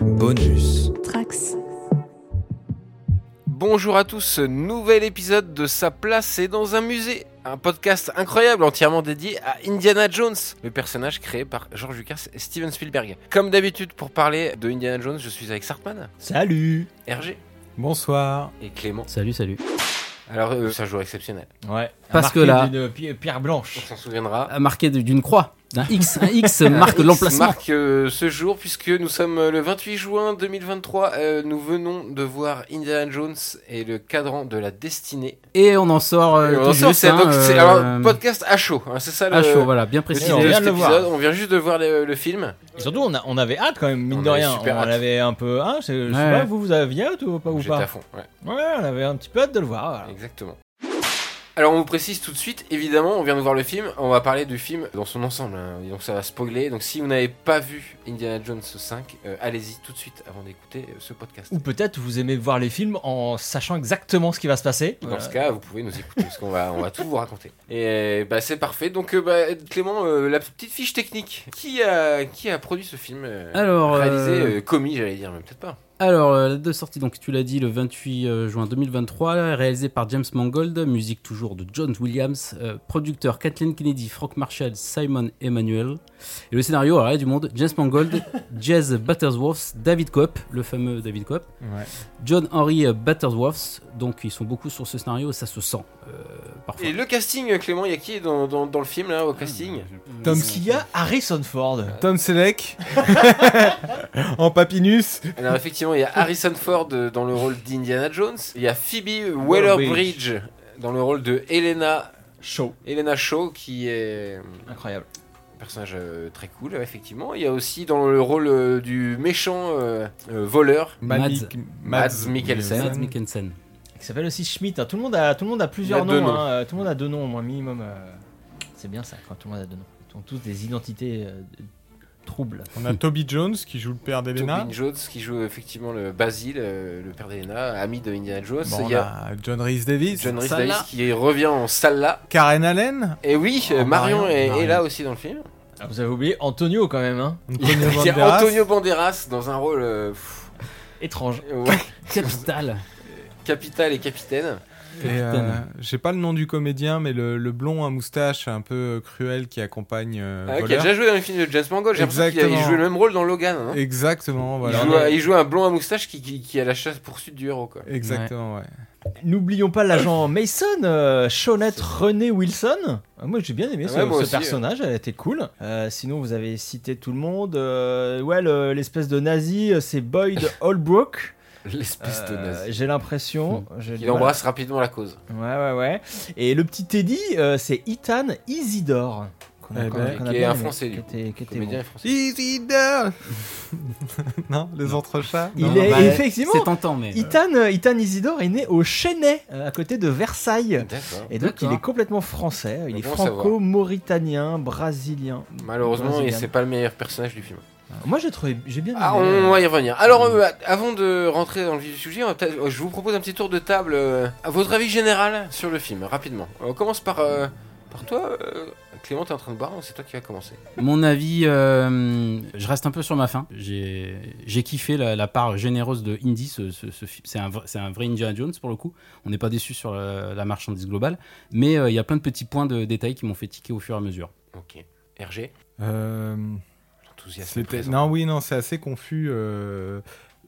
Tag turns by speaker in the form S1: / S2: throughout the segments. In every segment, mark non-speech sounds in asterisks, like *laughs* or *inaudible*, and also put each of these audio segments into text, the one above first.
S1: Bonus.
S2: Trax.
S3: Bonjour à tous, nouvel épisode de Sa place est dans un musée, un podcast incroyable entièrement dédié à Indiana Jones, le personnage créé par George Lucas et Steven Spielberg. Comme d'habitude, pour parler de Indiana Jones, je suis avec Sartman,
S4: Salut
S3: Hergé
S1: Bonsoir.
S3: et Clément.
S4: Salut, salut.
S3: Alors, euh, c'est un jour exceptionnel,
S1: Ouais.
S5: Parce
S1: Marqué
S5: que là-
S1: d'une euh, pi- pierre
S3: on
S1: blanche.
S3: s'en souviendra.
S5: marqué d- d'une croix, d'un X. Un
S3: *laughs*
S5: X marque
S3: X
S5: l'emplacement.
S3: marque euh, ce jour puisque nous sommes le 28 juin 2023. euh, nous venons de voir Indiana Jones et le cadran de la destinée.
S5: Et on en sort. euh,
S3: Et on
S5: tout
S3: sort,
S5: juste,
S3: c'est
S5: hein,
S3: donc- c'est-
S5: euh,
S3: alors, podcast à chaud. hein, c'est ça le,
S5: à chaud, voilà, bien
S3: le
S5: précisé.
S3: titre
S1: on
S3: de
S1: vient
S3: cet
S1: de le voir.
S3: épisode. On vient juste de voir le, le film.
S1: Et surtout, on, a- on avait hâte quand même, mine
S3: On
S1: de
S3: avait
S1: rien. On
S3: super hâte.
S1: avait un peu. Hein, je, je sais
S5: Ouais.
S1: pas, vous, vous aviez hâte ou pas, Ah. ou
S3: J'étais à
S1: pas
S3: fond. ouais.
S1: Ouais, on avait un petit peu hâte de le voir. voilà.
S3: Exactement. Alors on vous précise tout de suite, évidemment, on vient de voir le film, on va parler du film dans son ensemble, hein, donc ça va spoiler. Donc si vous n'avez pas vu Indiana Jones 5, euh, allez-y tout de suite avant d'écouter euh, ce podcast.
S1: Ou peut-être vous aimez voir les films en sachant exactement ce qui va se passer.
S3: Dans
S1: Voilà.
S3: ce cas, vous pouvez nous écouter parce qu'on va, on va tout vous raconter. Et bah c'est parfait. Donc euh, bah, Clément, euh, la petite fiche technique. Qui a, qui a produit ce film euh,
S5: Alors, euh,
S3: réalisé, euh, commis, j'allais dire, mais peut-être pas.
S5: Alors, euh, la date de sortie, donc tu l'as dit, le 28 euh, juin 2023, réalisé par James Mangold, musique toujours de John Williams, euh, producteur Kathleen Kennedy, Frank Marshall, Simon Emmanuel. Et le scénario, alors là, du monde, James
S1: *laughs*
S5: Mangold, Jazz Battersworth, David Coop, le fameux David Coop,
S1: Ouais.
S5: John Henry Battersworth. Donc, ils sont beaucoup sur ce scénario, ça se sent euh, parfois.
S3: Et le casting, euh, Clément, il y a qui dans, dans, dans le film
S1: Ah,
S3: là au
S1: bah,
S3: casting
S1: Euh, Tom Kia, Harrison Ford.
S6: Tom
S1: *laughs*
S6: Selleck en papinus.
S3: Alors effectivement, il y a Harrison Ford euh, dans le rôle d'Indiana Jones. Il y a Phoebe
S1: Waller-Bridge.
S3: Waller-Bridge euh, dans le rôle de Helena,
S1: Show.
S3: Helena Shaw, qui est euh,
S1: Incroyable.
S3: un personnage euh, très cool, euh, effectivement. Il y a aussi dans le rôle euh, du méchant euh, euh, voleur.
S5: Mads.
S3: Mads Mikkelsen.
S5: Mads Mikkelsen.
S1: Qui s'appelle aussi Schmidt. hein. Tout, le monde a, tout le monde a plusieurs
S3: Il y a
S1: noms.
S3: deux noms.
S1: hein. Euh, Tout le monde a deux noms au moins minimum. euh. C'est bien ça quand tout le monde a deux noms. Ils ont tous des identités euh, troubles.
S6: On a Toby Jones qui joue le père d'Elena.
S3: Tobin Jones qui joue effectivement le Basil, euh, le père d'Helena, ami de Indiana Jones.
S6: Bon,
S3: il
S6: on
S3: y a
S6: a John Rhys Davis.
S3: John Rhys
S5: Sala.
S3: Davis qui revient en salle là.
S6: Karen Allen.
S3: Et oui,
S1: Oh,
S3: euh, Marion,
S1: Marion,
S3: est, est
S1: Marion.
S3: là aussi dans le film.
S1: Ah, vous avez oublié Antonio quand même. Hein.
S6: Antonio
S3: *laughs* Il y a
S6: Banderas.
S3: Antonio Banderas dans un rôle euh, pff,
S1: Étrange.
S3: ouais, *laughs*
S5: Capital.
S3: capital et capitaine.
S6: Et, euh,
S5: Capitaine.
S6: J'ai pas le nom du comédien, mais le, le blond à moustache un peu cruel qui accompagne euh,
S3: Ah, qui a
S6: Voleur.
S3: déjà joué dans le film de James Mangold. J'ai l'impression qu'il a- il
S6: Exactement.
S3: jouait le même rôle dans Logan. hein.
S6: Exactement,
S3: il,
S6: voilà.
S3: joue, il joue un blond à moustache qui, qui, qui a la chasse poursuite du héros. Quoi.
S6: Exactement, ouais.
S1: N'oublions pas l'agent *coughs* Mason, euh, Shaunette René Wilson. Euh, Moi j'ai bien aimé
S3: Ah
S1: ce,
S3: ouais, moi
S1: ce
S3: aussi,
S1: personnage, elle était cool. Euh, sinon vous avez cité tout le monde. Euh, ouais, le- l'espèce de nazi, euh, c'est
S3: *coughs*
S1: Boyd Holbrook.
S3: L'espèce de
S1: Euh,
S3: nazi.
S1: J'ai l'impression. j'ai du
S3: Il
S1: mal.
S3: embrasse rapidement la cause.
S1: Ouais, ouais, ouais. Et le petit Teddy, euh, c'est Ethan Isidore. qu'on a-
S6: Eh
S1: qu'on
S6: ben,
S1: a- qu'on a
S3: qui est
S1: bien
S3: un
S1: aimé,
S3: Français,
S1: qui
S3: du
S1: était- qui était
S3: Comédien
S1: bon.
S3: et français.
S6: Isidore *laughs* Non, les entrechats
S1: Il
S6: Non,
S1: est *laughs*
S5: bah,
S1: effectivement.
S5: C'est tentant, mais.
S1: Ethan, euh, Ethan Isidore est né au Chesnay, euh, à côté de Versailles.
S3: D'accord.
S1: Et donc il
S5: D'accord.
S1: est complètement français, il est
S3: Bon à savoir.
S1: franco-mauritanien, brésilien.
S3: Malheureusement, et
S1: Brésilien.
S3: c'est pas le meilleur personnage du film.
S1: Moi j'ai trouvé, j'ai bien aimé.
S3: Ah, on va y revenir. Alors, euh, avant de rentrer dans le vif du sujet, on va peut-être- euh, je vous propose un petit tour de table. euh, à votre avis général sur le film, rapidement. On commence par, euh, par toi, euh, Clément, t'es en train de boire, c'est toi qui vas commencer.
S5: Mon avis, euh, je reste un peu sur ma faim. J'ai j'ai kiffé la, la part généreuse de Indy, ce, ce- ce film. C'est un, vrai- c'est un vrai Indiana Jones pour le coup. On n'est pas déçu sur la, la marchandise globale, mais euh, il y a plein de petits points de détail qui m'ont fait tiquer au fur et à mesure.
S3: Ok. RG,
S6: Euh,
S3: l'enthousiasme.
S6: C'était-
S3: présent.
S6: Non, oui, non, c'est assez confus. euh,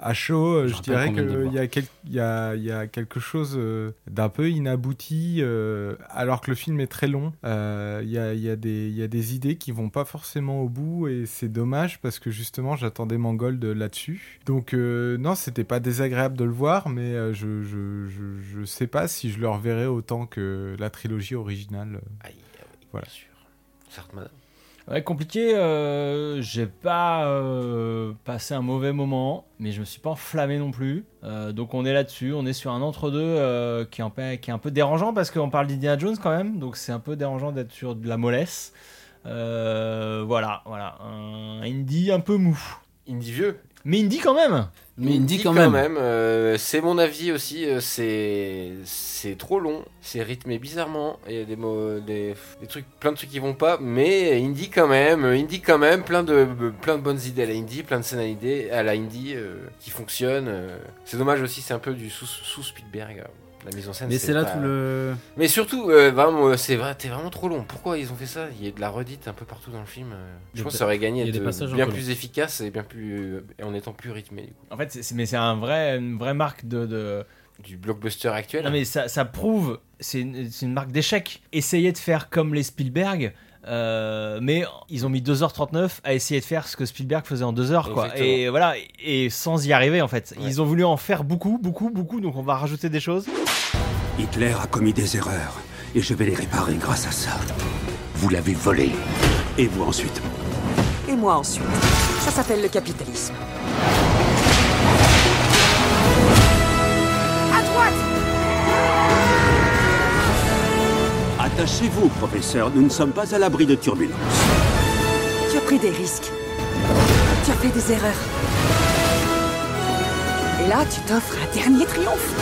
S6: à chaud, euh,
S5: Je
S6: je
S5: rappelle
S6: dirais
S5: qu'on vient de le
S6: qu'il
S5: voir.
S6: y, a quel- il y, a, il y a quelque chose euh, d'un peu inabouti, euh, alors que le film est très long. Euh, Il y, a, il y a des- il y a des idées qui vont pas forcément au bout, et c'est dommage parce que justement, j'attendais Mangold euh, là-dessus. Donc, euh, non, c'était pas désagréable de le voir, mais euh, je, je, je, je sais pas si je le reverrai autant que la trilogie originale.
S3: Aïe, ah oui,
S6: Voilà.
S3: bien sûr. Sartman.
S1: Ouais, compliqué, euh, j'ai pas euh, passé un mauvais moment, mais je me suis pas enflammé non plus. Euh, donc on est là-dessus, on est sur un entre-deux euh, qui, est un peu- qui est un peu dérangeant parce qu'on parle d'Indiana Jones quand même, donc c'est un peu dérangeant d'être sur de la mollesse. Euh, voilà, voilà, un indie un peu mou.
S3: Indie vieux
S1: Mais Indy quand même
S5: Mais il me dit
S3: Dit
S5: quand même.
S3: euh, c'est mon avis aussi. euh, c'est c'est trop long. C'est rythmé bizarrement. Il y a des mots, des, des trucs, plein de trucs qui vont pas. Mais Indie quand même. euh, Indie quand même. Plein de euh, plein de bonnes idées à la Indie. Plein de scènes à, l'idée- à la Indie euh, qui fonctionnent. euh. C'est dommage aussi. C'est un peu du sous, sous Spielberg. euh, La mise en scène.
S5: Mais c'est là
S3: pas-
S5: tout le.
S3: Mais surtout, euh, vraiment, euh, c'est vrai, t'es vraiment trop long. Pourquoi ils ont fait ça Il y a de la redite un peu partout dans le film. euh.
S5: Il y
S3: Je
S5: a
S3: pense
S5: des-
S3: que ça aurait gagné
S5: il
S3: à
S5: y a des
S3: être
S5: passages un
S3: bien
S5: peu
S3: plus efficace et bien plus euh, et en étant plus rythmé. Du coup.
S1: En fait, c'est- c'est- mais c'est un vrai, une vraie marque de. de-
S3: du blockbuster actuel.
S1: Non, mais ça, ça prouve, c'est une, c'est une marque d'échec. Essayer de faire comme les Spielberg, euh, mais ils ont mis 2h39 à essayer de faire ce que Spielberg faisait en 2 heures, quoi.
S3: Exactement.
S1: Et voilà, et sans y arriver, en fait.
S3: Ouais.
S1: Ils ont voulu en faire beaucoup, beaucoup, beaucoup, donc on va rajouter des choses.
S2: Hitler a commis des erreurs et je vais les réparer grâce à ça. Vous l'avez volé. Et vous ensuite.
S4: Et moi ensuite. Ça s'appelle le capitalisme.
S2: Attachez-vous, professeur, nous ne sommes pas à l'abri de turbulences.
S4: Tu as pris des risques. Tu as fait des erreurs. Et là, tu t'offres un dernier triomphe.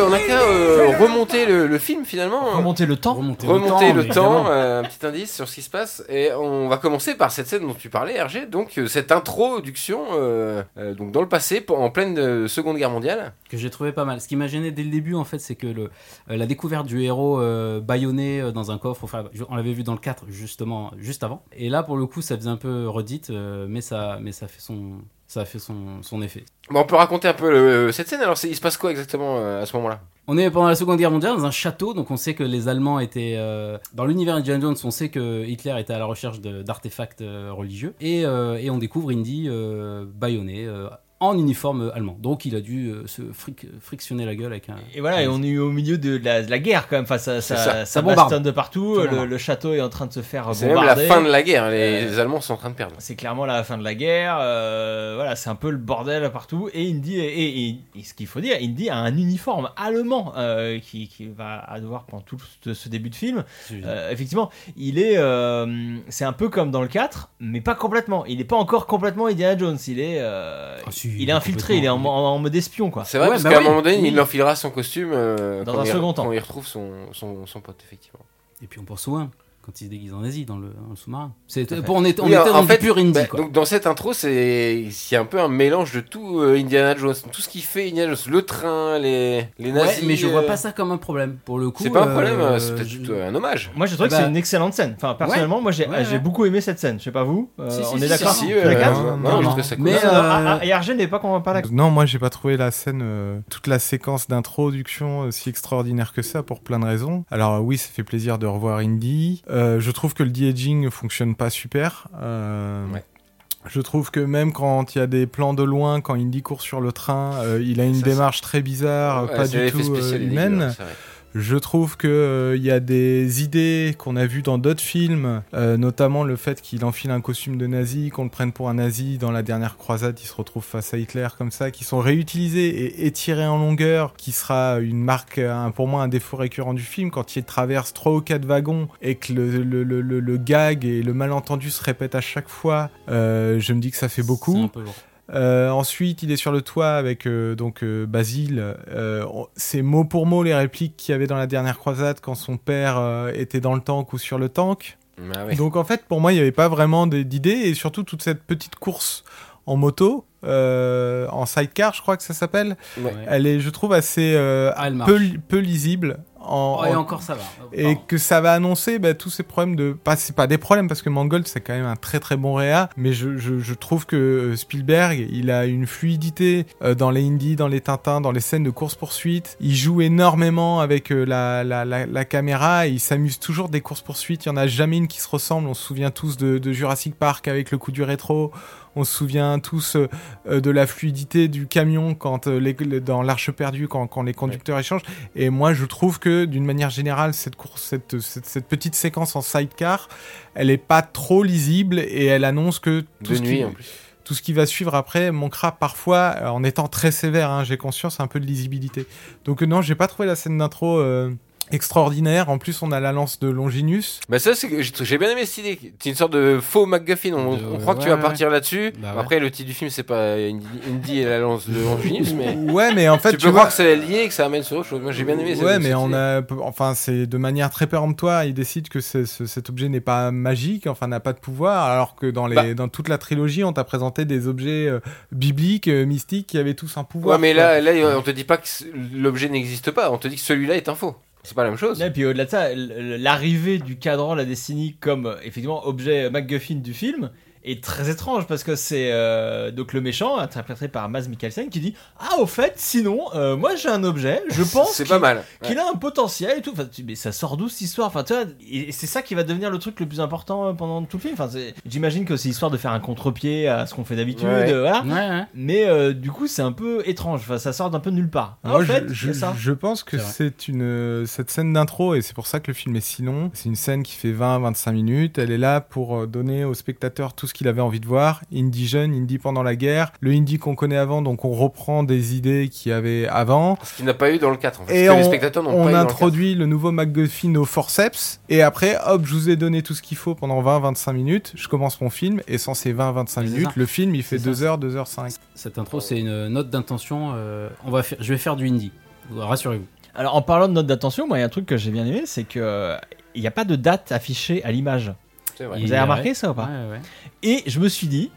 S3: on a qu'à euh, remonter le, le film finalement. hein.
S1: Remonter le temps.
S5: Remonter,
S3: Remonter le
S5: mais
S3: temps,
S5: évidemment.
S3: euh, un petit indice sur ce qui se passe, et on va commencer par cette scène dont tu parlais, Hergé. Donc euh, cette introduction, euh, euh, donc dans le passé, p- en pleine euh, Seconde Guerre mondiale.
S5: que j'ai trouvé pas mal. Ce qui m'a gêné dès le début, en fait, c'est que le, euh, la découverte du héros euh, bâillonné euh, dans un coffre, enfin, je- on l'avait vu dans le 4, justement, juste avant. Et là, pour le coup, ça faisait un peu redite, euh, mais, ça, mais ça fait son, ça fait son, son effet.
S3: Bon, on peut raconter un peu euh, cette scène. Alors c'est- il se passe quoi exactement euh, à ce moment-là
S5: On est pendant la Seconde Guerre mondiale dans un château, donc on sait que les Allemands étaient euh, dans l'univers Indiana Jones. On sait que Hitler était à la recherche de- d'artefacts euh, religieux et, euh, et on découvre Indy euh, bâillonné euh, en uniforme euh, allemand. Donc il a dû euh, se fric- frictionner la gueule avec un.
S1: Et voilà, et on est au milieu de la, de la guerre quand même. Enfin, ça, ça,
S3: C'est
S1: ça,
S3: ça.
S5: Ça bombarde.
S1: bastonne de partout.
S5: Ça
S1: Le,
S5: bombarde.
S1: le château est en train de se faire
S3: C'est même la
S1: bombarder.
S3: fin de la guerre. Les,
S1: Euh,
S3: les Allemands sont en train de perdre.
S1: C'est clairement la fin de la guerre, euh, voilà, c'est un peu le bordel partout. Et Indy, et, et- et ce qu'il faut dire, Indy a un uniforme allemand euh, qui, qui va devoir pendant tout ce, ce début de film. Euh, effectivement, il est, euh, c'est un peu comme dans le 4, mais pas complètement. Il n'est pas encore complètement Indiana Jones, il est, euh,
S5: Ah, si,
S1: il est infiltré, il est en, en- en mode espion quoi.
S3: C'est vrai
S5: Ouais,
S3: parce
S5: bah
S3: qu'à un
S5: oui,
S3: moment donné,
S5: oui.
S3: il enfilera son costume euh,
S1: Dans
S3: quand
S1: un
S3: il-
S1: second temps.
S3: quand il retrouve son, son, son pote effectivement.
S5: Et puis on pense au 1, quand il se déguise en Asie dans le, dans le sous-marin. C'est-
S3: à fait.
S5: bon, on était, on
S3: Oui,
S5: était
S3: en
S5: dans du
S3: fait,
S5: pur indie.
S3: bah,
S5: quoi.
S3: donc dans cette intro, c'est il y a un peu un mélange de tout euh, Indiana Jones, tout ce qui fait Indiana Jones, le train, les les
S5: Ouais,
S3: nazis.
S5: mais je vois
S3: euh,
S5: pas ça comme un problème. Pour le coup,
S3: C'est pas un
S5: euh,
S3: problème, euh, c'est peut-être
S5: je-
S3: plutôt un hommage.
S1: Moi je trouve
S5: Bah-
S1: que c'est une excellente scène. Enfin personnellement, moi j'ai
S5: Ouais, ouais.
S1: j'ai beaucoup aimé cette scène. Je sais pas vous, euh,
S5: Si, si,
S1: on
S5: si,
S1: est
S5: si,
S1: d'accord.
S5: si,
S1: Tous les
S3: euh,
S1: quatre
S3: non,
S5: Non,
S3: je
S5: non.
S3: trouve ça cool.
S5: Mais,
S1: Non, non,
S5: euh,
S1: ah, ah, et Arjen n'est pas qu'on va pas d'accord.
S6: Non, moi j'ai pas trouvé la scène, euh, toute la séquence d'introduction euh, si extraordinaire que ça pour plein de raisons. Alors euh, oui, ça fait plaisir de revoir Indy. Euh, je trouve que le de-aging fonctionne pas super. Euh,
S3: Ouais.
S6: Je trouve que même quand il y a des plans de loin, quand Indy court sur le train, euh, il a une
S3: Ça, c'est-
S6: démarche très bizarre, euh,
S3: Ouais,
S6: pas
S3: c'est
S6: du
S3: l'effet
S6: tout euh,
S3: spécial, il est
S6: humaine.
S3: dégueulasse, c'est vrai.
S6: Je trouve que euh, il y a des idées qu'on a vues dans d'autres films, euh, notamment le fait qu'il enfile un costume de nazi, qu'on le prenne pour un nazi. Dans la dernière croisade, il se retrouve face à Hitler comme ça, qui sont réutilisés et étirés en longueur, qui sera une marque, euh, un- pour moi, un défaut récurrent du film quand il traverse trois ou quatre wagons et que le, le- le- le- le gag et le malentendu se répètent à chaque fois. euh, je me dis que ça fait beaucoup.
S5: c'est un peu lourd.
S6: Euh, ensuite, il est sur le toit avec euh, donc euh, Basile. Euh, on- c'est mot pour mot les répliques qu'il y avait dans la dernière croisade quand son père euh, était dans le tank ou sur le tank.
S3: Ah ouais.
S6: Donc en fait, pour moi, il n'y avait pas vraiment d- d'idée et surtout toute cette petite course en moto, euh, en sidecar, je crois que ça s'appelle.
S3: Ouais.
S5: Ouais.
S6: Elle est, je trouve, assez euh,
S5: Ah, elle marche.
S6: peu, li- peu lisible. En,
S5: Oh, et
S6: en-
S5: encore ça va.
S6: et
S5: Pardon.
S6: que ça va annoncer bah, tous ces problèmes de pas c'est pas des problèmes parce que Mangold c'est quand même un très très bon réa mais je, je, je trouve que euh, Spielberg il a une fluidité euh, dans les indies dans les Tintins dans les scènes de course poursuite il joue énormément avec euh, la, la, la, la caméra et il s'amuse toujours des courses poursuites il y en a jamais une qui se ressemble on se souvient tous de, de Jurassic Park avec le coup du rétro on se souvient tous euh, euh, de la fluidité du camion quand euh, les, le- dans l'arche perdue quand, quand les conducteurs échangent et moi, je trouve que d'une manière générale, cette, course, cette, cette, cette petite séquence en sidecar, elle est pas trop lisible et elle annonce que tout,
S3: De
S6: ce,
S3: nuit
S6: qui,
S3: en plus.
S6: tout ce qui va suivre après manquera parfois, euh, en étant très sévère, hein, j'ai conscience, un peu de lisibilité. Donc euh, non, j'ai pas trouvé la scène d'intro euh, extraordinaire. En plus, on a la lance de Longinus.
S3: Bah ça, c'est que j'ai j'ai bien aimé cette idée. C'est une sorte de faux MacGuffin. On,
S5: De-
S3: on croit que tu
S6: ouais,
S3: vas
S6: ouais.
S3: partir là-dessus.
S5: Bah ouais.
S3: Après, le titre du film, c'est pas Indy Indy et la lance de Longinus, mais
S6: Ouais, mais en fait,
S3: tu,
S6: tu,
S3: peux
S6: vois,
S3: voir que c'est lié et que ça amène sur autre chose. Moi, j'ai bien aimé. cette-
S6: Ouais, mais
S3: cette
S6: on
S3: idée.
S6: a, enfin, c'est de manière très péremptoire. Il décide que c'est- ce- cet objet n'est pas magique, enfin, n'a pas de pouvoir, alors que dans les,
S3: Bah.
S6: dans toute la trilogie, on t'a présenté des objets euh, bibliques, euh, mystiques, qui avaient tous un pouvoir.
S3: Ouais, mais
S6: quoi.
S3: là, là, on te dit pas que c- l'objet n'existe pas. On te dit que celui-là est un faux. C'est pas la même chose.
S1: Et puis au-delà de ça, l- l- l'arrivée du cadran la décennie comme euh, effectivement objet euh, MacGuffin du film est très étrange parce que c'est euh, donc le méchant interprété par Maz Mikkelsen qui dit ah au fait sinon euh, moi j'ai un objet je pense
S3: C'est
S1: qu'il-
S3: pas mal.
S1: qu'il a un potentiel et tout Enfin, tu- mais ça sort d'où cette histoire enfin tu vois et et c'est ça qui va devenir le truc le plus important euh, pendant tout le film enfin c'est- j'imagine que c'est histoire de faire un contre-pied à ce qu'on fait d'habitude
S3: Ouais.
S1: euh, voilà
S5: Ouais, ouais.
S1: mais euh, du coup c'est un peu étrange enfin ça sort d'un peu de nulle part Ah,
S6: Moi,
S1: au fait
S6: je,
S1: il y
S6: je-
S1: a ça
S6: je pense que
S5: C'est vrai.
S6: c'est une euh, cette scène d'intro et c'est pour ça que le film est si long. C'est une scène qui fait 20-25 minutes. Elle est là pour euh, donner au spectateur tout ce qu'il avait envie de voir. Indie jeune, indie pendant la guerre, le indie qu'on connaît avant, donc on reprend des idées qu'il y avait avant.
S3: Ce qu'il n'a pas eu dans le 4. En fait.
S6: Et
S3: Ce que
S6: on-
S3: les spectateurs n'ont
S6: on
S3: pas eu dans le 4.
S6: introduit le nouveau MacGuffin au forceps et après hop je vous ai donné tout ce qu'il faut pendant 20-25 minutes je commence mon film et sans ces 20-25
S5: Mais c'est
S6: minutes
S5: ça.
S6: le film il fait
S5: C'est
S6: 2h 2h05
S5: Cette intro, c'est une note d'intention. euh, on va faire, je vais faire du indie. Rassurez-vous.
S1: Alors en parlant de note d'attention, moi il y a un truc que j'ai bien aimé, c'est que euh, il n'y a pas de date affichée à l'image.
S3: C'est vrai.
S5: Il-
S1: Vous avez
S5: euh, ouais.
S1: remarqué ça ou
S5: Ouais,
S1: pas
S5: ouais, ouais.
S1: Et je me suis dit,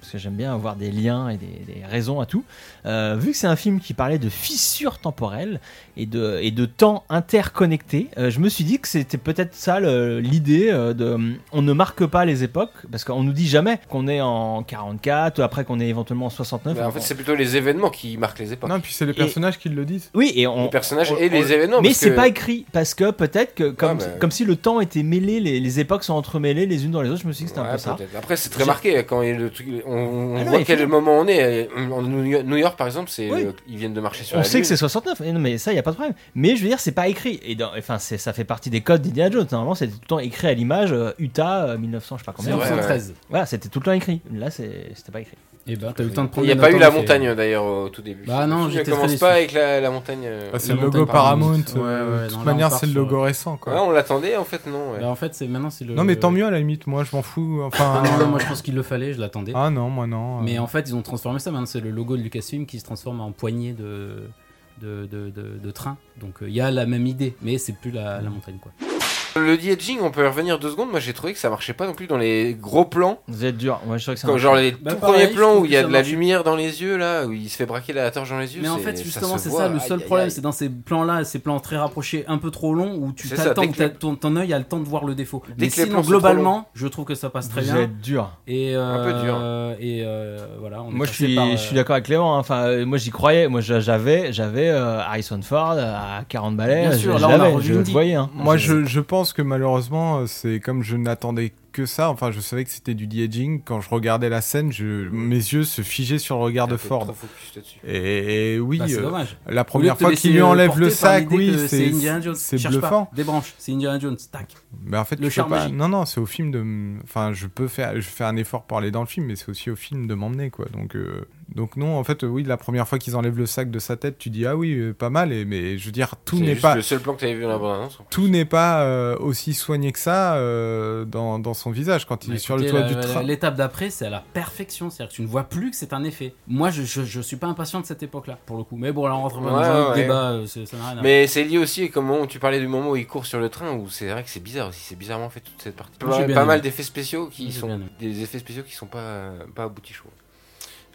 S1: parce que j'aime bien avoir des liens et des, des raisons à tout, euh, vu que c'est un film qui parlait de fissures temporelles et de, et de temps interconnecté, euh, je me suis dit que c'était peut-être ça le- l'idée euh, de hum, on ne marque pas les époques, parce qu'on nous dit jamais qu'on est en 44, ou après qu'on est éventuellement en 69.
S3: Mais en fait, c'est plutôt les événements qui marquent les époques.
S6: non puis c'est les
S1: Et-
S6: personnages qui le disent
S1: oui, et on,
S3: les personnages
S1: on-
S3: et les
S1: on-
S3: événements.
S1: mais
S3: parce
S1: c'est
S3: que-
S1: pas écrit parce que peut-être que comme,
S3: Ouais, mais-
S1: comme si le temps était mêlé, les, les époques sont entremêlées les unes dans les autres. Je me suis dit que c'était un
S3: Ouais,
S1: peu hein, ça.
S3: peut-être. Après, c'est très
S1: J'ai-
S3: marqué hein, quand il y a le truc- on, on
S1: Ah non,
S3: voit
S1: mais
S3: quel
S1: Philippe-
S3: moment on est. euh, En New York- New York, par exemple, c'est
S1: Oui.
S3: euh, ils viennent de marcher sur
S1: On
S3: la
S1: sait que
S3: Lune.
S1: c'est 69, et non, mais ça y a pas de problème. Mais je veux dire, c'est pas écrit. Et dans- enfin, c'est- ça fait partie des codes d'Indiana Jones. Normalement, c'était tout le temps écrit à l'image euh, Utah euh, 1900, je sais pas combien.
S3: vrai.
S5: 1913.
S1: Voilà, c'était tout le temps écrit. Là, c'est- c'était pas écrit.
S5: Et bah, t'as eu le temps de
S3: Il
S5: prendre.
S3: n'y a
S5: des
S3: pas
S5: notes,
S3: eu la
S5: en effet.
S3: montagne d'ailleurs au tout début.
S5: Bah non,
S3: Le film
S5: j'étais
S3: ne commence
S5: très
S3: pas
S5: déçu. Ah,
S3: avec la, la montagne. euh,
S6: Bah, c'est
S5: la
S6: le logo
S5: montagne
S6: Paramount
S5: Paramount. Ouais,
S6: euh,
S5: ouais,
S6: de
S5: non,
S6: toute
S5: là, on
S6: manière
S5: part
S6: c'est le
S5: sur-
S6: logo récent quoi
S3: ouais, on l'attendait en fait, non. ouais.
S5: Bah, en fait, c'est maintenant c'est le.
S6: non mais tant mieux à la limite moi je m'en fous enfin
S5: Ah non, non, moi je pense qu'il le fallait, je l'attendais.
S6: ah non moi non
S5: Mais
S6: Euh,
S5: en fait, ils ont transformé ça. Maintenant, c'est le logo de Lucasfilm qui se transforme en poignée de, de, de, de- de train. Donc, euh, il y a la même idée, mais c'est plus la, la montagne. quoi.
S3: Le de-edging, on peut y revenir deux secondes. Moi, j'ai trouvé que ça marchait pas non plus dans les gros plans.
S1: Vous êtes dur. Moi, je trouve que c'est
S3: Comme
S1: un-
S3: genre les
S5: Bah,
S3: tout
S5: pareil,
S3: premiers
S5: je
S3: plans
S5: trouve
S3: où
S5: que
S3: il y a
S5: ça
S3: de la
S5: marchait.
S3: lumière dans les yeux, là, où il se fait braquer la torche dans les yeux.
S5: Mais en
S3: c'est-
S5: fait,
S3: ça
S5: justement,
S3: se
S5: c'est
S3: voit.
S5: ça le
S3: Aïe,
S5: seul
S3: aïe,
S5: problème.
S3: aïe.
S5: C'est dans ces plans-là, ces plans très rapprochés, un peu trop longs, où tu
S3: C'est ça,
S5: t'attends,
S3: dès que les-
S5: t'as- ton, ton œil a le temps de voir le défaut.
S3: Dès
S5: Mais
S3: que les plans
S5: sinon,
S3: sont
S5: globalement, je trouve que ça passe très
S1: Vous
S5: bien.
S1: êtes dur.
S5: Et,
S3: Un peu dur.
S5: euh, Et euh, voilà, on est
S1: Moi je
S5: passé
S1: suis,
S5: par, euh,
S1: je suis d'accord avec Clément. hein. Enfin, euh, moi j'y croyais. Moi je- j'avais, j'avais euh, Harrison Ford à 40 balais.
S5: Bien
S1: je-
S5: sûr,
S1: je
S5: là, on a
S1: l'avais,
S5: revu
S1: je le
S5: Indy.
S1: voyais. hein.
S6: Moi, je, je pense que malheureusement, euh, c'est comme je n'attendais que ça. Enfin, je savais que c'était du de-aging. Quand je regardais la scène, je, mes yeux se figeaient sur le regard de
S3: T'es trop
S6: Ford.
S3: focus là-dessus.
S6: Et, et oui,
S5: bah, c'est
S6: euh,
S5: dommage.
S6: la
S5: Au lieu
S6: première
S5: de te
S6: fois
S5: laisser
S6: qu'il lui enlève
S5: porter
S6: le
S5: par
S6: sac,
S5: l'idée
S6: oui,
S5: que
S6: c'est
S5: Indiana Jones.
S6: c'est
S5: Cherche pas.
S6: bluffant.
S5: Débranche, c'est Indiana Jones. Tac.
S6: Mais en fait,
S5: Le
S6: tu peux
S5: charme
S6: pas-
S5: magique.
S6: non, non, c'est au film de. m- Enfin, je peux faire, je fais un effort pour aller dans le film, mais c'est aussi au film de m'emmener, quoi. Donc, euh, donc non, en fait, euh, oui, la première fois qu'ils enlèvent le sac de sa tête, tu dis ah oui, euh, pas mal. Et mais je veux dire, tout
S3: C'est
S6: n'est
S3: juste
S6: pas
S3: le seul plan que t'avais vu dans la bande-annonce.
S6: tout n'est pas euh, aussi soigné que ça euh, dans, dans son visage quand il
S5: Bah,
S6: est sur le
S5: écoutez,
S6: toit
S5: la-
S6: du
S5: la-
S6: train.
S5: L'étape d'après, c'est à la perfection. C'est-à-dire que tu ne vois plus que c'est un effet. Moi, je, je, je suis pas impatient de cette époque-là, pour le coup. Mais bon, là, on rentre dans
S3: Ouais,
S5: un autre
S3: ouais.
S5: débat. euh, c'est- Ça n'a rien à voir.
S3: Mais c'est lié aussi, comme moment où tu parlais du moment où il court sur le train, où c'est vrai que c'est bizarre aussi, c'est bizarrement fait toute cette partie.
S5: J'ai
S3: Pas,
S5: bien
S3: pas
S5: aimé.
S3: mal d'effets spéciaux qui
S5: J'ai
S3: sont
S5: bien aimé.
S3: des effets spéciaux qui sont pas pas aboutis, je trouve.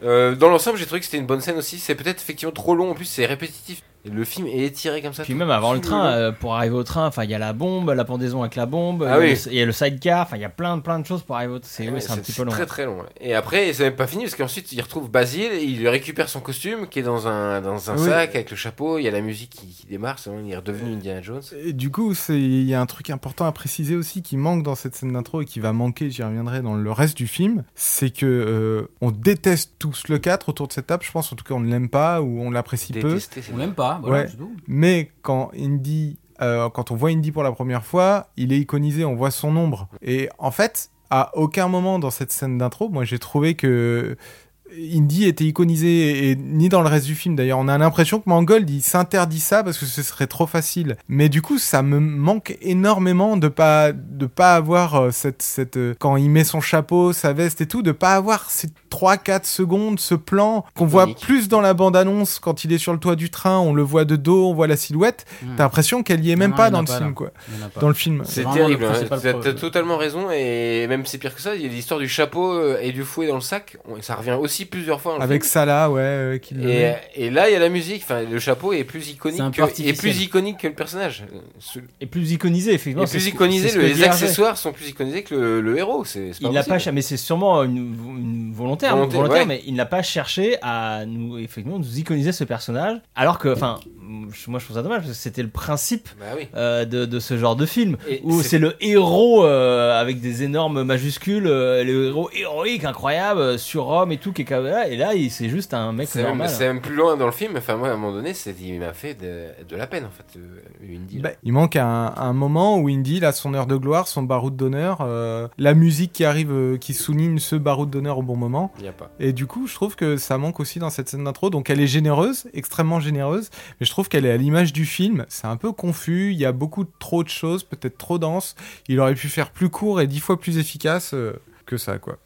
S3: Euh, dans l'ensemble, j'ai trouvé que c'était une bonne scène aussi. C'est peut-être effectivement trop long, en plus c'est répétitif. Le film est étiré comme ça.
S1: Puis
S3: tout-
S1: même avant le
S3: tout
S1: train,
S3: long.
S1: euh, pour arriver au train, enfin il y a la bombe, la pendaison avec la bombe, il
S3: Ah
S1: y a
S3: oui. Eh
S1: le- il y a le sidecar, enfin il y a plein plein de choses pour arriver au train. C'est
S3: Ouais,
S1: oui, c'est un petit peu long.
S3: Très très long. ouais. Et après, c'est même pas fini parce qu'ensuite, il retrouve Basile, et il lui récupère son costume qui est dans un, dans un
S6: Oui.
S3: sac avec le chapeau. Il y a la musique qui, qui démarre, c'est bon, il est redevenu Indiana Jones.
S6: Et du coup, c'est- il y a un truc important à préciser aussi qui manque dans cette scène d'intro et qui va manquer, j'y reviendrai dans le reste du film, c'est que euh, on déteste tous le 4 autour de cette table, je pense en tout cas on ne l'aime pas ou on l'apprécie peu.
S3: Détesté, c'est
S5: On l'aime pas. Voilà,
S6: Ouais.
S5: c'est tout.
S6: Mais quand Indy, euh, quand on voit Indy pour la première fois, il est iconisé, on voit son ombre. Et en fait, à aucun moment dans cette scène d'intro, moi j'ai trouvé que Indy était iconisé, et, et ni dans le reste du film d'ailleurs. On a l'impression que Mangold, il s'interdit ça parce que ce serait trop facile. Mais du coup, ça me manque énormément de pas, de pas avoir euh, cette, cette euh, quand il met son chapeau, sa veste et tout, de pas avoir ces 3-4 secondes, ce plan qu'on voit
S3: Iconique.
S6: plus dans la bande-annonce quand il est sur le toit du train, on le voit de dos, on voit la silhouette.
S5: Hmm.
S6: T'as l'impression qu'elle y est même
S5: Non,
S6: pas
S5: il y en a
S6: dans le
S5: pas,
S6: film,
S5: là.
S6: quoi.
S5: Il y en a pas.
S6: Dans le film.
S3: C'est
S5: vraiment
S3: terrible,
S5: le
S3: hein.
S5: principal
S3: t'as
S5: pro-
S3: t'as totalement raison, et même c'est pire que ça, il y a l'histoire du chapeau euh, et du fouet dans le sac, on- ça revient aussi plusieurs fois. dans le
S6: Avec
S3: film.
S6: Salah, ouais, euh, qui le
S3: Et,
S6: met.
S3: et là, il y a la musique, enfin, le chapeau est plus
S5: C'est un
S3: iconique,
S5: peu
S3: que, est
S5: artificiel.
S3: plus iconique que le personnage. Ce-
S1: Et plus iconisé, effectivement.
S3: et
S1: c'est
S3: plus
S1: ce que-
S3: iconisé,
S1: c'est ce
S3: le-
S1: que
S3: les
S1: dit Hergé.
S3: accessoires sont plus iconisés que le, le héros. C'est, c'est
S1: Il n'a
S3: possible.
S1: pas cherché, mais c'est sûrement une, une volontaire,
S3: Volonté,
S1: volontaire,
S3: ouais.
S1: mais il n'a pas cherché à nous effectivement nous iconiser ce personnage. Alors que, enfin, je- moi je trouve ça dommage parce que c'était le principe
S3: Bah oui.
S1: euh, de, de ce genre de film
S3: Et
S1: où
S3: c'est-
S1: c'est le héros euh, avec des énormes majuscules, euh, le héros héroïque incroyable, euh, surhomme et tout, qui est comme- et là il- c'est juste un mec
S3: C'est
S1: normal. hein.
S3: même, c'est même plus loin dans le film. Enfin, moi, à un moment donné, c'est, il m'a fait de, de la peine, en fait, euh, Indy. là.
S6: Bah, il manque un, un moment où Indy il a son heure de gloire, son baroud d'honneur, euh, la musique qui arrive, euh, qui souligne ce baroud d'honneur au bon moment.
S3: Il n'y a pas.
S6: Et du coup, je trouve que ça manque aussi dans cette scène d'intro. Donc, elle est généreuse, extrêmement généreuse, mais je trouve qu'elle est à l'image du film. C'est un peu confus, il y a beaucoup trop de choses, peut-être trop dense. Il aurait pu faire plus court et dix fois plus efficace euh, que ça, quoi.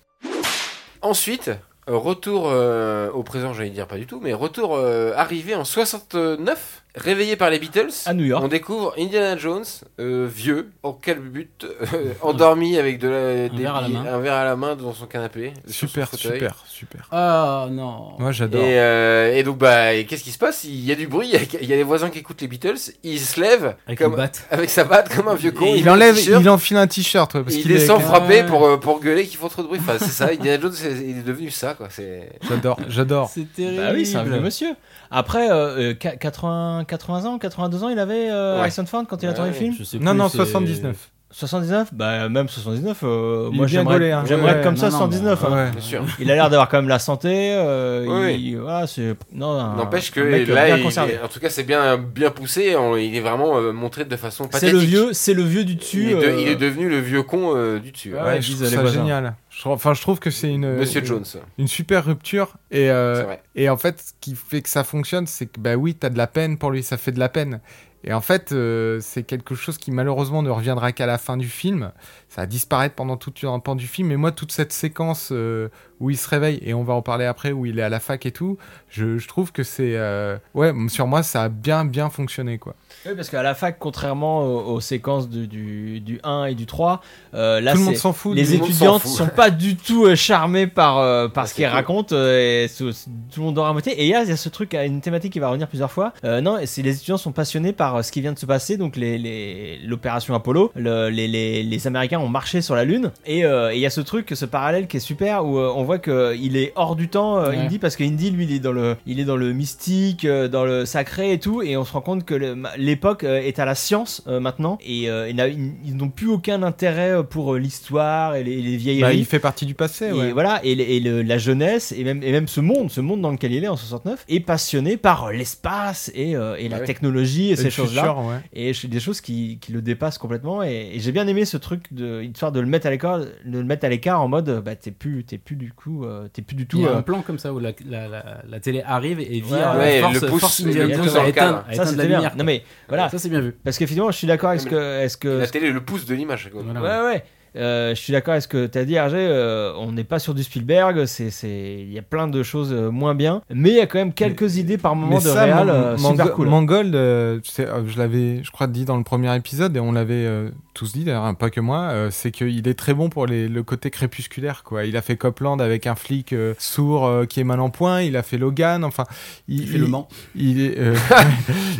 S3: Ensuite, euh, retour euh, au présent, j'allais dire pas du tout, mais retour euh, arrivé en 69, réveillé par les Beatles.
S1: À New York.
S3: On découvre Indiana Jones, euh, vieux, en calbute, euh, endormi avec de la, des
S5: verre à la
S3: billes-
S5: main.
S3: un verre à la main dans son canapé. sur son
S6: Super,
S3: fauteuil.
S6: super, super.
S5: Ah non.
S6: Moi,
S3: Et,
S6: j'adore.
S3: euh, et donc, bah, et qu'est-ce qui se passe Il y a du bruit, il y a- il y, a les voisins qui écoutent les Beatles, il se lève
S5: Avec
S3: comme,
S5: une batte.
S3: avec sa batte comme un vieux con.
S6: il
S3: met un
S6: enlève,
S3: t-shirt,
S6: il enfile un t-shirt, ouais, parce
S3: il
S6: qu'il est-
S3: descend
S5: avec un-
S3: frapper pour, euh, pour gueuler qu'ils font trop de bruit. Enfin, c'est ça, Indiana Jones, c'est- il est devenu ça, quoi. C'est.
S6: J'adore, j'adore.
S5: C'est terrible.
S1: Bah oui, c'est un vieux monsieur. Après, euh, euh, qua- 80, 80 ans, 82 ans, il avait euh,
S3: Ouais.
S1: Harrison Ford quand il a
S3: Ouais,
S1: tourné le
S3: ouais.
S1: film.
S5: Je sais plus,
S6: Non,
S3: euh,
S6: non,
S5: c'est-
S6: 79.
S1: 79 Bah même 79, euh,
S6: Il est
S1: moi
S6: bien gaulé,
S1: j'aimerais
S6: hein.
S1: j'aimerais
S6: Ouais,
S1: être comme ça
S5: non, non,
S1: 79. hein.
S6: Ouais.
S3: Bien sûr.
S1: Il a l'air d'avoir quand même la santé. euh,
S3: Oui.
S1: il- voilà, c'est- non, un-
S3: N'empêche que
S1: un mec euh,
S3: là,
S1: bien
S3: il
S1: conservé.
S3: est- en tout cas, c'est bien, euh, bien poussé. on- il est vraiment euh, montré de façon pathétique.
S1: C'est le vieux, c'est le vieux du dessus.
S3: Il est, de-
S1: euh,
S3: il est devenu le vieux con euh, du dessus.
S1: Ouais, euh,
S6: Ouais,
S1: ils
S6: je
S1: disent
S6: trouve
S1: les
S6: ça
S1: voisins.
S6: génial. Je trouve- Enfin, je trouve que c'est une,
S3: Monsieur
S6: une-
S3: Jones.
S6: une super rupture. Et, euh,
S3: C'est vrai.
S6: et en fait, ce qui fait que ça fonctionne, c'est que, bah oui, t'as de la peine pour lui, ça fait de la peine. Et en fait, euh, c'est quelque chose qui malheureusement ne reviendra qu'à la fin du film. Ça va disparaître pendant tout un pan du film. Et moi, toute cette séquence euh, où il se réveille, et on va en parler après, où il est à la fac et tout, je, je trouve que c'est. euh, Ouais, sur moi, ça a bien, bien fonctionné, quoi.
S1: Oui, parce qu'à la fac, contrairement aux, aux séquences du, du, du 1 et du 3, euh, là,
S6: tout le
S1: c'est-
S6: monde s'en fout.
S1: les
S6: du-
S3: monde s'en
S1: étudiantes
S3: fout.
S1: sont pas du tout euh, charmées par, euh, par
S3: Ah,
S1: ce
S3: c'est
S1: qu'ils
S3: cool.
S1: racontent euh, et ce- ce- tout le monde dort à moitié. Et il y a, il y a ce truc, une thématique qui va revenir plusieurs fois. Euh, non, c'est les étudiants sont passionnés par euh, ce qui vient de se passer, donc les- les- l'opération Apollo, le- les, les, les Américains ont marché sur la Lune. Et euh, et il y a ce truc, ce parallèle qui est super où euh, on voit que il est hors du temps, euh,
S5: Ouais.
S1: Indy, parce que Indy, lui, il est dans le, il est dans le mystique, euh, dans le sacré et tout. Et on se rend compte que le- ma- l'époque euh, est à la science euh, maintenant et euh, et n'a- ils ils n'ont plus aucun intérêt euh, pour euh, l'histoire et les, les
S6: Bah, il
S1: vieilleries.
S6: fait partie du passé,
S1: Et
S6: ouais.
S1: voilà, et, le- et le- la jeunesse, et même, et même ce monde, ce monde dans lequel il est en 69, est passionné par euh, l'espace et, euh, et la
S3: Ah oui.
S1: technologie et,
S6: le
S1: ces choses-là.
S6: futur, ouais.
S1: Et je- des choses qui, qui le dépassent complètement. Et, et j'ai bien aimé ce truc, de, histoire de le mettre à l'écart, de le mettre à l'écart en mode, euh, bah t'es plus, t'es plus du coup, euh, t'es plus du
S5: Il
S1: tout.
S5: y a
S1: euh,
S5: un plan comme ça où la, la, la, la télé arrive et
S1: Ouais,
S5: via
S1: ouais,
S5: force,
S3: le pouce-
S5: force
S3: le
S5: Indiana
S3: pouce
S5: Jones
S3: dans
S5: à
S3: le cadre.
S5: éteindre, à
S1: ça
S5: éteindre la
S1: c'était bien.
S5: lumière.
S1: Non mais voilà,
S5: Ça c'est bien vu.
S1: parce qu'effectivement, je suis d'accord avec ce que, est-ce que,
S3: La télé est le pouce de l'image. quoi.
S6: Ah
S5: Voilà.
S1: Ouais, ouais. Euh, je suis d'accord avec ce que tu as dit, Hergé. euh, on n'est pas sur du Spielberg. c'est c'est- Il y a plein de choses euh, moins bien. Mais il y a quand même quelques idées par moment
S6: Mais
S1: de
S6: ça,
S1: réal
S6: Man-
S1: euh,
S6: Mango-
S1: super cool.
S6: Mangold, euh, tu sais, euh, je l'avais, je crois, dit dans le premier épisode, et on l'avait euh, tous dit d'ailleurs, hein, pas que moi, euh, c'est qu'il est très bon pour les- le côté crépusculaire, quoi. Il a fait Copland avec un flic euh, sourd euh, qui est mal en point, il a fait Logan, enfin,
S5: Il fait le Mans.
S6: il,
S3: *laughs*
S6: est, euh, *laughs*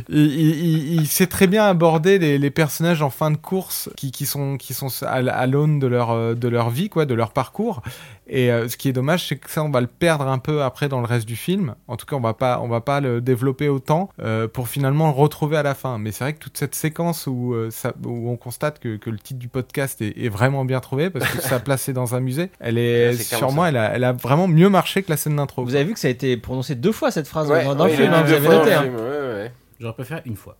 S6: il, il- il- il sait très bien aborder les, les personnages en fin de course qui, qui sont, qui sont à, l- à l'aune de leur, euh, de leur vie, quoi, de leur parcours. Et euh, ce qui est dommage, c'est que ça, on va le perdre un peu après dans le reste du film. En tout cas, on va pas, on va pas le développer autant euh, pour finalement le retrouver à la fin. Mais c'est vrai que toute cette séquence où, euh, ça, où on constate que, que le titre du podcast est, est vraiment bien trouvé parce
S3: *laughs*
S6: que ça placé dans un musée, elle est,
S3: Ouais, c'est clairement
S6: sûrement,
S3: ça.
S6: elle a, elle a vraiment mieux marché que la scène d'intro.
S1: Vous avez vu que ça a été prononcé deux fois cette phrase
S3: Ouais,
S1: dans, dans le
S3: ouais, il
S1: film.
S3: est
S1: hein,
S3: deux
S1: vous avez
S3: fois dans
S1: noté.
S3: le
S1: hein.
S3: film, ouais, ouais.
S5: J'aurais préféré une fois.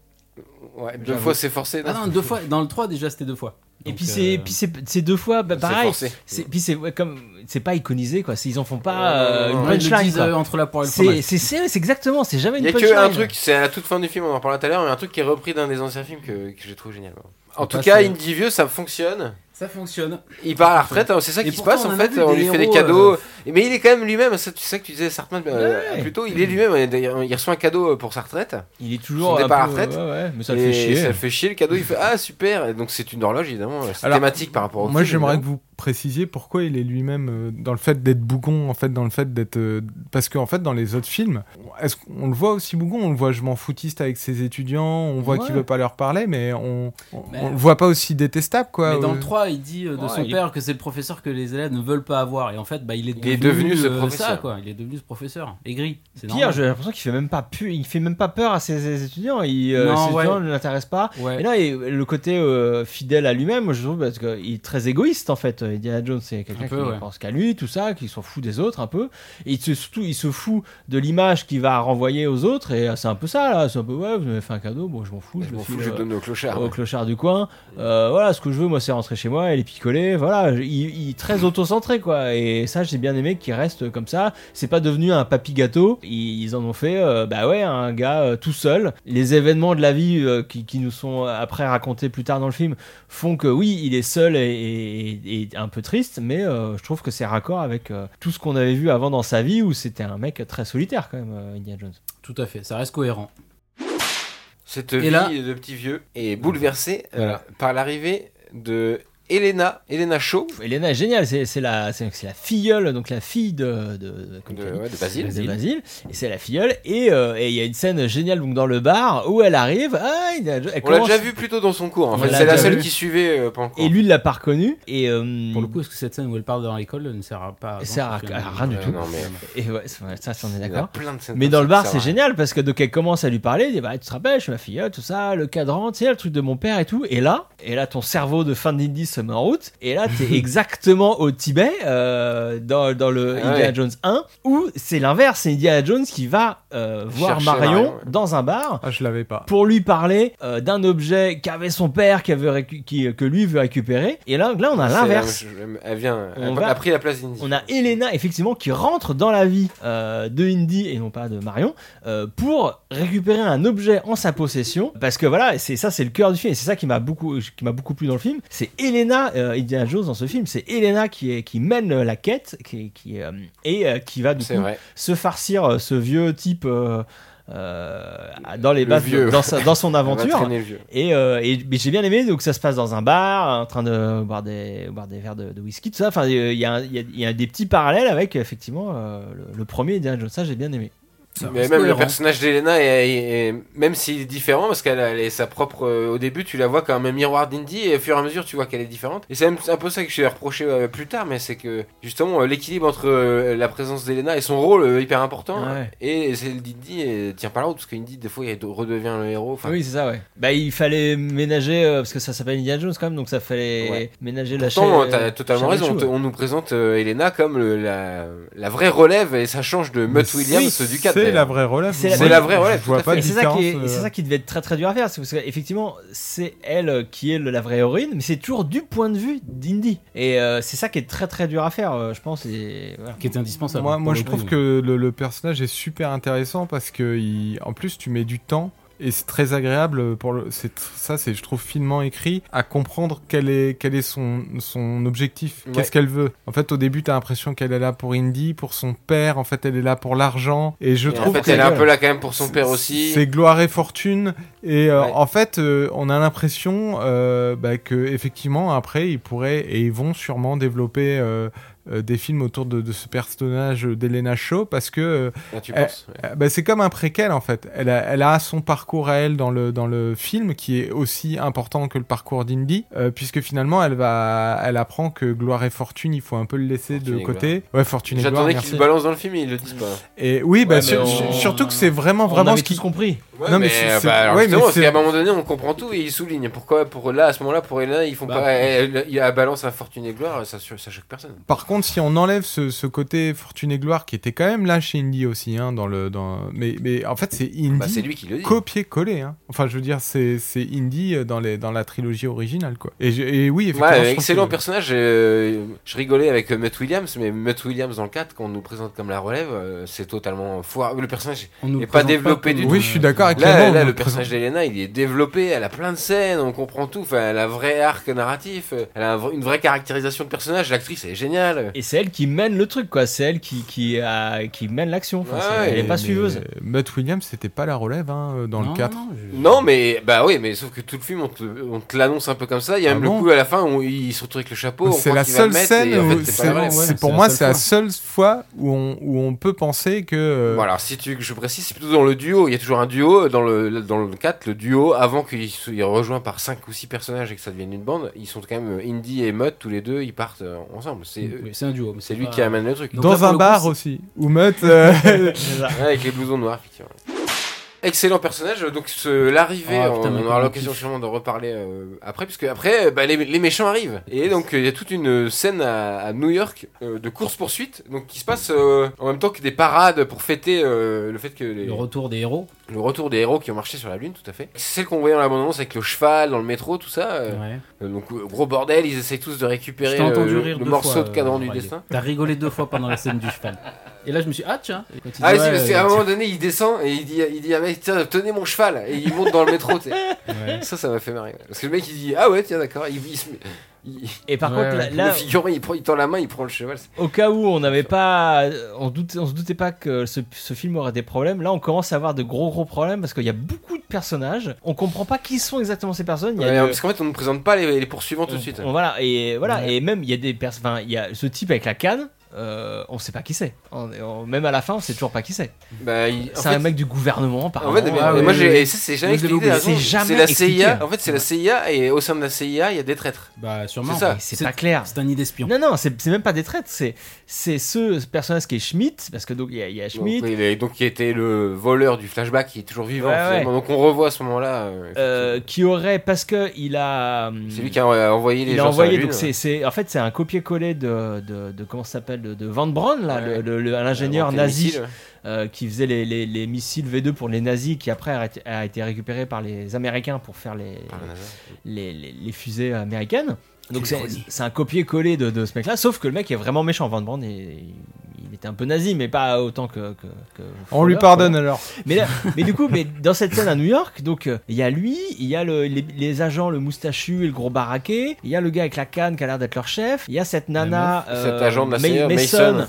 S3: Ouais, deux
S1: J'avoue.
S3: fois c'est forcé.
S5: Ah
S3: non
S5: non, deux fois. Dans le 3 déjà c'était deux fois.
S1: Et
S5: Donc,
S1: puis c'est
S5: euh,
S1: puis c'est c'est deux fois bah,
S3: C'est
S1: pareil.
S3: forcé.
S1: C'est puis c'est ouais, comme c'est pas iconisé quoi. C'est- Ils en font pas euh,
S3: Ouais,
S1: une
S5: ouais, ils le
S1: punchline.
S5: disent,
S1: quoi.
S5: euh, entre la poire et le
S1: C'est
S5: fromage.
S1: c'est c'est c'est exactement. C'est jamais
S3: Il
S1: une
S3: y a
S1: punchline.
S3: que un truc, c'est à la toute fin du film, on en parlait tout à l'heure, mais un truc qui est repris d'un des anciens films que, que j'ai trouvé génial. En
S5: Ça
S3: tout
S5: passe,
S3: cas,
S5: euh,
S3: Indie Vieux, ça fonctionne.
S5: Ça fonctionne.
S3: Il part à la retraite, hein, c'est ça
S5: Et
S3: qui se
S5: pourtant,
S3: passe
S5: on
S3: en
S5: en a
S3: fait,
S5: vu
S3: on lui
S5: des
S3: fait des
S5: héros,
S3: cadeaux.
S5: euh,
S3: Et- Mais il est quand même lui-même, hein, ça, tu sais que tu disais Sartman euh,
S1: Ouais.
S3: plutôt, il est lui-même, euh, d'ailleurs, il reçoit un cadeau pour sa retraite.
S1: Il est toujours
S3: Son
S1: un
S3: départ à
S1: peu-
S3: la retraite.
S1: ouais, ouais, mais ça le
S3: Et
S1: fait chier.
S3: Ça le fait chier, le cadeau, il fait Ah super Et Donc c'est une horloge évidemment, c'est
S6: Alors,
S3: thématique par rapport au
S6: Moi,
S3: film,
S6: j'aimerais que
S3: évidemment.
S6: vous précisiez pourquoi il est lui-même euh, dans le fait d'être bougon, en fait, dans le fait d'être. euh, Parce qu'en fait, dans les autres films, est-ce qu'on le voit aussi bougon On le voit, je m'en foutiste avec ses étudiants, on voit
S1: Ouais.
S6: qu'il veut pas leur parler, mais on, on,
S5: Mais-
S6: on le voit pas aussi détestable, quoi.
S5: Mais dans
S6: Euh,
S5: le 3, il dit euh, de
S1: Ouais,
S5: son
S1: il-
S5: père que c'est le professeur que les élèves ne veulent pas avoir. Et en fait, bah, il est devenu,
S3: Il est devenu ce
S5: euh,
S3: professeur.
S5: ça, quoi. Il est devenu ce professeur. Aigri. C'est
S1: Pire,
S5: normal.
S1: j'ai l'impression qu'il fait même pas pu- il fait même pas peur à ses, ses étudiants. Il, euh,
S5: Non,
S1: ses
S5: ouais.
S1: étudiants ne l'intéressent pas.
S5: Ouais.
S1: Et là, il- le côté euh, fidèle à lui-même, moi, je trouve parce qu'il est très égoïste en fait. euh, Indiana Jones, c'est quelqu'un
S5: Un
S1: qui
S5: peu, ouais.
S1: pense qu'à lui, tout ça, qui s'en fout des autres un peu. Et il se, surtout, il se fout de l'image qu'il va renvoyer aux autres. Et euh, c'est un peu ça là. C'est un peu ouais, vous m'avez fait un cadeau, bon, je m'en fous, je,
S3: Je
S1: le
S3: m'en fous,
S1: file,
S3: je
S1: euh,
S3: donne au clochard.
S1: au clochard du coin. Euh, voilà, ce que je veux, moi, c'est rentrer chez moi et les picoler. Voilà, je- il, il est très autocentré, quoi. Et ça, j'ai bien aimé qu'il reste comme ça. C'est pas devenu un papy gâteau. Ils, ils en ont fait, euh, bah ouais, un gars euh, tout seul. Les événements de la vie euh, qui, qui nous sont après racontés plus tard dans le film font que oui, il est seul et, et- et un peu triste, mais euh, je trouve que c'est raccord avec euh, tout ce qu'on avait vu avant dans sa vie où c'était un mec très solitaire, quand même, euh, Indiana Jones.
S5: Tout à fait. Ça reste cohérent.
S3: Cette
S5: Et
S3: vie
S5: là-
S3: de petit vieux est bouleversée euh,
S6: Voilà.
S3: par l'arrivée de Elena, Elena Shaw,
S1: Elena est géniale, c'est c'est la, c'est c'est la filleule, donc la fille de, de, de- comme
S3: de,
S1: t'as dit.
S3: ouais, de Basile.
S1: de Basile, et c'est la filleule, et euh, et il y a une scène géniale donc, dans le bar où elle arrive, ah, il y a- elle
S3: On l'a
S1: commence-
S3: déjà vu plus tôt dans son cours, en
S1: On
S3: fait.
S1: l'a
S3: C'est la
S1: déjà
S3: seule
S1: vu.
S3: qui suivait euh, pendant le cours.
S1: et lui il l'a pas reconnue, et euh,
S5: Pour le coup, est-ce que cette scène où elle parle dans l'école ne sert à pas. à
S1: elle sert à,
S5: grand-chose,
S1: à
S5: finalement
S1: rien du
S3: Ouais,
S1: tout,
S3: non, mais-
S1: et ouais, c'est- ouais, ça, si on est
S3: il y en a
S1: d'accord.
S3: plein de scènes
S1: Mais
S3: comme
S1: dans
S3: ça
S1: le
S3: qui
S1: bar,
S3: servent
S1: c'est
S3: à rien.
S1: génial parce que donc elle commence à lui parler, elle dit bah tu te rappelles, je suis ma fille, tout ça, le cadran, tu sais, le truc de mon père et tout. Et là, et là ton cerveau de fin d'Indie se met en route. Et là t'es exactement au Tibet euh, dans, dans le
S3: Ah
S1: Indiana
S3: ouais.
S1: Jones 1 où c'est l'inverse, c'est Indiana Jones qui va euh, voir
S3: Chercher
S1: Marion,
S3: Marion, ouais.
S1: dans un bar
S6: Ah, je l'avais pas.
S1: pour lui parler euh, d'un objet qu'avait son père qui avait récu- qui- que lui veut récupérer. Et là, là on a
S3: C'est
S1: l'inverse.
S3: la même chose. Elle vient,
S1: On
S3: elle
S1: va-
S3: a pris la place d'Indy.
S1: On a Elena, effectivement, qui rentre dans la vie euh, de Indy, et non pas de Marion, euh, pour récupérer un objet en sa possession. Parce que voilà, c'est ça, c'est le cœur du film, et c'est ça qui m'a beaucoup, qui m'a beaucoup plu dans le film. C'est Elena, euh, Indiana Jones dans ce film, c'est Elena qui, est, qui mène euh, la quête, qui, qui, euh, et euh, qui va du
S3: C'est
S1: coup
S3: vrai.
S1: se farcir euh, ce vieux type euh, euh, dans les
S3: Le
S1: bases,
S3: vieux.
S1: dans, sa- dans son
S3: *laughs* Elle va
S1: aventure.
S3: traîner le vieux.
S1: Et, euh, et- mais j'ai bien aimé, donc ça se passe dans un bar, en train de boire des, boire des verres de, de whisky, tout ça. Enfin, euh, il y, a, un- il y a- il y a des petits parallèles avec effectivement euh, le, le premier Indiana Jones. Ça, j'ai bien aimé.
S5: Ça
S3: Mais
S5: reste
S3: même le
S1: hein.
S5: cohérent.
S3: personnage d'Elena, est- est- est- même s'il est différent, parce qu'elle a- elle est sa propre. euh, au début, tu la vois comme un miroir d'Indy, et au fur et à mesure, tu vois qu'elle est différente. Et c'est même un peu ça que je t'ai reproché euh, plus tard, mais c'est que justement, euh, l'équilibre entre euh, la présence d'Elena et son rôle euh, hyper important,
S1: Ouais.
S3: et celle d'Indy euh, tient pas la route, parce qu'Indy, des fois, il redevient le héros. Enfin,
S1: oui, c'est ça, ouais. Bah, il fallait ménager, euh, parce que ça s'appelle Indiana Jones quand même, donc ça fallait
S3: Ouais.
S1: ménager euh, la
S3: Pourtant,
S1: chaîne.
S3: t'as totalement raison. On, te- on nous présente euh, Elena comme le- la, la vraie relève et ça change de Mutt
S6: Mais
S3: Williams
S6: c'est-
S3: du 4.
S6: C'est la vraie relève.
S1: C'est
S6: Moi,
S1: la-
S3: la vraie
S6: je-
S3: relève,
S6: Je
S3: tout
S6: vois
S3: à
S6: pas
S3: fait.
S1: Et
S6: de
S1: c'est ça,
S6: différence.
S1: qui est- et
S6: euh,
S1: c'est ça qui devait être très très dur à faire, c'est parce qu'effectivement, c'est elle euh, qui est le- la vraie héroïne, mais c'est toujours du point de vue d'Indy. Et euh, c'est ça qui est très très dur à faire, euh, je pense. Et, voilà.
S5: Qui est indispensable.
S6: Moi,
S5: pour
S6: moi
S5: le
S6: je
S5: coup.
S6: trouve que le, le personnage est super intéressant parce que il- en plus tu mets du temps et c'est très agréable pour le, c'est tr- ça c'est je trouve finement écrit à comprendre quel est quel est son son objectif,
S3: Ouais.
S6: qu'est-ce qu'elle veut. En fait au début tu as l'impression qu'elle est là pour Indy, pour son père, en fait elle est là pour l'argent et je
S3: Et en
S6: trouve
S3: fait,
S6: que-
S3: elle est un peu là quand même pour son
S6: c'est-
S3: père aussi.
S6: C'est gloire et fortune. Et euh,
S3: Ouais.
S6: en fait, euh, on a l'impression euh, bah, que effectivement après ils pourraient et ils vont sûrement développer euh, euh, des films autour de, de ce personnage d'Elena Shaw parce que euh,
S3: Ah, tu
S6: Eh,
S3: penses, ouais.
S6: euh, bah, c'est comme un préquel en fait. Elle a, elle a son parcours à elle dans le, dans le film qui est aussi important que le parcours d'Indy, euh, puisque finalement elle, va, elle apprend que gloire et fortune, il faut un peu le laisser
S3: Fortune
S6: de
S3: et
S6: côté. Ouais, fortune et gloire.
S3: J'attendais qu'ils
S6: merci.
S3: le balancent dans le film et ils le disent pas.
S6: Et oui, bah,
S1: Ouais,
S6: sur-
S1: mais on-
S6: surtout que c'est vraiment,
S1: on
S6: vraiment
S1: avait
S6: ce qui
S1: tous compris.
S3: Ouais,
S6: Non, mais
S3: mais,
S6: c'est-
S3: euh,
S6: c'est-
S3: bah, alors
S6: ouais, mais
S3: justement, parce
S6: c'est-
S3: qu'à un moment donné, on comprend tout et ils soulignent. Pourquoi pour là, à ce moment-là, pour Elena, ils font
S5: Bah.
S3: pas. Elle, il y a balance à fortune et gloire, ça, sur- ça choque personne.
S6: Par contre, si on enlève ce, ce côté fortune et gloire qui était quand même là chez Indie aussi, hein, dans le, dans... Mais, mais en fait, c'est Indie
S3: Bah, c'est lui qui le dit.
S6: copier-coller. hein. Enfin, je veux dire, c'est c'est Indie euh, dans, les, dans la trilogie originale, quoi. Et, je- et oui, effectivement. je
S3: Ouais,
S6: pense
S3: excellent
S6: que-
S3: personnage. euh, je rigolais avec euh, Mutt Williams, mais Mutt Williams dans le 4, qu'on nous présente comme la relève, euh, c'est totalement foireux. Le personnage,
S5: On nous
S3: Et pas
S5: présente
S3: développé
S5: comme-
S3: du tout.
S6: Oui, je suis d'accord avec
S3: là,
S6: Clément,
S3: là
S6: Ah, on
S3: le
S6: nous présente-
S3: personnage d'Elena, il est développé, elle a plein de scènes, on comprend tout. Enfin, elle a un vrai arc narratif, euh, elle a un vrai- une vraie caractérisation de personnage. L'actrice, elle est géniale.
S1: Et c'est elle qui mène le truc, quoi. C'est elle qui, qui, a- qui mène l'action. Enfin,
S3: Ouais,
S1: c'est- elle est
S6: Mais-
S1: pas
S6: mais
S1: suiveuse.
S6: Mutt Williams, c'était pas la relève hein, dans
S5: Non,
S6: le 4.
S5: non, je-
S3: Non, mais bah oui, mais sauf que tout le film, on te, on te l'annonce un peu comme ça. Il y a
S6: Ah
S3: même
S6: bon
S3: le coup à la fin où il se retrouve avec le chapeau. on
S6: C'est
S3: croit
S6: la
S3: qu'il va le
S6: seule
S3: mettre,
S6: scène
S3: et en
S6: où,
S3: fait, c'est
S6: c'est-
S3: pas vrai.
S5: ouais,
S6: c'est
S5: c'est
S6: pour
S5: la
S6: moi,
S5: seule
S6: c'est la
S5: fois.
S6: seule fois où on, où on peut penser que. euh,
S3: Bon, alors, si tu veux que je précise, c'est plutôt dans le duo. Il y a toujours un duo dans le, dans le 4. Le duo, avant qu'il soit il est rejoint par 5 ou 6 personnages et que ça devienne une bande, ils sont quand même euh, Indy et Mutt, tous les deux, ils partent euh, ensemble. C'est euh,
S6: Mm.
S5: Oui, c'est un duo. mais
S3: c'est lui
S5: pas-
S3: qui amène le truc.
S5: Donc là,
S6: Dans
S5: pour
S6: un
S5: le coup,
S6: bar
S5: c'est-
S6: aussi, où Mutt. euh,
S3: Ouais, avec les blousons noirs, effectivement. Excellent personnage, donc ce- l'arrivée,
S5: Ah,
S3: on,
S5: putain, mais
S3: on aura
S5: comment
S3: l'occasion
S5: kiff.
S3: sûrement de reparler euh, après, puisque après, euh, bah, les, les méchants arrivent. Et donc, euh, il y a toute une scène à, à New York euh, de course-poursuite, donc qui se passe euh, en même temps que des parades pour fêter euh, le fait que les,
S5: Le retour des héros.
S3: Le retour des héros qui ont marché sur la lune, tout à fait. C'est celle qu'on voyait dans la bande-annonce avec le cheval, dans le métro, tout ça. euh,
S5: Ouais.
S3: euh, donc, euh, gros bordel, ils essayent tous de
S5: Je
S3: récupérer
S5: t'ai entendu
S3: euh,
S5: rire
S3: le
S5: deux
S3: morceau
S5: fois,
S3: de cadran
S5: euh,
S3: du
S5: Brad.
S3: destin.
S5: T'as rigolé deux fois pendant la scène du cheval. Et là, je me suis dit, ah tiens. Et quand il
S3: Ah,
S5: dit,
S3: oui, c'est
S5: ouais,
S3: parce qu'à
S5: euh,
S3: un moment donné, il descend et il dit, il dit ah, mec, tiens, tenez mon cheval. Et il monte dans le métro, tu sais.
S5: ouais.
S3: Ça, ça m'a fait marrer. Parce que le mec, il dit, ah ouais, tiens, d'accord. Il, il se met- il-
S1: Et par
S5: Ouais,
S1: contre,
S5: ouais.
S1: là,
S3: le
S1: là,
S3: figurant, il, prend, il tend la main, il prend le cheval. c'est-
S1: au cas où on n'avait pas, on, doute- on se doutait pas que ce, ce film aurait des problèmes. Là, on commence à avoir de gros gros problèmes parce qu'il y a beaucoup de personnages. On comprend pas qui sont exactement ces personnes. Il y a
S3: Ouais,
S1: une-
S3: Parce qu'en fait, on ne présente pas les, les poursuivants tout de
S1: On-
S3: suite.
S1: on- voilà, et voilà, et même il y a des personnes. Enfin, il y a ce type avec la canne. euh, on sait pas qui c'est. On- on- même à la fin, on sait toujours pas qui c'est.
S3: Bah, il- en
S1: C'est
S3: fait,
S1: un mec du gouvernement, par
S3: En fait, mais-
S5: Ah
S3: mais
S5: oui,
S3: moi,
S5: oui,
S3: j'ai,
S5: oui.
S3: et ça, c'est jamais
S5: Vous avez
S3: expliqué.
S5: oublié.
S3: la
S1: C'est
S3: raison.
S1: jamais
S3: la
S1: expliqué.
S3: CIA. En fait, c'est la CIA et au sein de la CIA, il y a des traîtres.
S5: Bah sûrement.
S3: C'est ça.
S5: ouais.
S1: C'est pas clair.
S5: C'est un idée espion.
S1: Non, non, c'est c'est même pas des traites. C'est c'est ce, ce personnage qui est Schmidt, parce que donc il y a, il y a Schmidt.
S3: Donc, il est- donc, qui était le voleur du flashback, qui est toujours vivant.
S1: Ouais,
S3: finalement. Donc on revoit à ce moment-là. euh,
S1: euh, qui aurait parce que il a hum,
S3: c'est lui qui a euh, envoyé les
S1: il
S3: gens
S1: a
S3: sur la
S1: envoyé
S3: Lune.
S1: donc c'est c'est- en fait c'est un copier-coller de, de, de- comment ça s'appelle de, de Van Braun là
S3: Ouais,
S1: le-
S3: ouais.
S1: le- le-
S3: Euh,
S1: l'ingénieur
S3: donc, les
S1: nazi
S3: missiles.
S1: euh, qui faisait les, les- les missiles V2 pour les nazis qui après a été, a été récupéré par les Américains pour faire les,
S3: Par la NASA.
S1: les, les- les fusées américaines. Donc c'est c'est un copier-coller de, de ce mec-là, sauf que le mec est vraiment méchant. Van Braun, il, il était un peu nazi, mais pas autant que... que- que
S6: on lui
S1: Fowler,
S6: pardonne alors.
S1: mais,
S6: *laughs*
S1: là- mais du coup, mais dans cette scène à New York, donc euh, il y a lui, il y a le- les, les agents, le moustachu et le gros baraqué, il y a le gars avec la canne qui a l'air d'être leur chef, il y a cette nana, euh,
S3: La meuf. Cet agent de la
S1: May-
S3: CIA,
S1: Mason.
S3: Mason.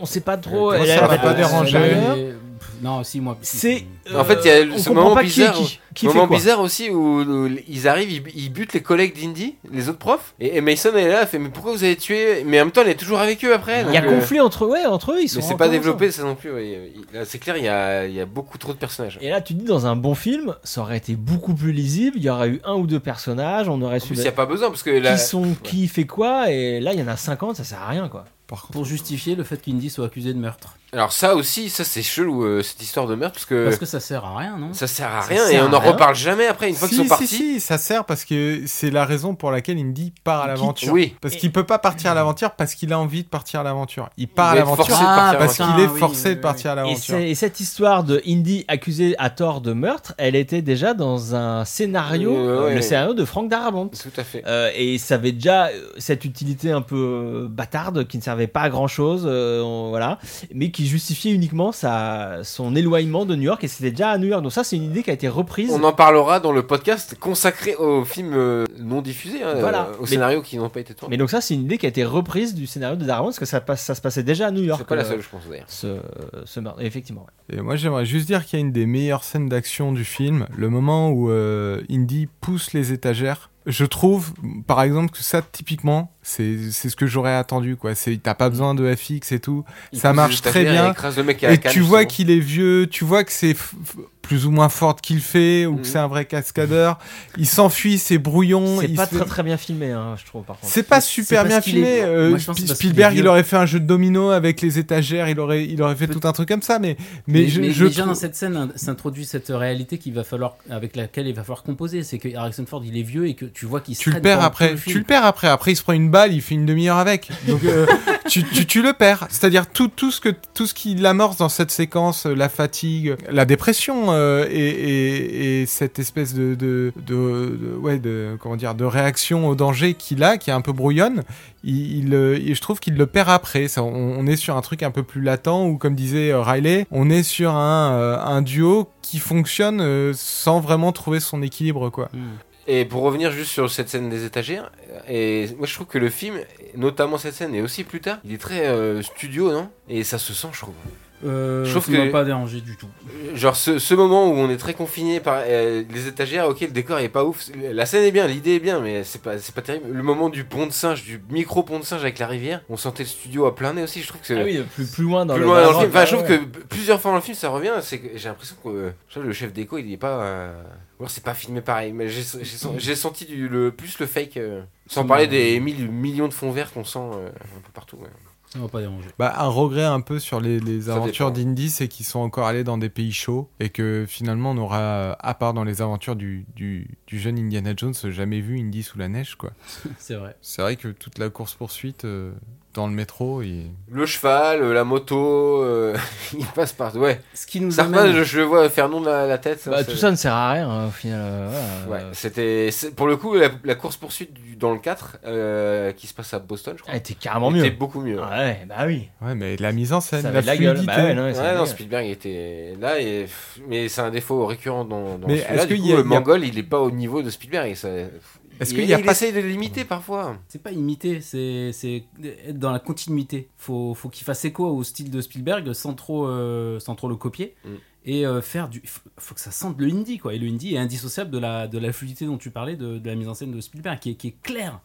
S1: On sait pas trop.
S6: Moi,
S1: elle a
S6: ça
S1: l'air
S6: m'a
S1: d'être
S6: pas
S1: la
S6: dérangé. euh,
S1: supérieure.
S5: Mais, Euh, pff, Non, si moi. si.
S1: C'est euh,
S3: En fait, il y a
S1: on
S3: ce
S1: comprend
S3: moment
S1: pas qui est
S3: bizarre
S1: qui, qui fait
S3: Moment
S1: quoi.
S3: bizarre aussi où, où ils arrivent, ils, ils butent les collègues d'Indy, les autres profs. Et, et Mason elle est là, elle fait mais pourquoi vous avez tué Mais en même temps, elle est toujours avec eux après.
S1: Il y a
S3: donc, euh,
S1: conflit entre ouais entre eux, ils sont.
S3: Mais c'est pas
S1: encore
S3: développé ça non plus. ouais. Il- là, C'est clair, il y a, il y a beaucoup trop de personnages.
S1: ensemble. Et là, tu te dis dans un bon film, ça aurait été beaucoup plus lisible. Il y aurait eu un ou deux personnages, on aurait
S3: En
S1: su
S3: plus, il n'y a pas besoin parce que là.
S1: qui sont, qui fait quoi, et là, il y en a 50, ça sert à rien quoi.
S5: Pour justifier le fait qu'Indy soit accusé de meurtre.
S3: Alors, ça aussi, ça c'est chelou euh, cette histoire de meurtre parce que,
S5: Parce que ça sert à rien, non
S3: ça sert à
S1: ça
S3: rien et
S1: sert à
S3: on n'en
S1: rien.
S3: reparle jamais après une fois
S6: si,
S3: qu'ils sont
S6: si,
S3: partis.
S6: si, ça sert parce que c'est la raison pour laquelle il me dit part à l'aventure.
S3: Oui.
S6: Parce qu'il peut pas partir à l'aventure parce qu'il a envie de partir à l'aventure. Il part
S3: Il
S6: à
S3: va être forcé
S6: l'aventure
S5: Ah,
S3: de partir à
S6: parce
S3: l'aventure.
S6: qu'il est
S5: oui,
S6: forcé
S5: oui,
S6: de partir à
S1: Et,
S6: l'aventure.
S1: c'est- et cette histoire de Indy accusé à tort de meurtre, elle était déjà dans un scénario,
S3: Ouais, ouais,
S1: euh, le
S3: ouais.
S1: scénario de Frank Darabont.
S3: Tout à fait.
S1: Euh, et ça avait déjà euh, cette utilité un peu euh, bâtarde qui ne servait pas à grand chose, voilà, mais qui justifiait uniquement sa, son éloignement de New York et c'était déjà à New York. Donc ça, c'est une idée qui a été reprise.
S3: On en parlera dans le podcast consacré aux films euh, non diffusés, hein,
S1: Voilà.
S3: euh, aux
S1: Mais-
S3: scénarios qui n'ont pas été tournés.
S1: Mais donc ça, c'est une idée qui a été reprise du scénario de Darwin parce que ça, passe, ça se passait déjà à New York.
S3: C'est pas la
S1: euh,
S3: seule, je pense d'ailleurs.
S1: Ce, ce meurtre, effectivement. ouais.
S6: Et moi, j'aimerais juste dire qu'il y a une des meilleures scènes d'action du film, le moment où euh, Indy pousse les étagères. Je trouve, par exemple, que ça, typiquement, c'est c'est ce que j'aurais attendu, quoi. C'est- T'as pas besoin de FX et tout.
S3: Il
S6: ça
S3: pousse
S6: marche
S3: juste à
S6: très
S3: terre, il
S6: bien.
S3: écrase le mec à la
S6: Et
S3: canne,
S6: tu vois
S3: justement.
S6: qu'il est vieux, tu vois que c'est f- f- plus ou moins forte qu'il fait, ou
S3: Mhm.
S6: que c'est un vrai cascadeur. Il s'enfuit, c'est brouillon.
S1: C'est
S6: il
S1: pas
S6: se fait-
S1: très très bien filmé, hein, je trouve, par contre.
S6: C'est pas
S5: C'est
S6: super
S5: parce
S6: bien
S5: qu'il est-
S6: filmé. euh,
S5: Moi, je pense que c'est parce qu'il est
S6: Spielberg, il
S5: vieux.
S6: aurait fait un jeu de domino avec les étagères, il aurait, il aurait fait
S5: Peut-
S6: tout un truc comme ça, mais, mais, je, je
S5: déjà dans
S6: trouve-
S5: cette scène hein, s'introduit cette réalité qu'il va falloir, avec laquelle il va falloir composer. C'est que Harrison Ford, il est vieux et que tu vois qu'il se
S6: tu le
S5: traîne
S6: perds
S5: pendant tout
S6: après.
S5: le
S6: Tu
S5: film.
S6: le perds après. Après, il se prend une balle, il fait une demi-heure avec. Donc, euh, tu, tu, tu le perds. C'est-à-dire tout, tout ce que tout ce qui l'amorce dans cette séquence, euh, la fatigue, la dépression euh, et, et, et cette espèce de, de, de, de- ouais de comment dire de réaction au danger qu'il a, qui est un peu brouillonne. Il, il, euh, il- je trouve qu'il le perd après. Ça, on, on est sur un truc un peu plus latent ou comme disait euh, Riley, on est sur un, euh, un duo qui fonctionne euh, sans vraiment trouver son équilibre quoi.
S3: Et pour revenir juste sur cette scène des étagères, et moi je trouve que le film, notamment cette scène et aussi plus tard, il est très euh, studio, non Et ça se sent, je trouve.
S5: Euh,
S3: Je trouve
S5: ça m'a
S3: que-
S5: pas dérangé du tout.
S3: Genre ce, ce moment où on est très confiné par euh, les étagères, ok, le décor il est pas ouf. La scène est bien, l'idée est bien, mais c'est pas, c'est pas terrible. Le moment du pont de singe, du micro pont de singe avec la rivière, on sentait le studio à plein nez aussi. Je trouve que c'est
S1: Ah oui, plus, plus loin dans
S3: plus
S1: le,
S3: loin dans le film.
S1: Ah
S3: Enfin, je trouve
S1: ouais.
S3: que plusieurs fois dans le film ça revient. C'est que j'ai l'impression que euh, je trouve que le chef déco il est pas. euh, Ou alors c'est pas filmé pareil, mais j'ai j'ai sen- j'ai senti du, le, plus le fake. euh, sans
S5: Mm.
S3: parler des mille- millions de fonds verts qu'on sent euh, un peu partout. ouais.
S5: Ça m'a pas dérangé.
S6: Bah, un regret un peu sur les, les
S3: Ça
S6: aventures
S3: dépend.
S6: d'Indy, c'est qu'ils sont encore allés dans des pays chauds et que finalement on aura, euh, à part dans les aventures du, du, du jeune Indiana Jones, jamais vu Indy sous la neige. quoi.
S5: C'est vrai.
S6: C'est vrai que toute la course-poursuite euh, dans le métro, et...
S3: Le cheval, euh, la moto, euh, *laughs* il passe par. Ouais.
S5: Ce qui nous
S3: Sarkozy,
S5: amène.
S3: je, je le vois faire non de la, la tête.
S1: Bah,
S3: ça,
S1: tout
S3: c'est-
S1: ça ne sert à rien hein, au final. euh,
S3: Ouais,
S1: voilà, euh,
S3: c'était c'est- pour le coup la, course poursuite dans le 4 euh, qui se passe à Boston, je crois.
S1: Elle était carrément mieux.
S3: C'était beaucoup mieux. Ouais,
S1: Ouais, bah oui.
S6: Ouais, mais la mise en scène,
S1: Ça
S6: la,
S1: avait de la gueule.
S6: fluidité.
S1: Bah ouais, non, mais ça avait
S3: non,
S1: de la gueule.
S3: Spielberg était là et pff, mais c'est un défaut récurrent dans, dans
S6: Mais
S3: celui-là.
S6: est-ce
S3: Du
S6: qu'il
S3: coup,
S6: y a-
S3: le
S6: il y a-
S3: Mongol, il est pas au niveau de Spielberg. et ça-
S6: Est-ce
S3: il-
S6: qu'il y a
S3: il
S6: pas-
S3: essaye de l'imiter parfois
S5: C'est pas imiter, c'est c'est être dans la continuité. Faut, faut qu'il fasse écho au style de Spielberg sans trop, euh, sans trop le copier.
S3: Mm.
S5: Et euh, faire du. Faut, faut que ça sente le indie, quoi. Et le indie est indissociable de la, de la fluidité dont tu parlais, de, de la mise en scène de Spielberg, qui est, qui est claire.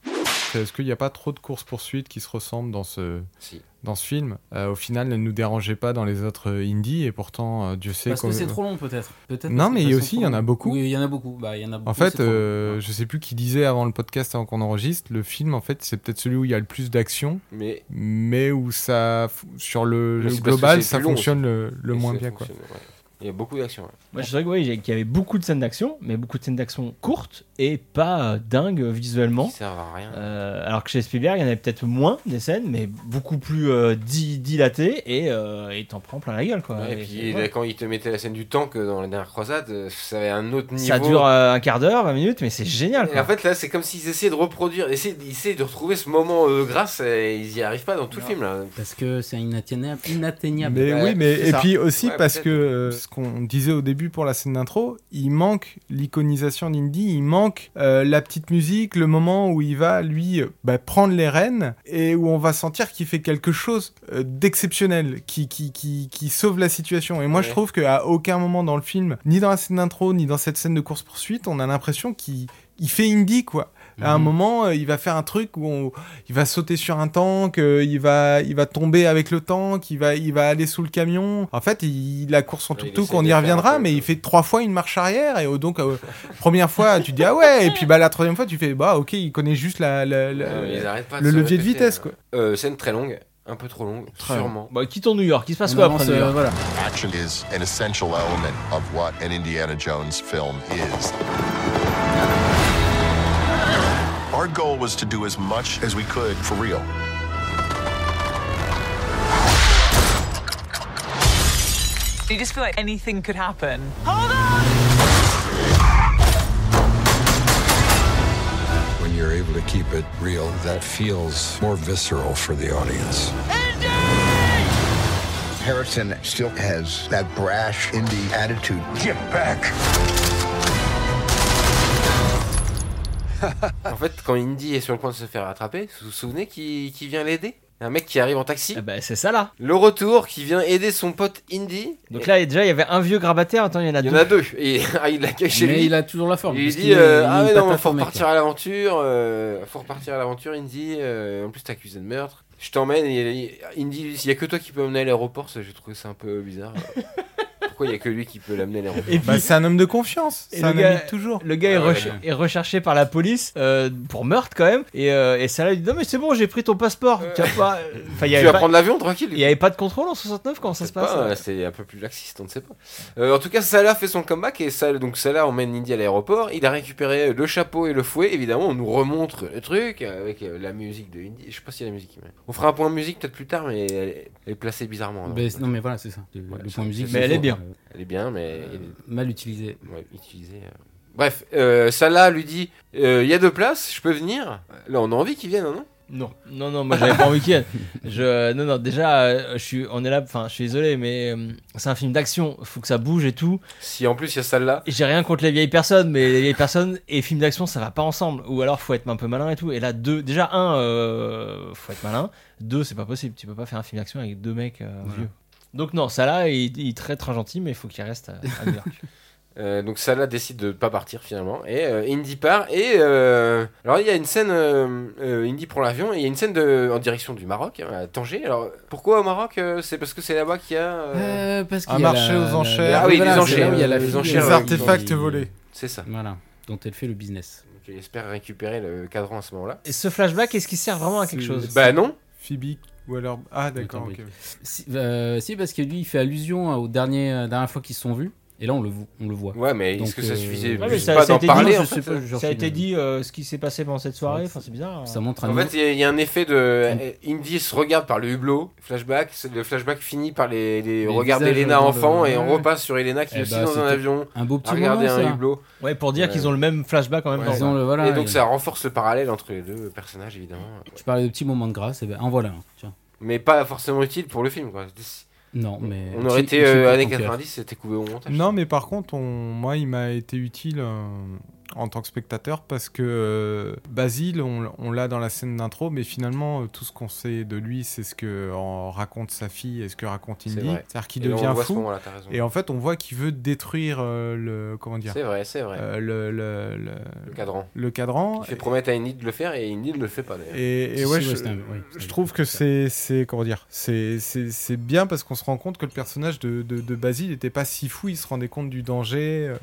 S6: Est-ce qu'il n'y a pas trop de course-poursuite qui se ressemblent dans ce,
S3: Si.
S6: dans ce film Euh, Au final, ne nous dérangeait pas dans les autres euh, Indy et pourtant, euh, Dieu sait
S5: Parce que
S6: qu'on-
S5: c'est trop long, peut-être. Peut-être
S6: Non,
S5: parce que
S6: mais
S5: elles sont
S6: aussi, il y
S5: trop
S6: en a
S5: longues.
S6: beaucoup.
S5: Oui, il y en a beaucoup. Bah, il y en a beaucoup.
S6: En
S5: c'est
S6: fait,
S5: trop long.
S6: euh, je sais plus qui disait avant le podcast, avant qu'on enregistre, le film, en fait, c'est peut-être celui où il y a le plus d'action,
S3: Mais
S6: mais où ça, f- sur le,
S3: Mais
S6: le
S3: c'est parce que
S6: global,
S3: c'est
S6: ça
S3: plus long
S6: fonctionne le, le
S3: et
S6: moins
S3: ça
S6: bien, quoi.
S3: fonctionne, ouais. Il y a beaucoup d'action. ouais.
S1: Moi, je dirais que, oui, j'ai- qu'il y avait beaucoup de scènes d'action, mais beaucoup de scènes d'action courtes et pas euh, dingues euh, visuellement.
S3: Qui servent à rien.
S1: Euh, alors que chez Spielberg, il y en avait peut-être moins des scènes, mais beaucoup plus euh, di- dilatées et euh, et t'en prends plein la gueule, quoi.
S3: Ouais, et
S1: Et
S3: puis
S1: ouais.
S3: là, quand il te mettait la scène du tank euh, dans la dernière croisade, euh, ça avait un autre niveau.
S1: ça dure euh, un quart d'heure, 20 minutes, mais c'est génial.
S3: Et
S1: Quoi.
S3: en fait, là, c'est comme s'ils essayaient de reproduire, essayaient, ils essayaient de retrouver ce moment euh, grâce, et ils y arrivent pas dans tout le film. Là.
S5: Parce que c'est inatteignable. inatteignable.
S6: Mais
S3: Ouais,
S6: oui, mais
S3: c'est
S6: et
S3: ça.
S6: puis aussi
S3: Ouais,
S6: parce
S3: peut-être.
S6: que euh, ce qu'on disait au début pour la scène d'intro, il manque l'iconisation d'Indy, il manque euh, la petite musique, le moment où il va lui euh, bah, prendre les rênes et où on va sentir qu'il fait quelque chose euh, d'exceptionnel, qui, qui, qui, qui sauve la situation. Et moi, je
S3: Ouais.
S6: trouve qu'à aucun moment dans le film, ni dans la scène d'intro, ni dans cette scène de course poursuite, on a l'impression qu'il il fait Indy quoi. À un
S5: Mhm.
S6: moment, euh, il va faire un truc où on- il va sauter sur un tank, euh, il va, il va tomber avec le tank, il va, il va aller sous le camion. En fait, il, la course en
S3: Ouais, il
S6: tuk-tuk,
S3: essaie
S6: on
S3: de
S6: y
S3: faire un
S6: reviendra,
S3: peu,
S6: mais
S3: quoi.
S6: il fait trois fois une marche arrière et oh, donc euh, première fois tu dis ah ouais, et puis bah la troisième fois tu fais bah ok, il connaît juste la, la- la-
S3: Ouais, mais ils arrêtent pas
S6: le
S3: se
S6: levier de
S3: répéter,
S6: vitesse
S3: là.
S6: quoi.
S3: Euh, scène très longue, un peu trop longue, sûrement.
S1: Bah, quittons New York, il se passe
S5: On
S1: quoi
S5: avance,
S1: après New
S5: euh,
S1: York
S5: voilà.
S7: Action is an essential element of what an Indiana Jones film is. Our goal was to do as much as we could for real.
S8: You just feel like anything could happen.
S9: When you're able to keep it real, that feels more visceral for the audience.
S7: Harrison still has that brash indie attitude. Get back!
S3: En fait, quand Indy est sur le point de se faire attraper, vous vous souvenez qui, qui vient l'aider Un mec qui arrive en taxi.
S1: Ah bah, c'est ça là.
S3: Le retour, qui vient aider son pote Indy.
S1: Donc
S3: Et
S1: là, déjà, il y avait un vieux grabataire. Attends, il y en a
S3: il y
S1: deux.
S3: en a deux. Et *laughs* ah, il l'accueille chez
S5: Mais
S3: lui.
S5: il a toujours la forme.
S3: Il lui
S5: parce
S3: dit
S5: qu'il est-
S3: euh,
S5: il est
S3: Ah
S5: une
S3: ouais, non,
S5: patate
S3: faut
S5: au mec,
S3: repartir à l'aventure. euh, faut repartir à l'aventure, Indy. euh, en plus, t'es accusé de meurtre. Je t'emmène. Et, et Indy, il y a que toi qui peux m'emmener à l'aéroport. ça, J'ai trouvé ça un peu bizarre. pourquoi il y a que lui qui peut l'amener les rencontres.
S1: Et
S6: Bah,
S1: puis-
S6: c'est un homme de confiance.
S1: Et
S6: C'est
S1: le
S6: un
S1: gars-
S6: ami de toujours.
S1: Le gars est,
S3: Ah ouais,
S1: reche-
S3: ouais.
S1: est recherché par la police euh, pour meurtre quand même. Et, euh, et ça là, il dit non mais c'est bon, j'ai pris ton passeport. Tu vas pas. Enfin, il y
S3: Euh. Tu
S1: avait
S3: vas
S1: pas-
S3: prendre l'avion tranquille.
S1: il y avait pas de contrôle en 69 comment ça se passe
S3: Peut-être pas,
S1: euh
S3: hein, C'est un peu plus laxiste, on ne sait pas. Euh, en tout cas, Salah fait son comeback et Salah, donc Salah emmène Indy à l'aéroport. Il a récupéré le chapeau et le fouet. Évidemment, on nous remontre le truc avec euh, la musique de Indy. Je sais pas s'il y a la musique. mais- On fera un point musique peut-être plus tard, mais elle est, elle est placée bizarrement.
S5: Ben,
S3: donc,
S5: c'est- non, mais voilà, c'est ça. Le,
S3: Ouais,
S5: le
S3: ça-
S5: point musique.
S3: ça-
S1: Mais
S5: c'est
S1: elle est
S5: faux.
S1: bien.
S3: Elle est bien, mais
S5: Euh,
S3: elle est-
S5: mal utilisé.
S3: Ouais, utiliser, euh. Bref, euh, Salah lui dit euh, Il y a deux places, je peux venir. Là, on a envie qu'il vienne, hein, non
S1: Non, non, non, moi j'avais pas envie qu'il Je, non, non, déjà, euh, je suis, on est là, enfin, je suis désolé, mais euh, c'est un film d'action, faut que ça bouge et tout.
S3: Si en plus il y a Salah.
S1: J'ai rien contre les vieilles personnes, mais les vieilles personnes et films d'action, ça va pas ensemble. Ou alors, faut être un peu malin et tout. Et là, deux, déjà, un, euh, faut être malin. Deux, c'est pas possible, tu peux pas faire un film d'action avec deux mecs euh, vieux. Donc, non, ça là, il, il est très très gentil, mais il faut qu'il reste à, à New York.
S3: Euh, donc Salah décide de pas partir finalement et euh, Indy part et euh, alors il y a une scène euh, euh, Indy prend l'avion et il y a une scène de, en direction du Maroc hein, à Tanger alors pourquoi au Maroc euh, c'est parce que c'est là-bas qu'il y a euh,
S5: Euh, parce
S6: Un
S5: qu'il y a
S6: marché
S5: la-
S6: aux
S5: la-
S6: enchères.
S5: la-
S3: Ah oui,
S5: voilà,
S3: les
S5: c'est là
S3: enchères,
S5: où il y a la
S3: les
S5: fille,
S3: enchères,
S5: euh,
S6: Les
S3: oui,
S6: artefacts
S5: qui-
S6: volés.
S3: c'est ça
S5: Voilà, dont elle fait le business.
S3: Donc, j'espère récupérer le cadran à ce moment-là
S1: Et ce flashback, est-ce qu'il sert vraiment à quelque
S6: C'est-
S1: chose
S3: bah non
S6: Phoebe Waller. Ah, d'accord.
S5: Attends,
S6: ok.
S5: Si, euh, si, parce que lui, il fait allusion à- aux derniers, euh, dernières fois qu'ils se sont vus. Et là, on le, vo- on le voit.
S3: ouais mais
S5: Donc,
S3: est-ce que ça
S5: euh,
S3: suffisait
S5: Ouais, mais
S3: juste
S5: ça-
S3: pas
S5: ça
S3: d'en
S5: a été dit,
S3: parler
S5: je
S3: en
S5: sais
S3: fait
S5: pas, genre,
S1: Ça a
S5: c'est
S1: été
S5: une-
S1: dit euh, ce qui s'est passé pendant cette soirée, enfin, c'est bizarre. hein.
S5: Ça montre un
S3: En
S5: nouveau-
S3: fait, il y a- il y, a un effet de. euh, Indy se regarde par le hublot, flashback. c'est- Le flashback finit par les, les,
S5: Les
S3: regards
S5: visages
S3: d'Elena
S5: dans le-
S3: enfant et on
S5: Ouais.
S3: repasse sur Elena qui
S5: Eh
S3: est aussi
S5: bah,
S3: dans un
S5: c'était
S3: avion
S5: un beau
S3: à
S5: petit moment.
S3: regarder un
S5: ça.
S3: hublot.
S1: Ouais, pour dire
S3: Ouais.
S1: qu'ils ont le même flashback en même
S3: Ouais.
S1: temps.
S5: Ils ont le- voilà,
S3: et donc,
S5: il-
S3: ça renforce le parallèle entre les deux personnages, évidemment.
S5: Tu parlais de petits moments de grâce, et ben en voilà un. tiens.
S3: Mais pas forcément utile pour le film, quoi.
S5: Non, mais.
S3: on aurait été
S5: tu- tu
S3: euh,
S5: perds
S3: années
S5: ton cœur.
S3: 90, c'était coupé au montage.
S6: Non, mais par contre, on... moi, il m'a été utile euh, en tant que spectateur parce que euh, Basile, on, on l'a dans la scène d'intro, mais finalement, euh, tout ce qu'on sait de lui, c'est ce que euh, raconte sa fille et ce que raconte
S3: C'est
S6: Indy.
S3: vrai.
S6: C'est-à-dire qu'il
S3: Et là, on
S6: devient
S3: le voit à ce
S6: fou.
S3: moment-là, t'as raison.
S6: Et en fait, on voit qu'il veut détruire euh, le. Comment dire
S3: C'est vrai, c'est vrai.
S6: Euh, le, le, le,
S3: le cadran.
S6: le cadran.
S3: Il fait promettre à Indy de le faire et Indy ne le fait pas, d'ailleurs.
S6: Et, et
S5: Si,
S6: ouais,
S5: si,
S6: je,
S5: ouais, c'est un- ouais,
S6: je
S5: c'est un-
S6: trouve que c'est, c'est comment dire, c'est, c'est, c'est bien parce qu'on se rend compte que le personnage de, de, de Basile n'était pas si fou, il se rendait compte du danger. euh.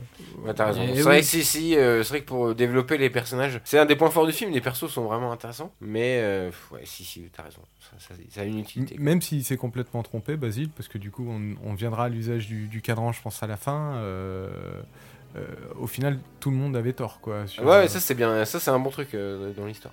S3: Ouais, t'as raison.
S5: Et
S3: C'est
S5: Eh oui.
S3: vrai que si, si, euh, c'est vrai que pour développer les personnages, c'est un des points forts du film. Les persos sont vraiment intéressants, mais euh, pff, ouais, si, si, t'as raison. Ça, ça- ça a une utilité.
S6: Même s'il s'est complètement trompé, Basile, parce que du coup, on, on viendra à l'usage du, du cadran, je pense à la fin. euh, euh, au final, tout le monde avait tort, quoi. sur- euh,
S3: Ouais, ouais, ça c'est bien. Ça c'est un bon truc euh, dans l'histoire.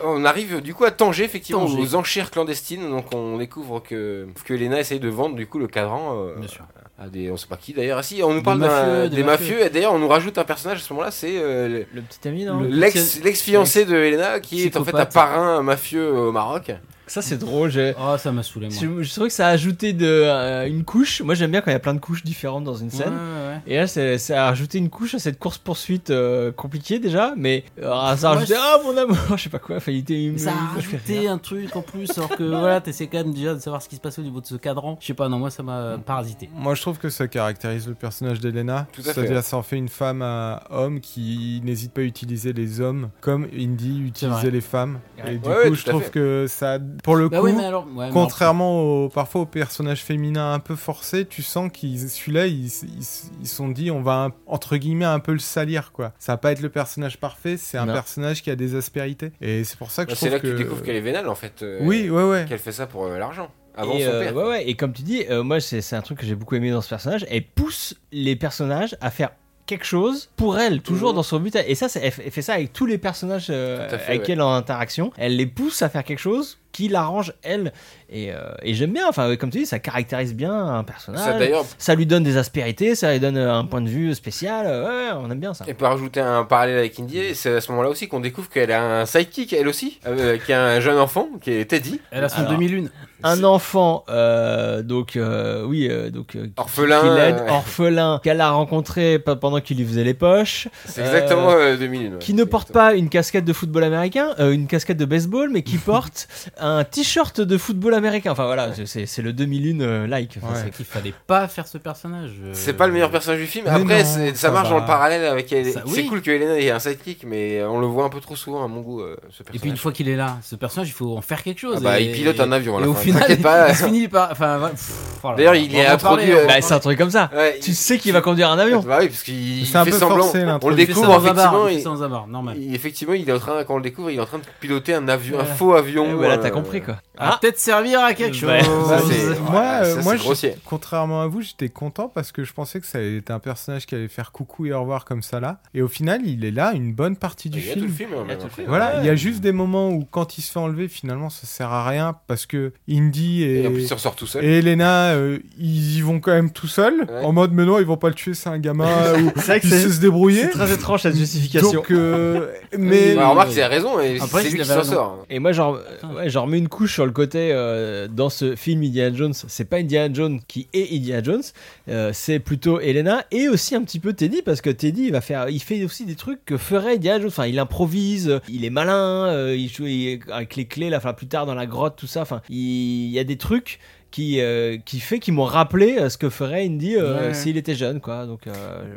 S3: On arrive euh, du coup à Tanger, effectivement,
S5: Tanger.
S3: aux enchères clandestines. Donc on découvre que que Elena essaye de vendre du coup le cadran euh,
S5: Bien sûr.
S3: à des, on sait pas qui d'ailleurs. Ah si, on nous parle d'un- des mafieux,
S5: mafieux,
S3: des,
S5: des
S3: mafieux.
S5: mafieux.
S3: Et d'ailleurs, on nous rajoute un personnage à ce moment-là, c'est euh,
S1: Le petit ami, non
S5: Le-
S3: l'ex l'ex fiancé de Elena qui est en fait un
S5: Psychopathe.
S3: parrain mafieux au Maroc. Bah,
S1: Ça, c'est drôle. j'ai-
S5: Ah, ça m'a saoulé, moi.
S1: Oh, Je, je trouvais que ça a ajouté de, euh, une couche. Moi, j'aime bien quand il y a plein de couches différentes dans une scène.
S5: Ouais, ouais.
S1: Et là, c'est- ça a ajouté une couche à cette course-poursuite euh, compliquée déjà, mais euh, ça a
S5: Ouais,
S1: ajouté
S5: c'est-
S1: Ah mon amour *laughs* Je sais pas quoi, failli
S5: Mais
S1: été.
S5: Ça a
S1: je fais
S5: rajouté
S1: rien.
S5: un truc en plus, alors que voilà, t'essaies quand même déjà de savoir ce qui se passait au niveau de ce cadran. Je sais pas, non, moi ça m'a
S1: Mm.
S5: parasité.
S6: Moi, je trouve que ça caractérise le personnage d'Elena.
S3: Tout à fait.
S6: C'est-à-dire, ça en fait une femme à homme qui n'hésite pas à utiliser les hommes comme Indy utilisait
S5: vrai.
S6: les femmes.
S1: Ouais.
S6: Et du
S3: Ouais, ouais,
S6: coup,
S3: tout
S6: je
S3: à
S6: trouve
S3: fait.
S6: que ça, pour le
S5: Bah
S6: coup,
S5: oui, mais alors. ouais, mais
S6: contrairement au, parfois aux personnages féminins un peu forcés, tu sens qu'ils, celui-là, ils ils- ils se sont dit, on va un- entre guillemets un peu le salir, quoi. Ça va pas être le personnage parfait, c'est un
S1: Non.
S6: personnage qui a des aspérités. Et c'est pour ça que
S3: Bah,
S6: je
S3: C'est
S6: trouve
S3: là que... tu découvres qu'elle est vénale en fait. euh,
S6: Oui, ouais, ouais.
S3: Qu'elle fait ça pour euh, l'argent. Avant
S1: et,
S3: son
S1: euh,
S3: père.
S1: ouais, ouais, et comme tu dis, euh, moi, c'est c'est un truc que j'ai beaucoup aimé dans ce personnage. Elle pousse les personnages à faire quelque chose pour elle, toujours
S3: Mhm.
S1: dans son but. Et ça, c'est- elle, fait- elle fait ça avec tous les personnages euh,
S3: Tout à fait,
S1: avec
S3: ouais.
S1: elle en interaction. Elle les pousse à faire quelque chose qui l'arrange elle. Et, euh, et j'aime bien, enfin, comme tu dis, ça caractérise bien un personnage.
S3: Ça d'ailleurs
S1: ça lui donne des aspérités, ça lui donne euh, un point de vue spécial. euh, Ouais, on aime bien ça.
S3: Et peut rajouter un parallèle avec Indy, c'est à ce moment-là aussi qu'on découvre qu'elle a un sidekick, elle aussi, euh, qui a un jeune enfant, qui est Teddy,
S5: Elle a son
S1: Alors.
S5: demi-lune.
S1: Un enfant, euh, donc euh, oui, euh, donc euh, qui-
S3: orphelin.
S1: qui l'aide,
S3: euh,
S1: orphelin, qu'elle a rencontré pe- pendant qu'il lui faisait les poches,
S3: c'est
S1: euh,
S3: exactement euh, 2001.
S1: *laughs*
S3: ouais.
S1: qui ne porte pas une casquette de football américain, euh, une casquette de baseball, mais qui porte un t-shirt de football américain. Enfin voilà, c'est c'est le demi-lune euh, like. Enfin,
S6: Ouais.
S5: C'est qu'il fallait pas faire ce personnage. euh,
S3: C'est pas le meilleur personnage du film.
S6: Mais
S3: Après,
S6: non,
S3: c'est- ça
S6: ça
S3: marche
S6: va.
S3: dans le parallèle avec Elena.
S5: Ça-
S3: C'est
S5: oui.
S3: cool que Elena ait un sidekick, mais on le voit un peu trop souvent à mon goût. euh, ce personnage.
S5: Et puis une fois qu'il est là, ce personnage, il faut en faire quelque chose.
S3: Ah bah,
S5: Et-
S3: il pilote un avion à la
S5: et au
S3: fin,
S5: final,
S3: t'inquiète pas.
S5: *laughs* il se finit par. Enfin, voilà, pff, voilà.
S3: D'ailleurs, il
S5: On
S3: est
S5: va en parler, hein.
S3: introduit, euh,
S5: on va
S1: Bah,
S5: en
S1: c'est un truc comme ça.
S3: *laughs* Ouais,
S1: Tu sais qu'il va conduire un avion.
S3: Bah oui, parce qu'il il
S6: C'est un
S3: fait
S6: peu
S3: semblant.
S6: forcé,
S3: on
S6: l'intro.
S3: le
S5: Il fait ça
S3: découvre,
S5: dans un
S3: effectivement.
S5: bar, il fait
S3: il-
S5: ça dans un bar, normal.
S3: il- effectivement, il est en train, quand on le découvre, il est en train de piloter un avion, un
S5: Voilà.
S3: faux avion.
S1: Eh, voilà,
S3: euh,
S1: t'as compris quoi.
S5: Ah,
S1: Ah,
S5: peut-être servir à quelque
S1: Ouais.
S5: chose.
S6: Bah,
S3: Ça, c'est-
S6: moi,
S3: voilà,
S6: euh,
S3: ça,
S6: moi,
S3: c'est
S6: je-
S3: grossier.
S6: Contrairement à vous, j'étais content parce que je pensais que ça était un personnage qui allait faire coucou et au revoir comme ça là. Et au final, il est là une bonne partie du
S3: Il y a tout
S6: film.
S3: le film. hein,
S1: Il y a
S3: même,
S1: tout le
S3: après.
S1: film.
S6: Voilà,
S1: Ouais.
S6: il y a juste des moments où quand il se fait enlever, finalement, ça sert à rien parce que Indy et,
S3: Et en plus, il ressort tout seul.
S6: et Elena, euh, ils y vont quand même tout seuls
S3: Ouais.
S6: en mode mais non, ils vont pas le tuer, c'est un gamin ou
S1: *laughs* c'est vrai que
S6: il sait
S1: c'est
S6: se débrouiller.
S1: c'est très étrange cette justification. *laughs*
S6: Donc, euh, mais
S3: Bah, remarque,
S5: Oui.
S3: c'est raison, et
S5: Après,
S3: c'est
S5: je
S3: lui qui
S5: l'avais
S3: s'en
S5: annoncé.
S3: sort.
S1: Et moi, genre, euh, ouais, genre, mets une couche sur le côté euh, dans ce film Indiana Jones. C'est pas Indiana Jones qui est Indiana Jones, euh, c'est plutôt Elena et aussi un petit peu Teddy parce que Teddy il va faire, il fait aussi des trucs que ferait Indiana Jones. Enfin, il improvise, euh, il est malin, euh, il joue il- avec les clés là, enfin plus tard dans la grotte, tout ça. Enfin, il, il y a des trucs. Qui, euh, qui fait qu'ils m'ont rappelé euh, ce que ferait Indy euh,
S5: Ouais.
S1: s'il était jeune quoi donc euh,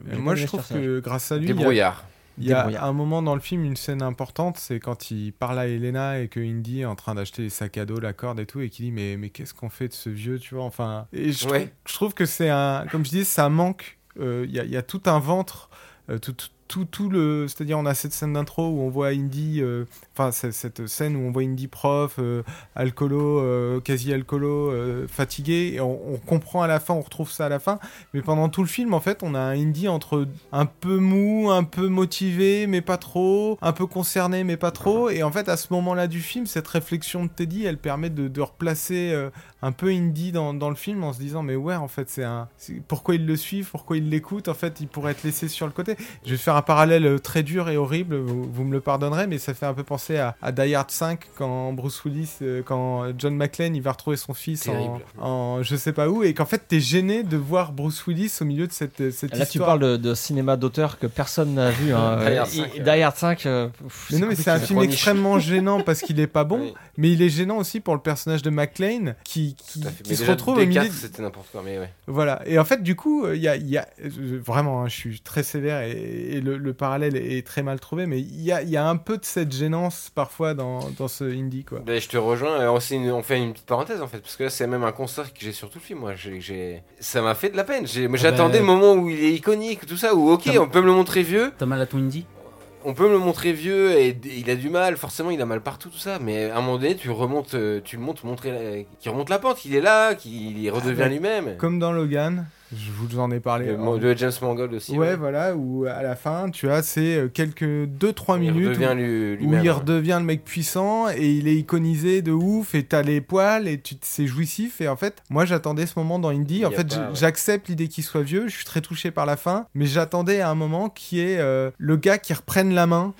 S1: j'ai bien
S6: moi,
S1: aimé
S6: je
S1: ce
S6: trouve
S1: personnage.
S6: que grâce à lui, il y a-
S3: Débrouillard.
S6: Il y a
S1: Débrouillard.
S6: un moment dans le film, une scène importante, c'est quand il parle à Elena et que Indy est en train d'acheter les sacs à dos, la corde et tout, et qu'il dit mais, mais qu'est-ce qu'on fait de ce vieux, tu vois Enfin, et je,
S3: Ouais.
S6: je trouve que c'est un, comme je dis, ça manque. Euh, Il y, a, il y a tout un ventre, euh, tout, tout, tout- tout le, c'est-à-dire on a cette scène d'intro où on voit Indy, euh, enfin c'est- cette scène où on voit Indy prof, euh, alcoolo, euh, quasi alcoolo, euh, fatigué, et on, on comprend à la fin, on retrouve ça à la fin. Mais pendant tout le film, en fait, on a un Indy entre un peu mou, un peu motivé, mais pas trop, un peu concerné, mais pas trop. Et en fait, à ce moment-là du film, cette réflexion de Teddy, elle permet de, de replacer euh, un peu Indy dans, dans le film en se disant, mais ouais, en fait, c'est un. c'est- Pourquoi ils le suivent, pourquoi ils l'écoutent En fait, il pourrait être laissé sur le côté. Je vais faire un parallèle euh, très dur et horrible, vous, vous me le pardonnerez, mais ça fait un peu penser à, à Die Hard 5 quand Bruce Willis, euh, quand John McClane, il va retrouver son fils en,
S3: Terrible.
S6: en je sais pas où, et qu'en fait t'es gêné de voir Bruce Willis au milieu de cette, euh, cette
S1: Là, tu
S6: histoire.
S1: parles de, de cinéma d'auteur que personne n'a vu. Hein.
S3: Die Hard 5,
S1: Et-
S3: euh.
S1: Die Hard 5, euh, pff,
S6: Mais non, mais c'est un
S1: compliqué.
S6: film
S3: Chronique.
S6: extrêmement gênant parce qu'il est pas
S3: *laughs*
S6: bon,
S3: Oui,
S6: mais il est gênant aussi pour le personnage de McClane qui, qui,
S3: tout à fait.
S6: qui
S3: Mais
S6: se
S3: déjà,
S6: retrouve au
S3: Descartes,
S6: milieu. de-
S3: c'était n'importe quoi, mais ouais.
S6: Voilà. Et en fait, du coup, il y a, il y a- euh, vraiment, hein, je suis très sévère et, et le, le parallèle est très mal trouvé, mais il y a, il y a un peu de cette gênance parfois dans, dans ce indie, quoi.
S3: Ben, je te rejoins. Alors, c'est une- on fait une petite parenthèse en fait, parce que là c'est même un constat que j'ai sur tout le film. Moi, J'ai- j'ai- ça m'a fait de la peine. J'ai- moi,
S5: Ah
S3: J'attendais le
S5: ben-
S3: moment où il est iconique, tout ça. Où ok,
S5: T'as-
S3: on peut me le montrer vieux,
S5: T'as mal à ton indie
S3: on peut me le montrer vieux et, d- il a du mal. Forcément, il a mal partout, tout ça. Mais à un moment donné, tu remontes, euh, tu le montes, montrer, la- qui remonte la pente. Il est là, qui redevient
S6: ben,
S3: lui-même.
S6: Comme dans Logan, je vous en ai parlé.
S3: Le,
S6: en-
S3: le James Mangold aussi.
S6: Ouais, voilà, où à la fin, tu as ces euh, quelques
S3: Il
S6: 2-3 minutes où-
S3: redevient lui-
S6: où
S3: lui-même.
S6: il
S3: ouais.
S6: redevient le mec puissant et il est iconisé de ouf et t'as les poils et tu c'est jouissif et en fait moi j'attendais ce moment dans Indie
S3: y
S6: en
S3: a
S6: fait
S3: pas,
S6: j-
S3: ouais.
S6: j'accepte l'idée qu'il soit vieux je suis très touché par la fin mais j'attendais à un moment qui est euh, le gars qui reprenne la main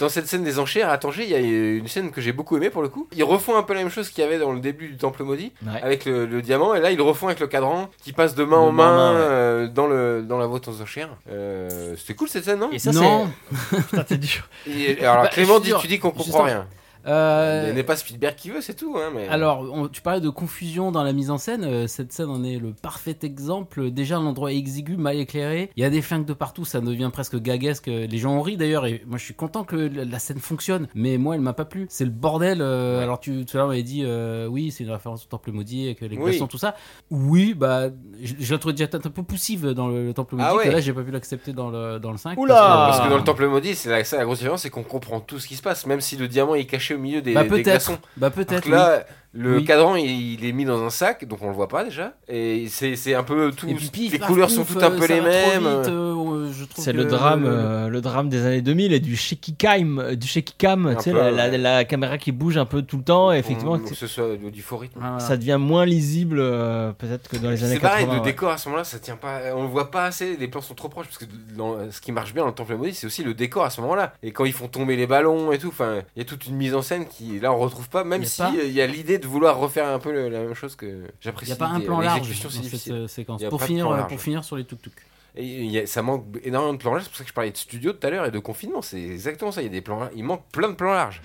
S3: Dans cette scène des enchères à Tanger, il y a une scène que j'ai beaucoup aimée pour le coup. Ils refont un peu la même chose qu'il y avait dans le début du Temple Maudit,
S1: Ouais.
S3: avec le, le diamant, et là ils le refont avec le cadran qui passe de main
S1: De
S3: en
S1: main en
S3: main,
S1: main, ouais.
S3: euh, dans, le, dans la vente aux enchères. Euh, C'était cool cette scène, non
S1: Et ça,
S5: Non.
S1: c'est. Putain, t'es dur.
S3: Et- Alors
S5: Bah,
S3: Clément
S5: je
S3: dit,
S5: suis sûr.
S3: tu dis qu'on
S5: Je suis
S3: comprend
S5: sûr.
S3: rien.
S5: Euh,
S3: Il n'est pas Spielberg qui veut, c'est tout. Hein, mais...
S5: Alors, on- tu parlais de confusion dans la mise en scène. euh, Cette scène en est le parfait exemple. Déjà, l'endroit est exigu, mal éclairé. Il y a des flingues de partout. Ça devient presque gaguesque. Les gens en rient d'ailleurs. Et moi, je suis content que le- la scène fonctionne. Mais moi, elle m'a pas plu. C'est le bordel. euh, Alors, tu, tout à l'heure, on m'avait dit euh, oui, c'est une référence au Temple Maudit avec les
S3: Oui.
S5: glaçons, tout ça. Oui, bah, je, je la trouvais déjà peut-être un peu poussive dans le, le Temple Maudit.
S3: Ah ouais.
S5: que là, j'ai pas pu l'accepter dans le, dans le 5.
S1: Oula.
S3: Parce
S5: euh,
S3: que
S1: Ah.
S3: dans le Temple Maudit, c'est la, ça, la grosse différence, c'est qu'on comprend tout ce qui se passe, même si le diamant est caché au milieu des,
S5: Bah,
S3: des
S5: peut-être.
S3: glaçons.
S5: Bah,
S3: Alors
S5: peut-être.
S3: que là, le
S5: Oui.
S3: cadran il, il est mis dans un sac, donc on le voit pas déjà. Et c'est c'est un peu tout.
S5: oui. Et puis, pif,
S3: les
S5: paf,
S3: couleurs sont
S5: pouf,
S3: toutes un
S5: euh,
S3: peu
S5: ça
S3: les
S5: va trop
S3: mêmes.
S5: vite, euh, je trouve
S1: C'est
S5: que
S1: le drame,
S5: le-
S1: euh, le drame des années 2000 et du shaky cam, euh, du shaky cam, tu sais,
S3: peu,
S1: la, la-
S3: ouais. Mm.
S1: la caméra qui bouge un peu tout le temps. Et effectivement,
S3: Pour que
S1: c'est-
S3: ce soit du faux rythme.
S5: Voilà.
S1: ça devient moins lisible euh, peut-être que dans les années
S3: C'est pareil,
S1: 80.
S3: le
S1: ouais.
S3: décor à ce moment-là, ça tient pas. On le voit pas assez, les plans sont trop proches. Parce que dans- ce qui marche bien dans le Temple Maudit, c'est aussi le décor à ce moment-là. Et quand ils font tomber les ballons et tout, enfin, il y a toute une mise en scène qui, là, on retrouve pas, même
S5: Y a
S3: si euh,
S5: pas-
S3: il y a l'idée de vouloir refaire un peu le- la même chose que
S5: Il
S3: j'apprécie.
S5: n'y a pas un
S3: l'idée.
S5: plan large
S3: L'exécution,
S5: dans
S3: c'est
S5: cette
S3: difficile.
S5: euh,
S3: Il y a
S5: séquence.
S3: pas
S5: Pour
S3: de
S5: finir,
S3: plan
S5: euh,
S3: large.
S5: pour finir sur les tuk-tuk.
S3: Et il y a- ça manque énormément de plans larges, c'est pour ça que je parlais de studio tout à l'heure et de confinement, c'est exactement ça, il y a des plans, il manque plein de plans larges.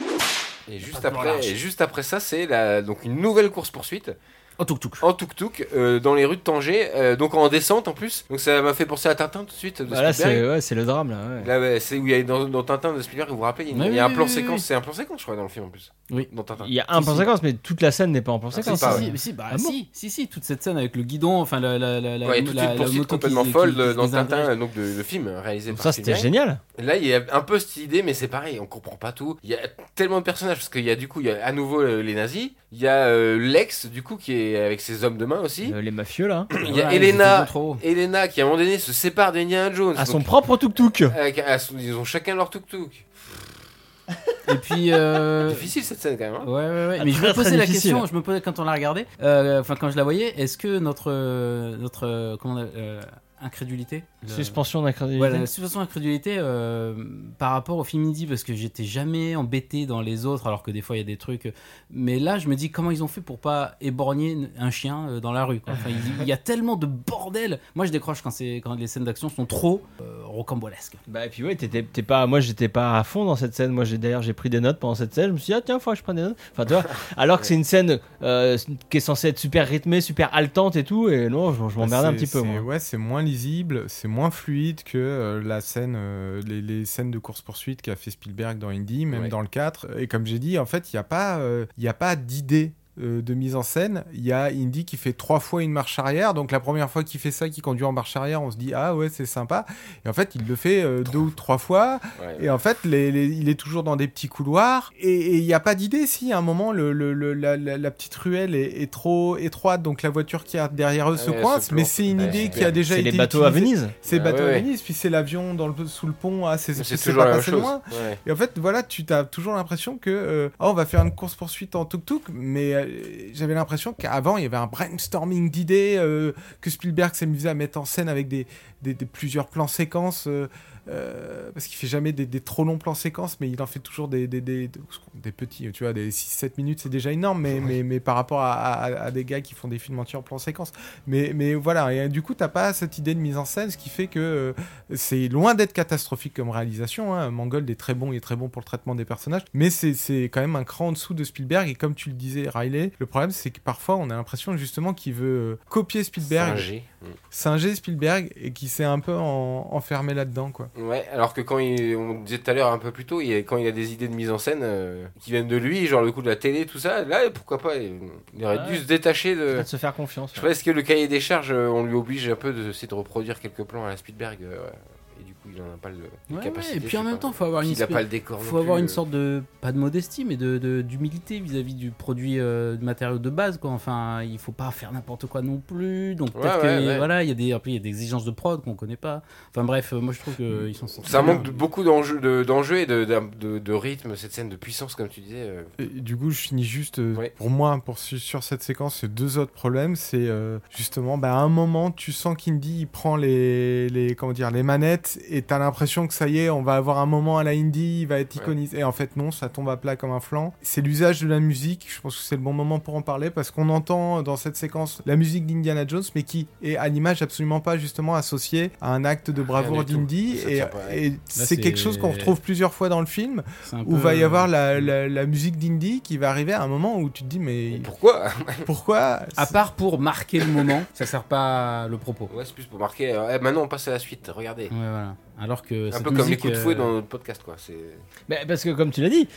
S3: Et juste
S5: pas de plan
S3: après,
S5: large.
S3: et juste après ça, c'est la- donc une nouvelle course poursuite
S5: Oh, tuk tuk.
S3: en tuk-tuk euh, dans les rues de Tanger, euh, donc en descente en plus. Donc ça m'a fait penser à Tintin tout de suite. De
S1: Bah, là,
S3: Spielberg.
S1: c'est ouais, c'est le drame, là. ouais.
S3: Là, ouais, c'est où il y a dans, dans Tintin de Spielberg, vous vous rappelez, il y a, une-
S5: Oui,
S3: il y a un
S5: oui,
S3: plan
S5: oui,
S3: séquence,
S5: oui.
S3: c'est un plan séquence, je crois, dans le film en plus.
S5: Oui.
S3: Dans Tintin.
S1: Il y a un
S5: Si,
S1: plan
S5: si.
S1: séquence, mais toute la scène n'est pas en plan séquence.
S3: si, Ah, pas,
S1: hein.
S5: si,
S3: ouais.
S5: mais si, bah,
S1: Ah bon
S5: si, si, si, toute cette scène avec le guidon, enfin la, la, la, la,
S3: Ouais, toute
S5: la-
S3: une
S5: la
S3: poursuite
S5: moto qui-
S3: complètement
S5: qui-
S3: folle
S5: qui-
S3: de-
S5: qui
S3: dans
S5: se désingrège.
S3: Tintin, euh, donc de- le film réalisé
S1: Donc
S3: par
S1: Ça, c'était
S3: Spielberg.
S1: génial.
S3: Là, il y a un peu cette idée, mais c'est pareil, on comprend pas tout. Il y a tellement de personnages, parce qu'il y a du coup, il y a à nouveau euh, les nazis, il y a euh, Lex, du coup, qui est avec ses hommes de main aussi.
S1: Euh, les mafieux,
S3: *coughs*
S1: là.
S3: Il y a
S5: Voilà, ils étaient
S3: Elena,
S5: trop hauts.
S3: Elena qui à un moment donné se sépare d'Indiana Jones.
S1: À son
S3: donc,
S1: propre tuk-tuk.
S3: avec- à son- ils ont chacun leur tuk-tuk.
S5: Et
S3: *laughs*
S5: puis. euh,
S3: Difficile cette scène quand même. hein.
S5: Ouais, ouais, ouais.
S1: Ah,
S5: Mais je
S1: très,
S5: me
S1: très
S5: posais la
S1: difficile.
S5: question, je me posais quand on l'a regardé, euh, enfin quand je la voyais, est-ce que notre. euh, notre euh, comment on a- euh, incrédulité le-
S1: Suspension d'incrédulité.
S5: Voilà, la suspension d'incrédulité euh, par rapport au film indie, parce que j'étais jamais embêté dans les autres, alors que des fois il y a des trucs. Mais là, je me dis comment ils ont fait pour pas éborgner un chien euh, dans la rue. quoi. Enfin, il il y a tellement de bordel. Moi, je décroche quand, c'est- quand les scènes d'action sont trop euh, rocambolesques.
S1: Bah et puis ouais, t'étais t'es pas, moi j'étais pas à fond dans cette scène. Moi j'ai d'ailleurs j'ai pris des notes pendant cette scène. Je me suis dit ah tiens faut que je prenne des notes. Enfin
S6: *laughs*
S1: tu vois, alors que c'est une scène euh, qui est censée être super rythmée, super haletante et tout. Et non, je, je m'emmerdais un
S6: C'est-
S1: petit peu
S6: Ah, c'est-
S1: moi.
S6: Ouais, c'est moins lisible, c'est moins fluide que euh, la scène, euh, les, les scènes de course-poursuite qu'a fait Spielberg dans Indy, même
S3: Ouais.
S6: dans le 4. Et comme j'ai dit, en fait, il n'y a pas, euh, il y a pas d'idée. euh, de mise en scène, il y a Indy qui fait trois fois une marche arrière, donc la première fois qu'il fait ça, qu'il conduit en marche arrière, on se dit ah ouais c'est sympa, et en fait il le fait euh, deux ou trois fois,
S3: Ouais.
S6: et en fait, les- les- il est toujours dans des petits couloirs et il n'y a pas d'idée. Si à un moment, le, le- le- la, la- la petite ruelle est, est trop étroite, donc la voiture qui a derrière eux se
S3: Ouais, elle
S6: coince,
S3: se
S6: mais
S3: plante.
S6: c'est une
S3: Ouais,
S6: idée
S3: super.
S6: qui a déjà
S1: C'est
S6: été.
S1: les bateaux à
S6: utilisée.
S1: Venise.
S6: C'est les
S3: Ah,
S6: bateaux
S3: ouais,
S6: à
S3: ouais.
S6: Venise, puis c'est l'avion dans le, sous le pont. Ah, c'est
S3: C'est
S6: c'est
S3: toujours
S6: pas
S3: la même
S6: passé
S3: chose.
S6: loin.
S3: Ouais.
S6: Et en fait, voilà, tu as toujours l'impression que euh, Ah, on va faire une course poursuite en tuk-tuk, mais euh, j'avais l'impression qu'avant il y avait un brainstorming d'idées euh, que Spielberg s'amusait à mettre en scène avec des, des- des plusieurs plans séquences. euh, euh, parce qu'il fait jamais des, des trop longs plans séquences, mais il en fait toujours des, des, des, des- des petits, tu vois, des 6-7 minutes, c'est déjà énorme, mais, mais, mais par rapport à, à- à des gars qui font des films entiers en plans séquences. Mais, mais voilà, et euh, du coup, t'as pas cette idée de mise en scène, ce qui fait que euh, c'est loin d'être catastrophique comme réalisation. Hein. Mangold est très bon, il est très bon pour le traitement des personnages, mais c'est- c'est quand même un cran en dessous de Spielberg. Et comme tu le disais, Riley, le problème c'est que parfois on a l'impression justement qu'il veut euh, copier Spielberg,
S3: Singé. Mm.
S6: singer Spielberg, et qu'il s'est un peu en- enfermé là-dedans, quoi.
S3: Ouais, alors que quand il, on disait tout à l'heure un peu plus tôt, il, quand il a des idées de mise en scène euh, qui viennent de lui, genre le coup de la télé, tout ça, là pourquoi pas, il, il aurait dû
S1: Ouais.
S3: se détacher de.
S6: Euh.
S1: Peut-être se faire confiance.
S3: Je sais
S1: ouais.
S3: pas, est-ce que le cahier des charges, euh, on lui oblige un peu de, c'est de reproduire quelques plans à la Spielberg euh, ouais. Et du coup, il en a pas le, les
S5: Ouais,
S3: capacités,
S5: ouais, et
S3: je sais
S5: puis en même
S3: pas.
S5: temps, faut avoir une
S3: il a
S5: espèce-
S3: pas le décor.
S5: Il
S3: non
S5: faut avoir
S3: plus,
S5: une
S3: euh.
S5: sorte de pas de modestie mais de de- d'humilité vis-à-vis du produit euh, de matériaux de base quoi enfin il faut pas faire n'importe quoi non plus donc
S3: Ouais,
S5: peut-être
S3: ouais,
S5: que
S3: ouais.
S5: voilà il y a des après, il y a des exigences de prod qu'on connaît pas enfin bref euh, moi je trouve que ils sont
S3: Ça manque de- beaucoup d'enjeux de, d'enjeux et de, d'un- de, de rythme, cette scène de puissance, comme tu disais. euh.
S6: Et du coup, je finis juste euh,
S3: Ouais.
S6: pour moi pour su- sur cette séquence. c'est Deux autres problèmes, c'est euh, justement, bah, à un moment, tu sens qu'Indy il prend les, les comment dire les manettes et t'as l'impression que ça y est, on va avoir un moment à la Indy, il va être
S3: Ouais.
S6: iconisé. Et en fait, non, ça tombe à plat comme un flanc. C'est l'usage de la musique. Je pense que c'est le bon moment pour en parler parce qu'on entend euh, dans cette séquence la musique d'Indiana Jones, mais qui est à l'image absolument pas justement associée à un acte de bravoure
S3: Ah, du tout.
S6: d'Indy.
S3: Ça
S6: Et,
S3: tient pas, ouais.
S6: et c'est quelque
S5: c'est-
S6: chose qu'on retrouve plusieurs fois dans le film
S5: euh,
S6: où va y avoir la, la- la musique d'indie qui va arriver à un moment où tu te dis
S3: Mais
S6: mais
S3: Pourquoi
S6: pourquoi
S5: à part pour marquer le moment ça sert pas à le propos
S3: Ouais, c'est plus pour marquer. euh, eh, maintenant, on passe à la suite. Regardez.
S5: Ouais, voilà. alors que
S3: Un
S5: cette
S3: peu comme les
S5: Mm. musique,
S3: coups de fouet
S5: euh,
S3: dans notre podcast, quoi. C'est.
S1: Mais parce que comme tu l'as dit,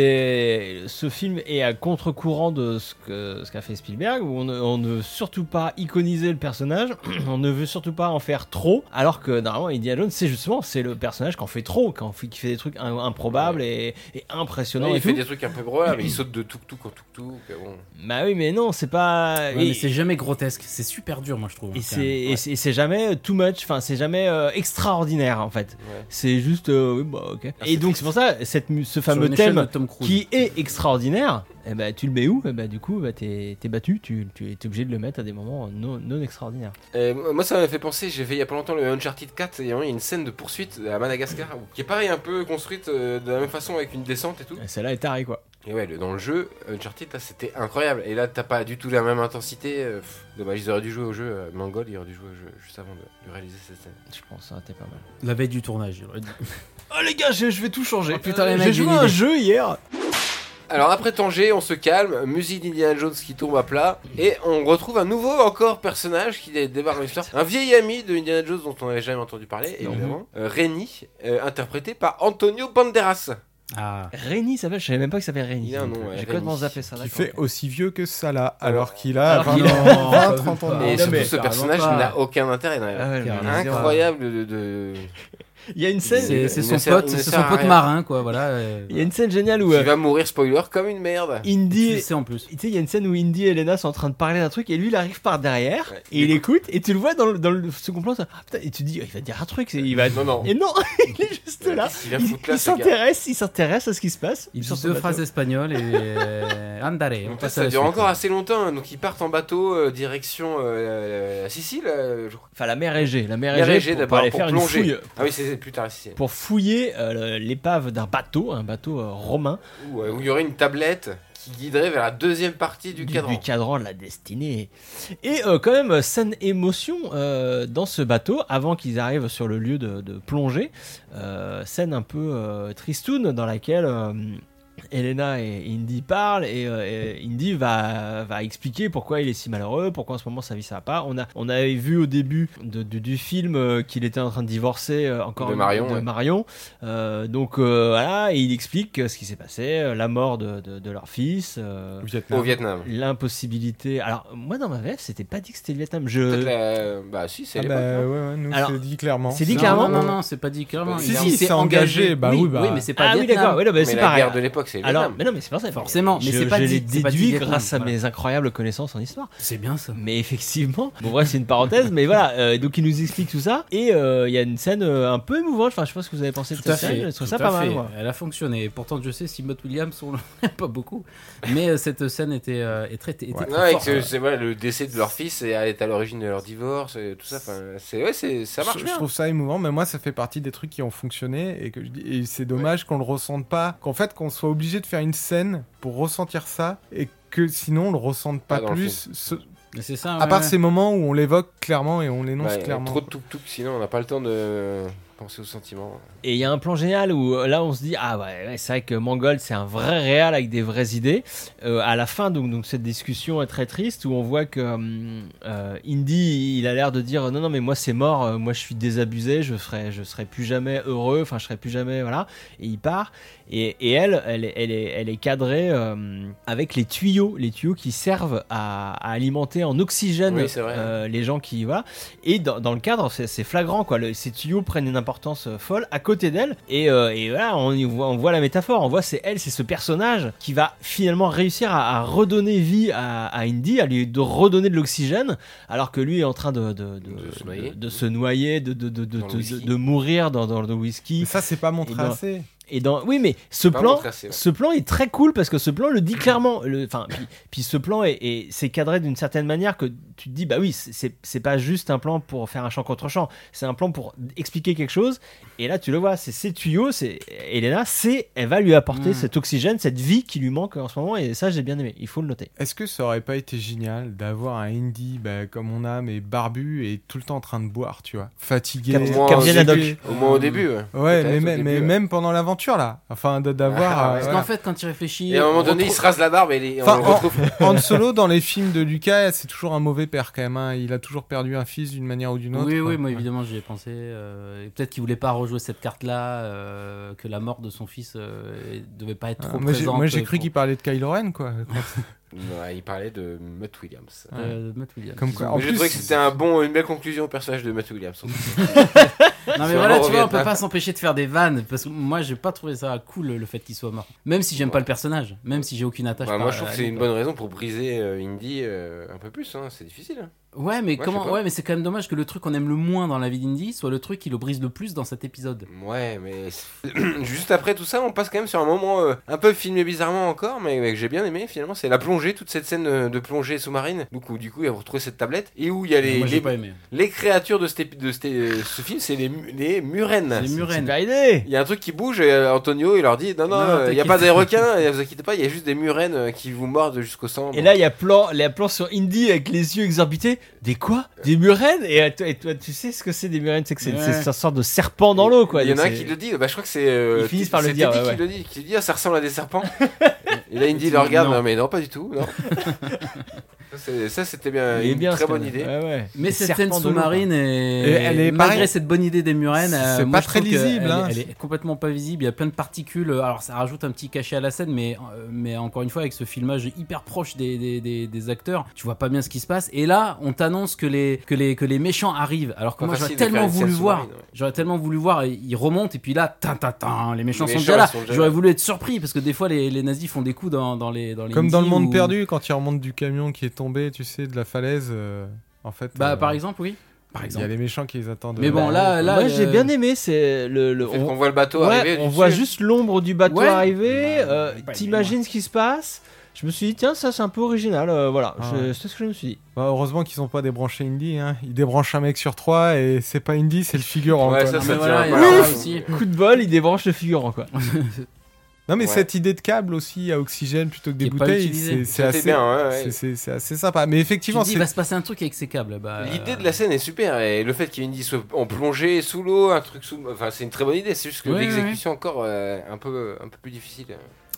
S1: c'est ce film est à contre-courant de ce que ce qu'a fait Spielberg où on ne, on ne veut surtout pas iconiser le personnage, *clears throat* on ne veut surtout pas en faire trop, alors que normalement Indiana Jones c'est justement c'est le personnage qui en fait trop, qui, en fait, qui fait des trucs im- improbables et, et impressionnants
S3: Ouais,
S1: et
S3: il fait
S1: tout.
S3: des trucs un peu brevets, mais il saute de tuk-tuk en tuk-tuk. euh, Bon.
S1: Bah oui, mais non, c'est pas.
S5: ouais,
S1: et-
S5: mais c'est jamais grotesque c'est super dur moi je trouve
S1: Et
S5: hein,
S1: c'est
S5: quand même.
S1: et c'est- et c'est jamais too much, enfin c'est jamais euh, extraordinaire en fait.
S3: Ouais.
S1: C'est juste euh, oui, bah, ok.
S3: Ah, c'est
S1: et donc c'est pour ça cette mu- ce
S5: Sur une
S1: fameux
S5: échelle de
S1: thème
S5: Tom Cruise.
S1: qui est extraordinaire, eh ben, tu le mets où eh ben, Du coup, bah, t'es t'es battu, tu, tu es obligé de le mettre à des moments non, non extraordinaires.
S3: Euh, moi, ça m'a fait penser, j'ai fait il y a pas longtemps le Uncharted 4, et il y a une scène de poursuite à Madagascar, où- qui est pareil, un peu construite euh, de la même façon, avec une descente et tout.
S1: Et Celle-là est tarée, quoi.
S3: Et ouais, le- dans le jeu, Uncharted, là, c'était incroyable. Et là, t'as pas du tout la même intensité. euh, pff, dommage, ils auraient dû jouer au jeu. euh, Mangold, ils auraient dû jouer au jeu juste avant de, de réaliser cette scène.
S1: Je pense que ça aurait été pas mal.
S5: la veille du tournage j'aurais dit.
S1: Oh les Ah, gars, je, je vais tout changer.
S5: Oh, putain, les mecs,
S1: J'ai joué
S5: j'ai
S1: à
S5: une
S1: un
S5: idée.
S1: jeu hier.
S3: Alors après Tanger, on se calme, musique d'Indiana Jones qui tombe à plat, et on retrouve un nouveau encore personnage qui dé- débarque dans l'histoire, un vieil ami de Indiana Jones dont on n'avait jamais entendu parler, évidemment, euh, Rennie, euh, interprété par Antonio Banderas.
S5: Ah,
S1: Réni s'appelle, je savais même pas que ça s'appelait Réni.
S3: Il a un nom, ouais,
S1: J'ai complètement
S3: Réni.
S1: zappé ça.
S6: Qui
S1: d'accord.
S6: fait aussi vieux que Salah, alors qu'il a
S1: Alors
S6: 20
S1: qu'il a-
S6: ans, ah 20,
S5: Non,
S6: 30 ans.
S5: pas.
S3: Et
S5: non,
S3: surtout,
S5: mais
S3: ce
S5: carrément
S3: personnage
S5: pas.
S3: n'a aucun intérêt. n'a-
S1: Ah ouais,
S5: Car-
S1: mais-
S3: Incroyable de, de-
S1: Il y a une scène.
S5: c'est c'est
S3: il
S5: son
S3: ne sert-
S5: pote,
S3: il ne
S5: c'est
S3: sert
S5: son
S3: à
S5: pote
S3: rien.
S5: marin, quoi. Voilà. euh,
S1: Il y a une scène géniale où
S3: Tu
S1: euh,
S3: vas mourir, spoiler, comme une merde.
S5: tu le
S1: Indy.
S5: sais en plus.
S1: Tu sais, il y a une scène où Indy et Elena sont en train de parler d'un truc et lui il arrive par derrière
S3: Ouais.
S1: et il écoute et tu le vois dans le, dans le second plan. ça, Ah, putain, et tu dis, il va dire un truc, c'est- il va.
S3: Non, non.
S1: Et non, *laughs* il est juste là.
S3: Qu'est-ce qu'il vient
S1: Il
S3: foutre là,
S1: il
S3: ce gars
S1: s'intéresse, il s'intéresse à ce qui se passe.
S5: Il
S1: sur
S5: dit
S1: son
S5: deux
S1: bateau.
S5: phrases espagnoles et euh, andare.
S3: Donc
S5: On
S3: là,
S1: Ah,
S5: passe à
S3: ça
S5: la
S3: dure
S5: suite.
S3: encore assez longtemps, hein. donc ils partent en bateau euh, direction euh, la- la Sicile, euh, je crois.
S1: Enfin, la mer Égée, la mer
S3: La mer
S1: Égée,
S3: Égée,
S1: pour,
S3: d'abord,
S1: pour aller
S3: pour
S1: faire
S3: plonger.
S1: une fouille,
S3: Ah oui, c'est c'est plus tard la Sicile.
S1: pour fouiller euh, le- l'épave d'un bateau, un bateau euh, romain
S3: Où euh, où il y aurait une tablette qui guiderait vers la deuxième partie du, cadran.
S1: de la destinée. Et euh, quand même, euh, scène émotion euh, dans ce bateau, avant qu'ils arrivent sur le lieu de, de plongée. Euh, scène un peu euh, tristoune dans laquelle euh, Elena et Indy parlent et, euh, et Indy va, va expliquer pourquoi il est si malheureux, pourquoi en ce moment sa vie ça va pas. On, a, on avait vu au début de- du- du film euh, qu'il était en train de divorcer euh, encore
S3: De
S1: une-
S3: Marion, ouais.
S1: Marion. Euh, donc euh, voilà, et il explique euh, ce qui s'est passé, euh, la mort de, de- de leur fils. euh,
S6: Au Vietnam.
S3: Au Vietnam.
S1: l'impossibilité. Alors, moi, dans ma VF, c'était pas dit que c'était le Vietnam.
S3: Peut-être
S1: Je...
S3: la- Bah si, c'est
S6: Ah
S3: l'époque,
S6: bah,
S3: non
S6: ouais, ouais, nous
S1: Alors,
S6: c'est dit clairement.
S1: c'est dit
S5: Non,
S1: clairement.
S5: Non, non, non, c'est pas dit clairement.
S6: Si,
S5: Il
S6: si,
S5: dit,
S6: il
S5: c'est
S6: s'est engagé, bah oui, bah.
S5: mais c'est pas
S1: Ah oui,
S5: Vietnam.
S1: d'accord, oui, non, mais
S3: Mais
S1: c'est
S3: la
S1: pareil.
S3: guerre de l'époque, c'est
S1: Alors,
S3: Vietnam.
S1: mais non, mais c'est pas ça.
S5: Forcément, mais
S1: Je-
S5: c'est pas
S1: Je
S5: dit-
S1: l'ai
S5: c'est pas dit
S1: déduit
S5: Vietnam,
S1: grâce à
S5: voilà.
S1: mes incroyables connaissances en histoire.
S5: *laughs* C'est bien ça.
S1: Mais effectivement, bon, bref, c'est une parenthèse, mais voilà. euh, donc, il nous explique tout ça. Et euh, il y a une scène euh, un peu émouvante. Enfin, je sais pas ce que vous avez pensé de
S5: Tout à
S1: cette scène.
S5: fait.
S1: Je trouve ça
S5: tout
S1: pas
S5: à
S1: mal,
S5: fait.
S1: moi.
S5: Elle a fonctionné. Et pourtant, je sais si Matt Williams, on l'a pas beaucoup. Mais euh, cette scène était, euh, est très, était
S6: Ouais.
S5: très
S3: Non, et
S5: forte.
S6: euh,
S3: que c'est voilà, le décès de leur fils et elle est à l'origine de leur divorce et tout ça. Enfin, c'est ouais, c'est ça marche
S6: je, je
S3: bien.
S6: trouve ça émouvant, mais moi, ça fait partie des trucs qui ont fonctionné et que je dis, et c'est dommage qu'on le ressente pas, qu'en fait, qu'on soit obligé de faire une scène pour ressentir ça et que sinon on le ressente
S3: Pas
S6: pas
S3: dans le
S6: plus. ce-
S5: Mais c'est ça.
S6: À part
S5: Ah ouais.
S6: ces moments où on l'évoque clairement et on l'énonce
S3: Ouais,
S6: clairement.
S3: Trop de tout tout sinon on n'a pas le temps de penser aux sentiments.
S1: Et il y a un plan génial où euh, là on se dit ah ouais, ouais, c'est vrai que Mangold c'est un vrai réal avec des vraies idées. Euh, à la fin donc, donc cette discussion est très triste où on voit que hum, euh, Indy il a l'air de dire non non mais moi c'est mort, euh, moi je suis désabusé, je serai je serai plus jamais heureux, enfin je serai plus jamais voilà. Et il part et, et elle elle est, elle est elle est cadrée euh, avec les tuyaux les tuyaux qui servent à, à alimenter en oxygène
S3: Oui, c'est vrai.
S1: euh, les gens qui voilà et dans, dans le cadre, c'est c'est flagrant, quoi. Le- ces tuyaux prennent une importance euh, folle à côté d'elle. Et, euh, et voilà, on, y voit, on voit la métaphore. On voit, c'est elle, c'est ce personnage qui va finalement réussir à, à redonner vie à, à Indy, à lui de redonner de l'oxygène, alors que lui est en train de, de,
S3: De se noyer.
S1: de- de se noyer, de, de, de, de,
S3: Dans le
S1: de-
S3: whisky.
S1: de mourir dans, dans le
S6: Mais
S1: whisky.
S6: ça, c'est pas
S1: Et
S6: montré
S1: dans-
S6: assez.
S1: Et dans... Oui, mais ce
S3: Pas
S1: plan,
S3: montré assez, ouais.
S1: ce plan est très cool parce que ce plan le dit clairement. Le- Enfin, puis, puis ce plan est, est- c'est cadré d'une certaine manière que tu te dis, bah oui, c'est- c'est c'est pas juste un plan pour faire un champ contre champ. C'est un plan pour expliquer quelque chose. Et là, tu le vois, c'est ces tuyaux. C'est Elena, c'est elle va lui apporter
S5: Mm.
S1: cet oxygène, cette vie qui lui manque en ce moment. Et ça, j'ai bien aimé. Il faut le noter.
S6: Est-ce que ça aurait pas été génial d'avoir un Indy bah, comme on a, mais barbu et tout le temps en train de boire, tu vois Fatigué.
S1: Cap-
S3: Moi,
S1: Cap
S3: au
S1: Vienne à
S6: début-
S3: Au moins au début. Ouais,
S6: Euh, Ouais,
S3: Peut-être
S6: mais,
S3: au
S6: même-
S3: début,
S6: mais
S3: ouais.
S6: même pendant l'aventure, là. Enfin, de- d'avoir.
S3: Ah,
S6: euh,
S5: Parce
S6: voilà.
S5: qu'en fait, quand il réfléchit.
S3: Et à un moment donné,
S5: on
S3: il se rase la barbe et il est- on
S6: Enfin,
S3: le
S6: en-
S3: retrouve.
S5: *laughs*
S6: Han Solo, dans les films de Lucas, c'est toujours un mauvais père quand même. hein. Il a toujours perdu un fils d'une manière ou d'une autre.
S5: Oui,
S6: quoi.
S5: oui, moi évidemment j'y ai pensé. euh, et Peut-être qu'il voulait pas rejouer cette carte-là, euh, que la mort de son fils euh, devait pas être
S6: Ah,
S5: trop
S6: moi, j'ai-
S5: présente.
S6: moi, j'ai
S5: euh,
S6: cru
S5: pour-
S6: qu'il parlait de Kylo Ren, quoi.
S5: Ah,
S3: Ouais, il parlait de Matt Williams.
S5: euh, Matt Williams.
S6: Comme quoi.
S3: Mais
S6: En
S3: je
S6: plus-
S3: trouvais que c'était un bon, une belle conclusion au personnage de Matt Williams.
S5: Non mais
S3: Sur
S5: voilà,
S3: le
S5: tu vois, on peut
S3: Vietnam.
S5: pas s'empêcher de faire des vannes parce que moi j'ai pas trouvé ça cool le fait qu'il soit mort. Même si j'aime pas
S3: Ouais.
S5: le personnage, même si j'ai aucune attache.
S3: Bah,
S5: par-
S3: moi, je trouve
S5: à
S3: que c'est
S5: lui,
S3: une
S5: quoi.
S3: bonne raison pour briser euh, Indy euh, un peu plus. hein. C'est difficile. hein.
S5: Ouais,
S3: Ouais,
S5: mais
S3: je sais
S5: comment
S3: pas.
S5: Ouais, mais c'est quand même dommage que le truc qu'on aime le moins dans la vie d'Indy soit le truc qui le brise le plus dans cet épisode.
S3: Ouais, mais *clears throat* juste après tout ça, on passe quand même sur un moment euh, un peu filmé bizarrement encore, mais, mais que j'ai bien aimé finalement. C'est la plongée, toute cette scène euh, de plongée sous-marine. Donc, où, du coup, il va retrouver cette tablette et où il y a les,
S5: moi j'ai
S3: les,
S5: pas aimé.
S3: les créatures de, cet épi- de cet- euh, ce film, c'est les, mu- les murennes.
S5: Les Murennes.
S1: Super idée.
S3: Il y a un truc qui bouge et euh, Antonio il leur dit non non,
S5: Non,
S3: euh, il n'y a
S5: t'inquiète.
S3: pas
S5: *laughs*
S3: des requins, euh, vous inquiétez pas, il y a juste des murennes euh, qui vous mordent jusqu'au sang.
S1: Et là, il y a plan, les plans sur Indy avec les yeux exorbités. Des quoi Des murènes et, euh, toi- et toi, tu sais ce que c'est des murènes C'est que c'est
S5: Ouais.
S1: c'est une sorte de serpent dans l'eau, quoi.
S3: Il y en a
S1: Donc,
S3: un
S1: c'est-
S3: qui le dit, bah, je crois que c'est. euh,
S1: Ils finissent par le
S3: c'est
S1: dire,
S3: Teddy
S1: ouais,
S3: qui le dit, qui dit, ah, ça ressemble à
S1: *laughs*
S3: des serpents. et là, Indy le
S5: Non.
S3: regarde, non, mais non, pas du tout. Non. Ça, c'est- ça, c'était bien
S1: Il est
S3: Euh, une
S1: bien,
S3: très
S1: ce
S3: bonne
S1: canard.
S3: idée.
S1: Ouais, ouais.
S5: Mais
S1: Des
S5: cette
S1: serpents
S5: scène
S1: de l'eau,
S5: sous-marine,
S6: Et
S5: est...
S6: elle est
S5: malgré
S6: pareil.
S5: cette bonne idée des murènes, euh,
S6: C'est
S5: moi,
S6: pas
S5: je
S6: très
S5: trouve que
S6: lisible,
S5: Elle,
S6: hein.
S5: est- elle est complètement pas visible. Il y a plein de particules. euh, Alors ça rajoute un petit cachet à la scène, mais euh, mais encore une fois avec ce filmage hyper proche des, des, des, des acteurs, tu vois pas bien ce qui se passe. Et là, on t'annonce que les que les que les méchants arrivent. Alors que
S3: Pas
S5: moi
S3: facile
S5: j'aurais
S3: de faire
S5: tellement
S3: une scène
S5: voulu voir,
S3: sous-marine, ouais.
S5: j'aurais tellement voulu voir. et Ils remontent et puis là, tin, tin, tin, les méchants
S3: Les
S5: sont
S3: méchants,
S5: déjà là.
S3: ils sont déjà
S5: J'aurais
S3: là.
S5: voulu être surpris parce que des fois les, les nazis font des coups dans, dans les dans les
S6: Comme dans le
S5: midis
S6: monde
S5: ou-
S6: perdu, quand il remonte du camion qui est tombé, tu sais, de la falaise, euh, en fait.
S5: Bah
S6: euh,
S5: par exemple oui. Par
S6: Il y
S5: exemple.
S6: a les méchants qui les attendent.
S5: Mais bon
S6: euh,
S5: là là.
S1: Moi, j'ai
S5: euh,
S1: bien aimé. C'est le, le-
S3: Le fait
S1: on-
S3: qu'on voit le bateau
S1: Ouais,
S3: arriver.
S1: on
S3: du
S1: voit
S3: dessus.
S1: juste l'ombre du bateau
S5: Ouais.
S1: arriver.
S5: Bah,
S1: euh,
S5: j'ai pas aimé,
S1: T'imagines ce qui se passe Je me suis dit, tiens, ça c'est un peu original. euh, voilà,
S6: Ah
S1: Je-
S6: ouais.
S1: c'est ce que je me suis dit.
S6: bah, heureusement qu'ils ont pas débranché Indy. Hein. Ils débranchent un mec sur trois et c'est pas Indy, c'est le figurant.
S3: Ouais,
S6: quoi.
S3: ça,
S5: mais
S3: ça
S5: voilà,
S3: tient.
S5: il y a
S3: Voilà.
S5: ça aussi.
S1: Coup de bol, il débranche le figurant quoi.
S6: Non, mais
S3: Ouais.
S6: cette idée de câble aussi à oxygène plutôt que des
S5: Qui est pas
S6: bouteilles,
S5: utilisée.
S6: c'est- c'est
S3: C'était
S6: assez,
S3: bien, ouais, ouais.
S6: c'est- c'est- c'est assez sympa. Mais
S5: Tu
S6: effectivement,
S5: te dis, bah, il
S6: c'est
S5: va se passer un truc avec ces câbles.
S1: euh,
S5: Bah,
S3: L'idée de la scène est super et le fait qu'il y ait Indy soit en plongée sous l'eau, un truc sous, enfin c'est une très bonne idée. C'est juste que
S5: Ouais, ouais,
S3: l'exécution encore euh, un peu un peu plus difficile.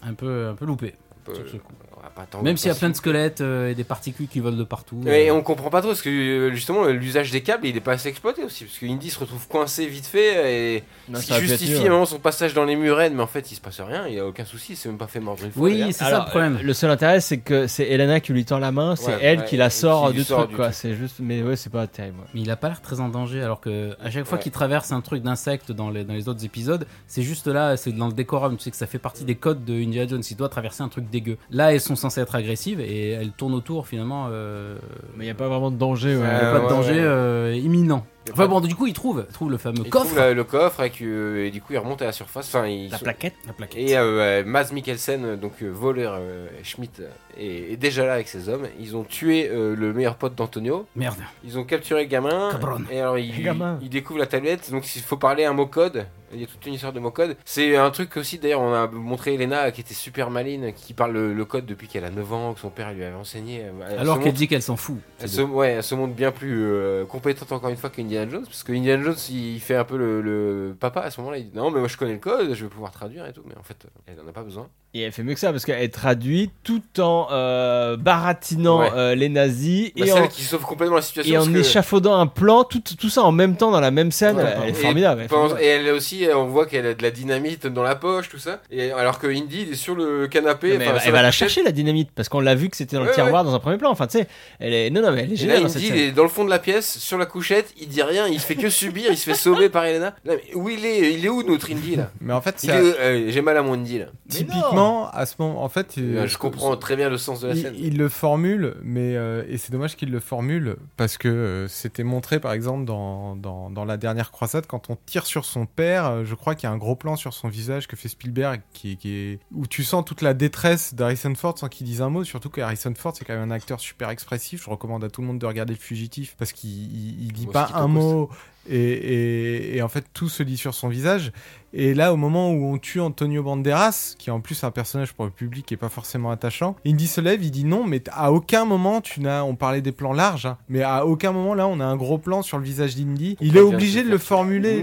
S5: un peu, un peu loupé.
S3: un peu-
S5: Sur ce coup.
S3: on va pas attendre
S5: Même s'il y a
S3: patience.
S5: plein de squelettes euh, et des particules qui volent de partout.
S3: Mais
S5: euh,
S3: on comprend pas trop parce que euh, justement l'usage des câbles il est pas assez exploité aussi parce que Indy se retrouve coincé vite fait et
S5: Bah,
S3: ce qui justifie
S5: euh,
S3: à un moment son passage dans les murènes mais en fait il se passe rien il y a aucun souci il s'est même pas fait mordre une fois le gars.
S5: Oui, c'est ça
S1: Alors,
S5: le problème.
S1: euh, Le seul intérêt, c'est que c'est Elena qui lui tend la main, c'est
S3: Ouais,
S1: elle
S3: ouais,
S1: qui la
S3: et
S1: sort
S3: qui lui
S1: du
S3: sort
S1: truc,
S3: du
S1: quoi.
S3: truc.
S1: C'est juste, mais ouais, c'est pas terrible. ouais.
S5: Mais il a pas l'air très en danger, alors que à chaque fois
S3: hein. Ouais.
S5: qu'il traverse un truc d'insecte dans les, dans les autres épisodes, c'est juste là, c'est dans le décorum, tu sais que ça fait partie des codes de Indiana Jones, il doit traverser un truc dégueu. Là, elles sont censées être agressives et elles tournent autour finalement. euh,
S1: Mais il y a pas vraiment de danger. ouais.
S5: il y a
S3: Euh,
S5: pas de
S3: ouais,
S5: danger
S3: ouais.
S5: euh, imminent.
S3: Y a
S5: Enfin
S3: pas-
S5: bon, du coup, il trouve, trouve le fameux
S3: il
S5: coffre.
S3: trouve, euh, le coffre et, que, euh, et du coup il remonte à la surface enfin il
S1: La
S3: se-
S1: plaquette.
S5: La plaquette.
S3: et euh, euh, Mads Mikkelsen euh, donc euh, voleur euh, Schmidt euh, est, est déjà là avec ses hommes ils ont tué euh, le meilleur pote d'Antonio
S5: Merde.
S3: ils ont capturé le gamin
S5: Cabron.
S3: et alors il,
S1: Gamin.
S3: il découvre la tablette donc il faut parler un mot code il y a toute une histoire de mot code c'est un truc aussi d'ailleurs on a montré Elena qui était super maline qui parle le, le code depuis qu'elle a 9 ans que son père lui avait enseigné Elle
S5: Alors
S3: se
S5: qu'elle
S3: montre-
S5: dit qu'elle s'en fout.
S3: elle se, ouais, elle se montre bien plus euh, compétente encore une fois qu'Indiana Jones, parce que Indiana Jones il fait un peu le, le papa à ce moment-là. Il dit non, mais moi je connais le code, je vais pouvoir traduire et tout, mais en fait elle en a pas besoin.
S1: Et elle fait mieux que ça parce qu'elle traduit tout en euh, baratinant
S3: Ouais.
S1: euh, les nazis
S3: Bah,
S1: et
S3: c'est
S1: en,
S3: elle qui sauve complètement la situation.
S1: et en
S3: parce que-
S1: échafaudant un plan, tout, tout ça en même temps dans la même scène.
S3: Ouais,
S1: elle est
S3: et
S1: formidable. elle est
S3: pendant-
S1: formidable.
S3: et elle aussi, on voit qu'elle a de la dynamite dans la poche, tout ça. Et alors que Indy il est sur le canapé.
S1: Non, mais
S3: enfin,
S1: elle, va-
S3: sur
S1: elle va la
S3: couchette.
S1: chercher la dynamite parce qu'on l'a vu que c'était dans le
S3: Ouais,
S1: tiroir dans un premier plan. Enfin, tu sais, elle est. Non, non, mais elle est
S3: Et là,
S1: géniale dans cette
S3: Indy, il
S1: scène.
S3: est dans le fond de la pièce, sur la couchette, il dit rien, il fait que subir, il se fait sauver par Elena. Non, mais où il est Il est où notre Indy là
S6: Mais en fait,
S3: Il
S6: c'est
S3: est où Euh, J'ai mal à mon Indy là.
S6: typiquement à ce moment. En fait,
S3: Euh,
S6: euh,
S3: Je comprends très bien le sens de la
S6: Il,
S3: scène.
S6: il le formule, mais euh, et c'est dommage qu'il le formule parce que euh, c'était montré par exemple dans, dans, dans la dernière croisade quand on tire sur son père. euh, je crois qu'il y a un gros plan sur son visage que fait Spielberg, qui, qui est où tu sens toute la détresse d'Harrison Ford sans qu'il dise un mot. Surtout que Harrison Ford c'est quand même un acteur super expressif. Je recommande à tout le monde de regarder Le Fugitif parce qu'il il, il dit
S3: Moi,
S6: pas
S3: ce qui
S6: un
S3: t'oppose.
S6: mot. Et, et- et en fait, tout se lit sur son visage. Et là, au moment où on tue Antonio Banderas, qui est en plus un personnage pour le public qui est pas forcément attachant, Indy se lève, il dit non, mais t- à aucun moment, tu n'as, on parlait des plans larges, hein, mais à aucun moment là, on a un gros plan sur le visage d'Indy. Il est
S3: préfère
S6: obligé
S3: se
S6: de le
S3: faire-
S6: formuler.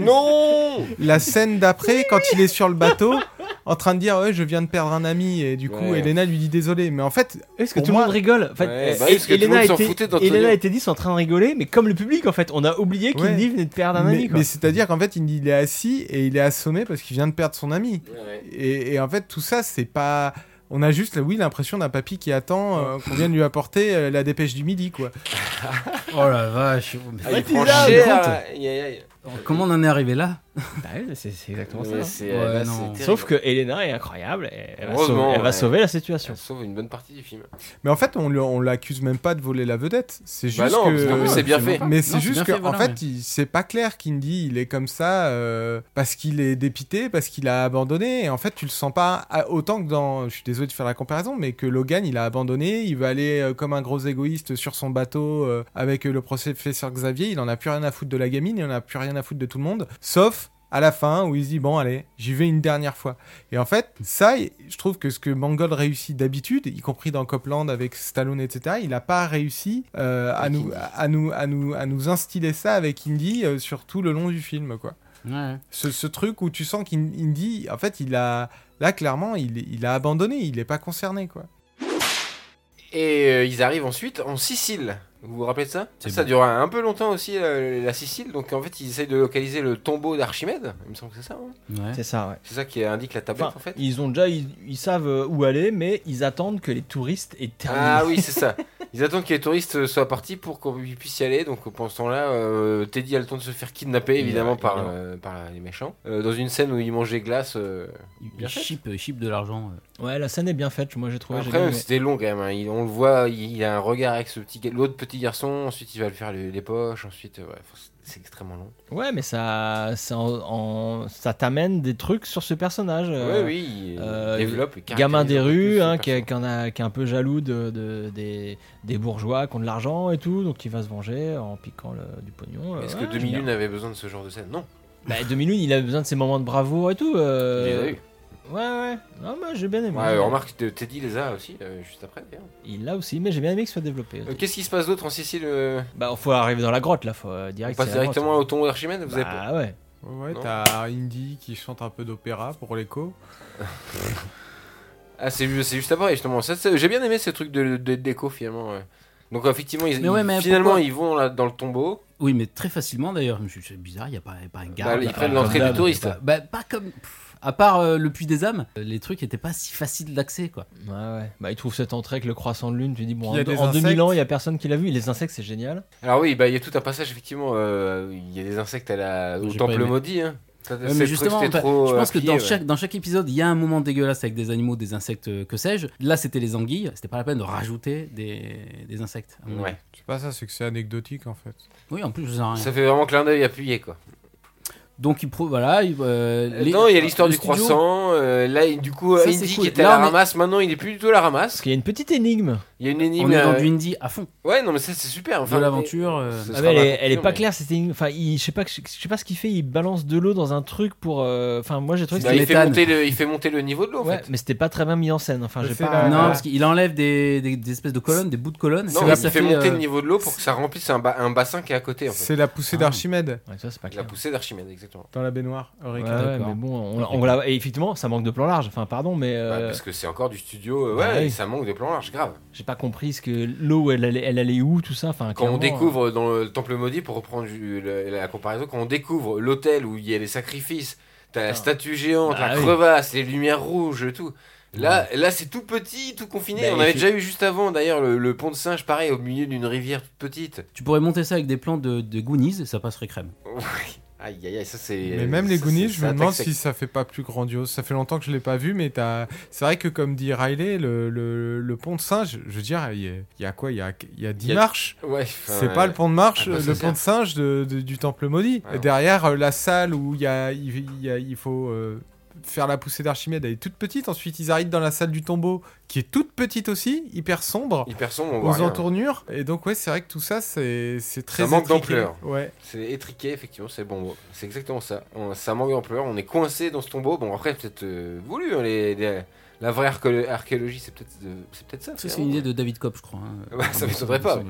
S1: *laughs*
S3: Non
S6: La scène d'après, quand il est sur le bateau, en train de dire ouais, je viens de perdre un ami, et du coup,
S3: Ouais.
S6: Elena lui dit désolé, mais en fait,
S1: Est-ce que
S6: pour
S1: tout
S6: moi-
S1: le monde rigole en fait,
S3: Ouais,
S1: euh,
S3: bah oui, parce que tout le
S1: Elena,
S3: monde s'en
S1: était,
S3: foutait d'Antonio.
S1: Elena et Teddy sont en train de rigoler, mais comme le public, en fait, on a oublié
S6: Ouais.
S1: qu'Indy venait de perdre un
S6: mais,
S1: ami. quoi.
S6: mais c'est-à-dire qu'en fait, il est assis et il est assommé parce qu'il vient de perdre son ami.
S3: Ouais.
S6: Et, et en fait, tout ça, c'est pas. On a juste, oui, l'impression d'un papy qui attend euh, qu'on vienne lui apporter euh, la dépêche du midi, quoi.
S5: Oh la vache.
S3: Ah, il
S1: Mathilda,
S3: prend
S1: me
S3: cher,
S1: compte.
S3: aïe, aïe, aïe.
S5: Comment on en est arrivé là
S1: Bah ouais, c'est c'est exactement ça.
S3: Ouais,
S1: hein.
S3: c'est-
S5: Ouais,
S3: euh, là,
S5: non.
S3: c'est terrible.
S1: Sauf que Elena est incroyable, et elle va,
S3: Heureusement,
S1: sauver, elle va
S3: ouais.
S1: sauver la situation.
S3: Ça sauve une bonne partie du film.
S6: Mais en fait, on le- on l'accuse même pas de voler la vedette. C'est juste
S3: Bah non,
S6: que.
S3: parce qu'en plus, c'est bien fait.
S6: Mais
S5: Non,
S6: c'est
S5: c'est
S6: juste
S5: bien
S6: que,
S5: fait,
S6: en
S5: voilà,
S6: fait, il- c'est pas clair qu'Indy, il est comme ça euh, parce qu'il est dépité, parce qu'il a abandonné. Et en fait, tu le sens pas à- autant que dans. Je suis désolé de faire la comparaison, mais que Logan, il a abandonné. Il va aller euh, comme un gros égoïste sur son bateau euh, avec euh, le professeur Xavier. Il en a plus rien à foutre de la gamine, il en a plus rien à foutre de tout le monde. Sauf à la fin où il se dit bon allez j'y vais une dernière fois et en fait ça il- je trouve que ce que Mangold réussit d'habitude y compris dans Copland avec Stallone etc il n'a pas réussi euh, à, nous, à, nous, à, nous, à nous instiller ça avec Indy euh, sur tout le long du film quoi
S5: Ouais.
S6: ce, ce truc où tu sens qu'Indy en fait il a là clairement il, il a abandonné il n'est pas concerné quoi
S3: Et euh, ils arrivent ensuite en Sicile. Vous vous rappelez de ça Ça, ça dure un peu longtemps aussi, euh, la Sicile. Donc en fait, ils essayent de localiser le tombeau d'Archimède. Il me semble que c'est ça. hein
S5: Ouais.
S1: C'est ça, ouais.
S3: c'est ça qui indique la tablette
S1: Enfin,
S3: en fait.
S1: ils ont déjà, ils, ils savent euh, où aller, mais ils attendent que les touristes aient terminé.
S3: Ah oui,
S1: *laughs*
S3: c'est ça. Ils attendent que les touristes soient partis pour qu'on puisse y aller. Donc pendant ce temps-là, euh, Teddy a le temps de se faire kidnapper, évidemment, par,
S1: évidemment.
S3: euh, par les méchants. Euh, dans une scène où il mange des glaces. euh,
S5: Il-
S3: Bien
S5: Il
S3: fait.
S5: chip, chip de l'argent. euh.
S1: Ouais, la scène est bien faite. Moi, j'ai trouvé. j'ai
S3: Après,
S1: bien
S3: même,
S1: aimé.
S3: c'était long quand même. hein. Il- on le voit, il, il a un regard avec ce petit, ga- l'autre petit garçon. Ensuite, il va lui faire les, les poches. Ensuite, euh, ouais, enfin, c'est- c'est extrêmement long.
S1: Ouais, mais ça, ça, en- en- ça t'amène des trucs sur ce personnage. euh,
S3: oui, oui. Il
S1: euh,
S3: développe. il
S1: Gamin
S3: caractérise
S1: des
S3: un peu plus
S1: rues,
S3: ce
S1: hein, qui, est- qui
S3: personnage.
S1: en a, qui est un peu jaloux de, de- des, des bourgeois qui ont de l'argent et tout, donc il va se venger en piquant le- du pognon. euh,
S3: Est-ce
S1: ouais,
S3: que 2001 avait besoin de ce genre de scène Non.
S1: Bah, 2001, il a besoin de ses moments de bravoure et tout. euh,
S3: il les a eu.
S1: Ouais, ouais. Non, moi, j'ai bien aimé.
S3: Ouais, euh, remarque, Teddy les a aussi, euh, juste après d'ailleurs.
S1: Il l'a aussi, mais j'ai bien aimé que ce soit développé.
S3: Euh, Qu'est-ce qui se passe d'autre en Sicile euh,
S1: Bah, faut arriver dans la grotte là, faut euh,
S3: On
S1: direct.
S3: passe
S1: c'est la grotte.
S3: directement au tombeau d'Archimède vous avez-
S1: Bah, ouais.
S6: ouais
S3: Non.
S6: t'as Indy qui chante un peu d'opéra pour l'écho
S3: Ah, c'est ju- c'est juste après, justement. Ça, c'est- J'ai bien aimé ce truc de, de- déco, finalement. ouais. Donc, effectivement, ils,
S5: Mais ouais,
S3: ils-
S5: mais
S3: finalement,
S5: pourquoi
S3: ils vont dans, la- dans le tombeau.
S5: Oui, mais très facilement d'ailleurs. Je me suis dit, C'est bizarre, il n'y a pas, pas un
S3: Bah,
S5: garde.
S3: ils
S5: y a pas
S3: prennent
S5: un-
S3: l'entrée
S5: comme
S3: du
S5: d'hab,
S3: touriste.
S5: y a pas- Bah, pas comme. pff, à part euh, le puits des âmes, euh, les trucs n'étaient pas si faciles d'accès, quoi.
S1: Ouais, ouais. Bah, il trouve cette entrée avec le croissant de lune. Tu dis, bon,
S6: Puis il y a
S1: en,
S6: des
S1: en 2000 ans,
S6: insectes.
S1: il y a personne qui l'a vu. Et Les insectes, c'est génial.
S3: Alors, oui, bah, il y a tout un passage, effectivement. euh, Il y a des insectes à la, au
S5: J'ai pas
S3: temple
S5: aimé.
S3: maudit. Hein. Ça,
S5: Ouais,
S3: c'est
S5: mais
S3: le
S5: justement,
S3: truc, c'était
S5: bah,
S3: trop,
S5: je
S3: euh,
S5: pense que
S3: appuyé,
S5: dans,
S3: ouais.
S5: chaque, dans chaque épisode, il y a un moment dégueulasse avec des animaux, des insectes, euh, que sais-je. Là, c'était les anguilles. C'était pas la peine de rajouter des, des insectes. à mon
S3: Ouais.
S5: avis.
S6: je sais pas ça c'est que c'est anecdotique en fait
S5: Oui, en plus, je sais rien.
S3: Ça fait vraiment clin d'œil appuyé, quoi.
S5: Donc, il pro... voilà. il- euh, les-
S3: Non, il y a l'histoire
S5: le
S3: du
S5: studio-
S3: croissant. euh, là, il- du coup,
S5: Ça, c'est
S3: Indy
S5: cool.
S3: qui était
S5: Là,
S3: à
S5: on
S3: la
S5: est-
S3: ramasse, maintenant, il est plus du tout à la
S1: Parce
S3: ramasse.
S1: qu'il y a une petite énigme.
S3: Il y a une énigme.
S5: On est dans
S3: euh,
S5: du indie à fond.
S3: Ouais, non, mais ça, c'est super. Enfin,
S5: de l'aventure. euh,
S3: ce
S1: Ah,
S3: sera
S1: mais elle, est,
S3: raconté,
S1: elle est pas
S3: mais-
S1: claire. C'était une- Enfin, il, je sais pas, que- je sais pas ce qu'il fait. Il balance de l'eau dans un truc pour. euh, Enfin, moi, j'ai trouvé que
S3: Bah,
S1: c'était.
S3: il, fait
S5: méthane.
S3: monter le, il fait monter le niveau de l'eau, en
S1: ouais,
S3: fait.
S1: mais c'était pas très bien mis en scène. Enfin,
S6: Mais
S1: j'ai
S6: c'est
S1: pas.
S6: la-
S5: Non,
S6: Euh,
S5: parce qu'il enlève des, des- des espèces de colonnes, des bouts de colonnes.
S3: Non,
S5: et
S3: mais il
S5: ça
S3: fait, monter
S5: euh,
S3: le niveau de l'eau pour que ça remplisse un, ba- un bassin qui est à côté. En fait.
S6: c'est la poussée
S5: Ah.
S6: d'Archimède
S1: Ouais, ça, c'est pas
S3: La
S1: clair.
S3: poussée d'Archimède, exactement.
S6: dans la baignoire Eureka.
S1: Ouais, ouais,
S5: d'accord.
S1: mais bon, on, on l'a- et effectivement, ça manque de plan large. Enfin, pardon, mais euh,
S3: Ouais, Bah, parce que c'est encore du studio, euh, ouais,
S1: bah oui.
S3: et ça manque de plan large, grave.
S1: j'ai pas compris ce que l'eau, elle, allait- elle allait où, tout ça. Enfin,
S3: Quand
S1: clairement, euh,
S3: on découvre dans le Temple Maudit, pour reprendre ju- la, la comparaison, quand on découvre l'hôtel où il y a les sacrifices, t'as la
S1: Putain.
S3: statue géante,
S1: Bah
S3: la
S1: oui.
S3: crevasse, les lumières rouges, et tout. Là, là c'est tout petit, tout confiné.
S1: Bah,
S3: on avait
S1: effi-
S3: déjà eu juste avant, d'ailleurs, le, le pont de singe, pareil, au milieu d'une rivière toute petite.
S5: Tu pourrais monter ça avec des plans de, de Goonies, ça passerait crème.
S3: Aïe, aïe, aïe, ça c'est.
S6: Mais même les
S3: ça,
S6: Goonies,
S3: c'est-
S6: je
S3: ça
S6: me
S3: attaque
S6: demande
S3: sec.
S6: si ça fait pas plus grandiose. Ça fait longtemps que je l'ai pas vu, mais t'as- c'est vrai que comme dit Riley, le, le- le pont de singe, je veux dire, il y a, il y a quoi Il y a, il y a 10
S3: Il y a-
S6: marches.
S3: Ouais, enfin,
S6: C'est pas le pont de marche,
S3: Ah, bah, ça
S6: le pont
S3: sert.
S6: de singe de- de- du temple maudit.
S3: Ouais, ouais.
S6: Derrière euh, la salle où il y a, il il y a- il faut euh, faire la poussée d'Archimède, elle est toute petite. Ensuite, ils arrivent dans la salle du tombeau, qui est toute petite aussi, hyper sombre,
S3: Hyper sombre, on voit
S6: aux
S3: rien.
S6: entournures. Et donc, ouais, c'est vrai que tout ça, c'est c'est très.
S3: manque
S6: étriqué.
S3: d'ampleur.
S6: Ouais.
S3: C'est étriqué, effectivement, c'est bon. mot. C'est exactement ça. On- ça manque d'ampleur, on est coincé dans ce tombeau. Bon, après, peut-être euh, voulu, hein, les- les- la vraie archéolo- archéologie, c'est peut-être euh, c'est peut-être ça.
S5: Ça, c'est
S3: finalement.
S5: une idée de David Kopp, je crois. hein.
S3: Ouais, ça m'étonnerait pas,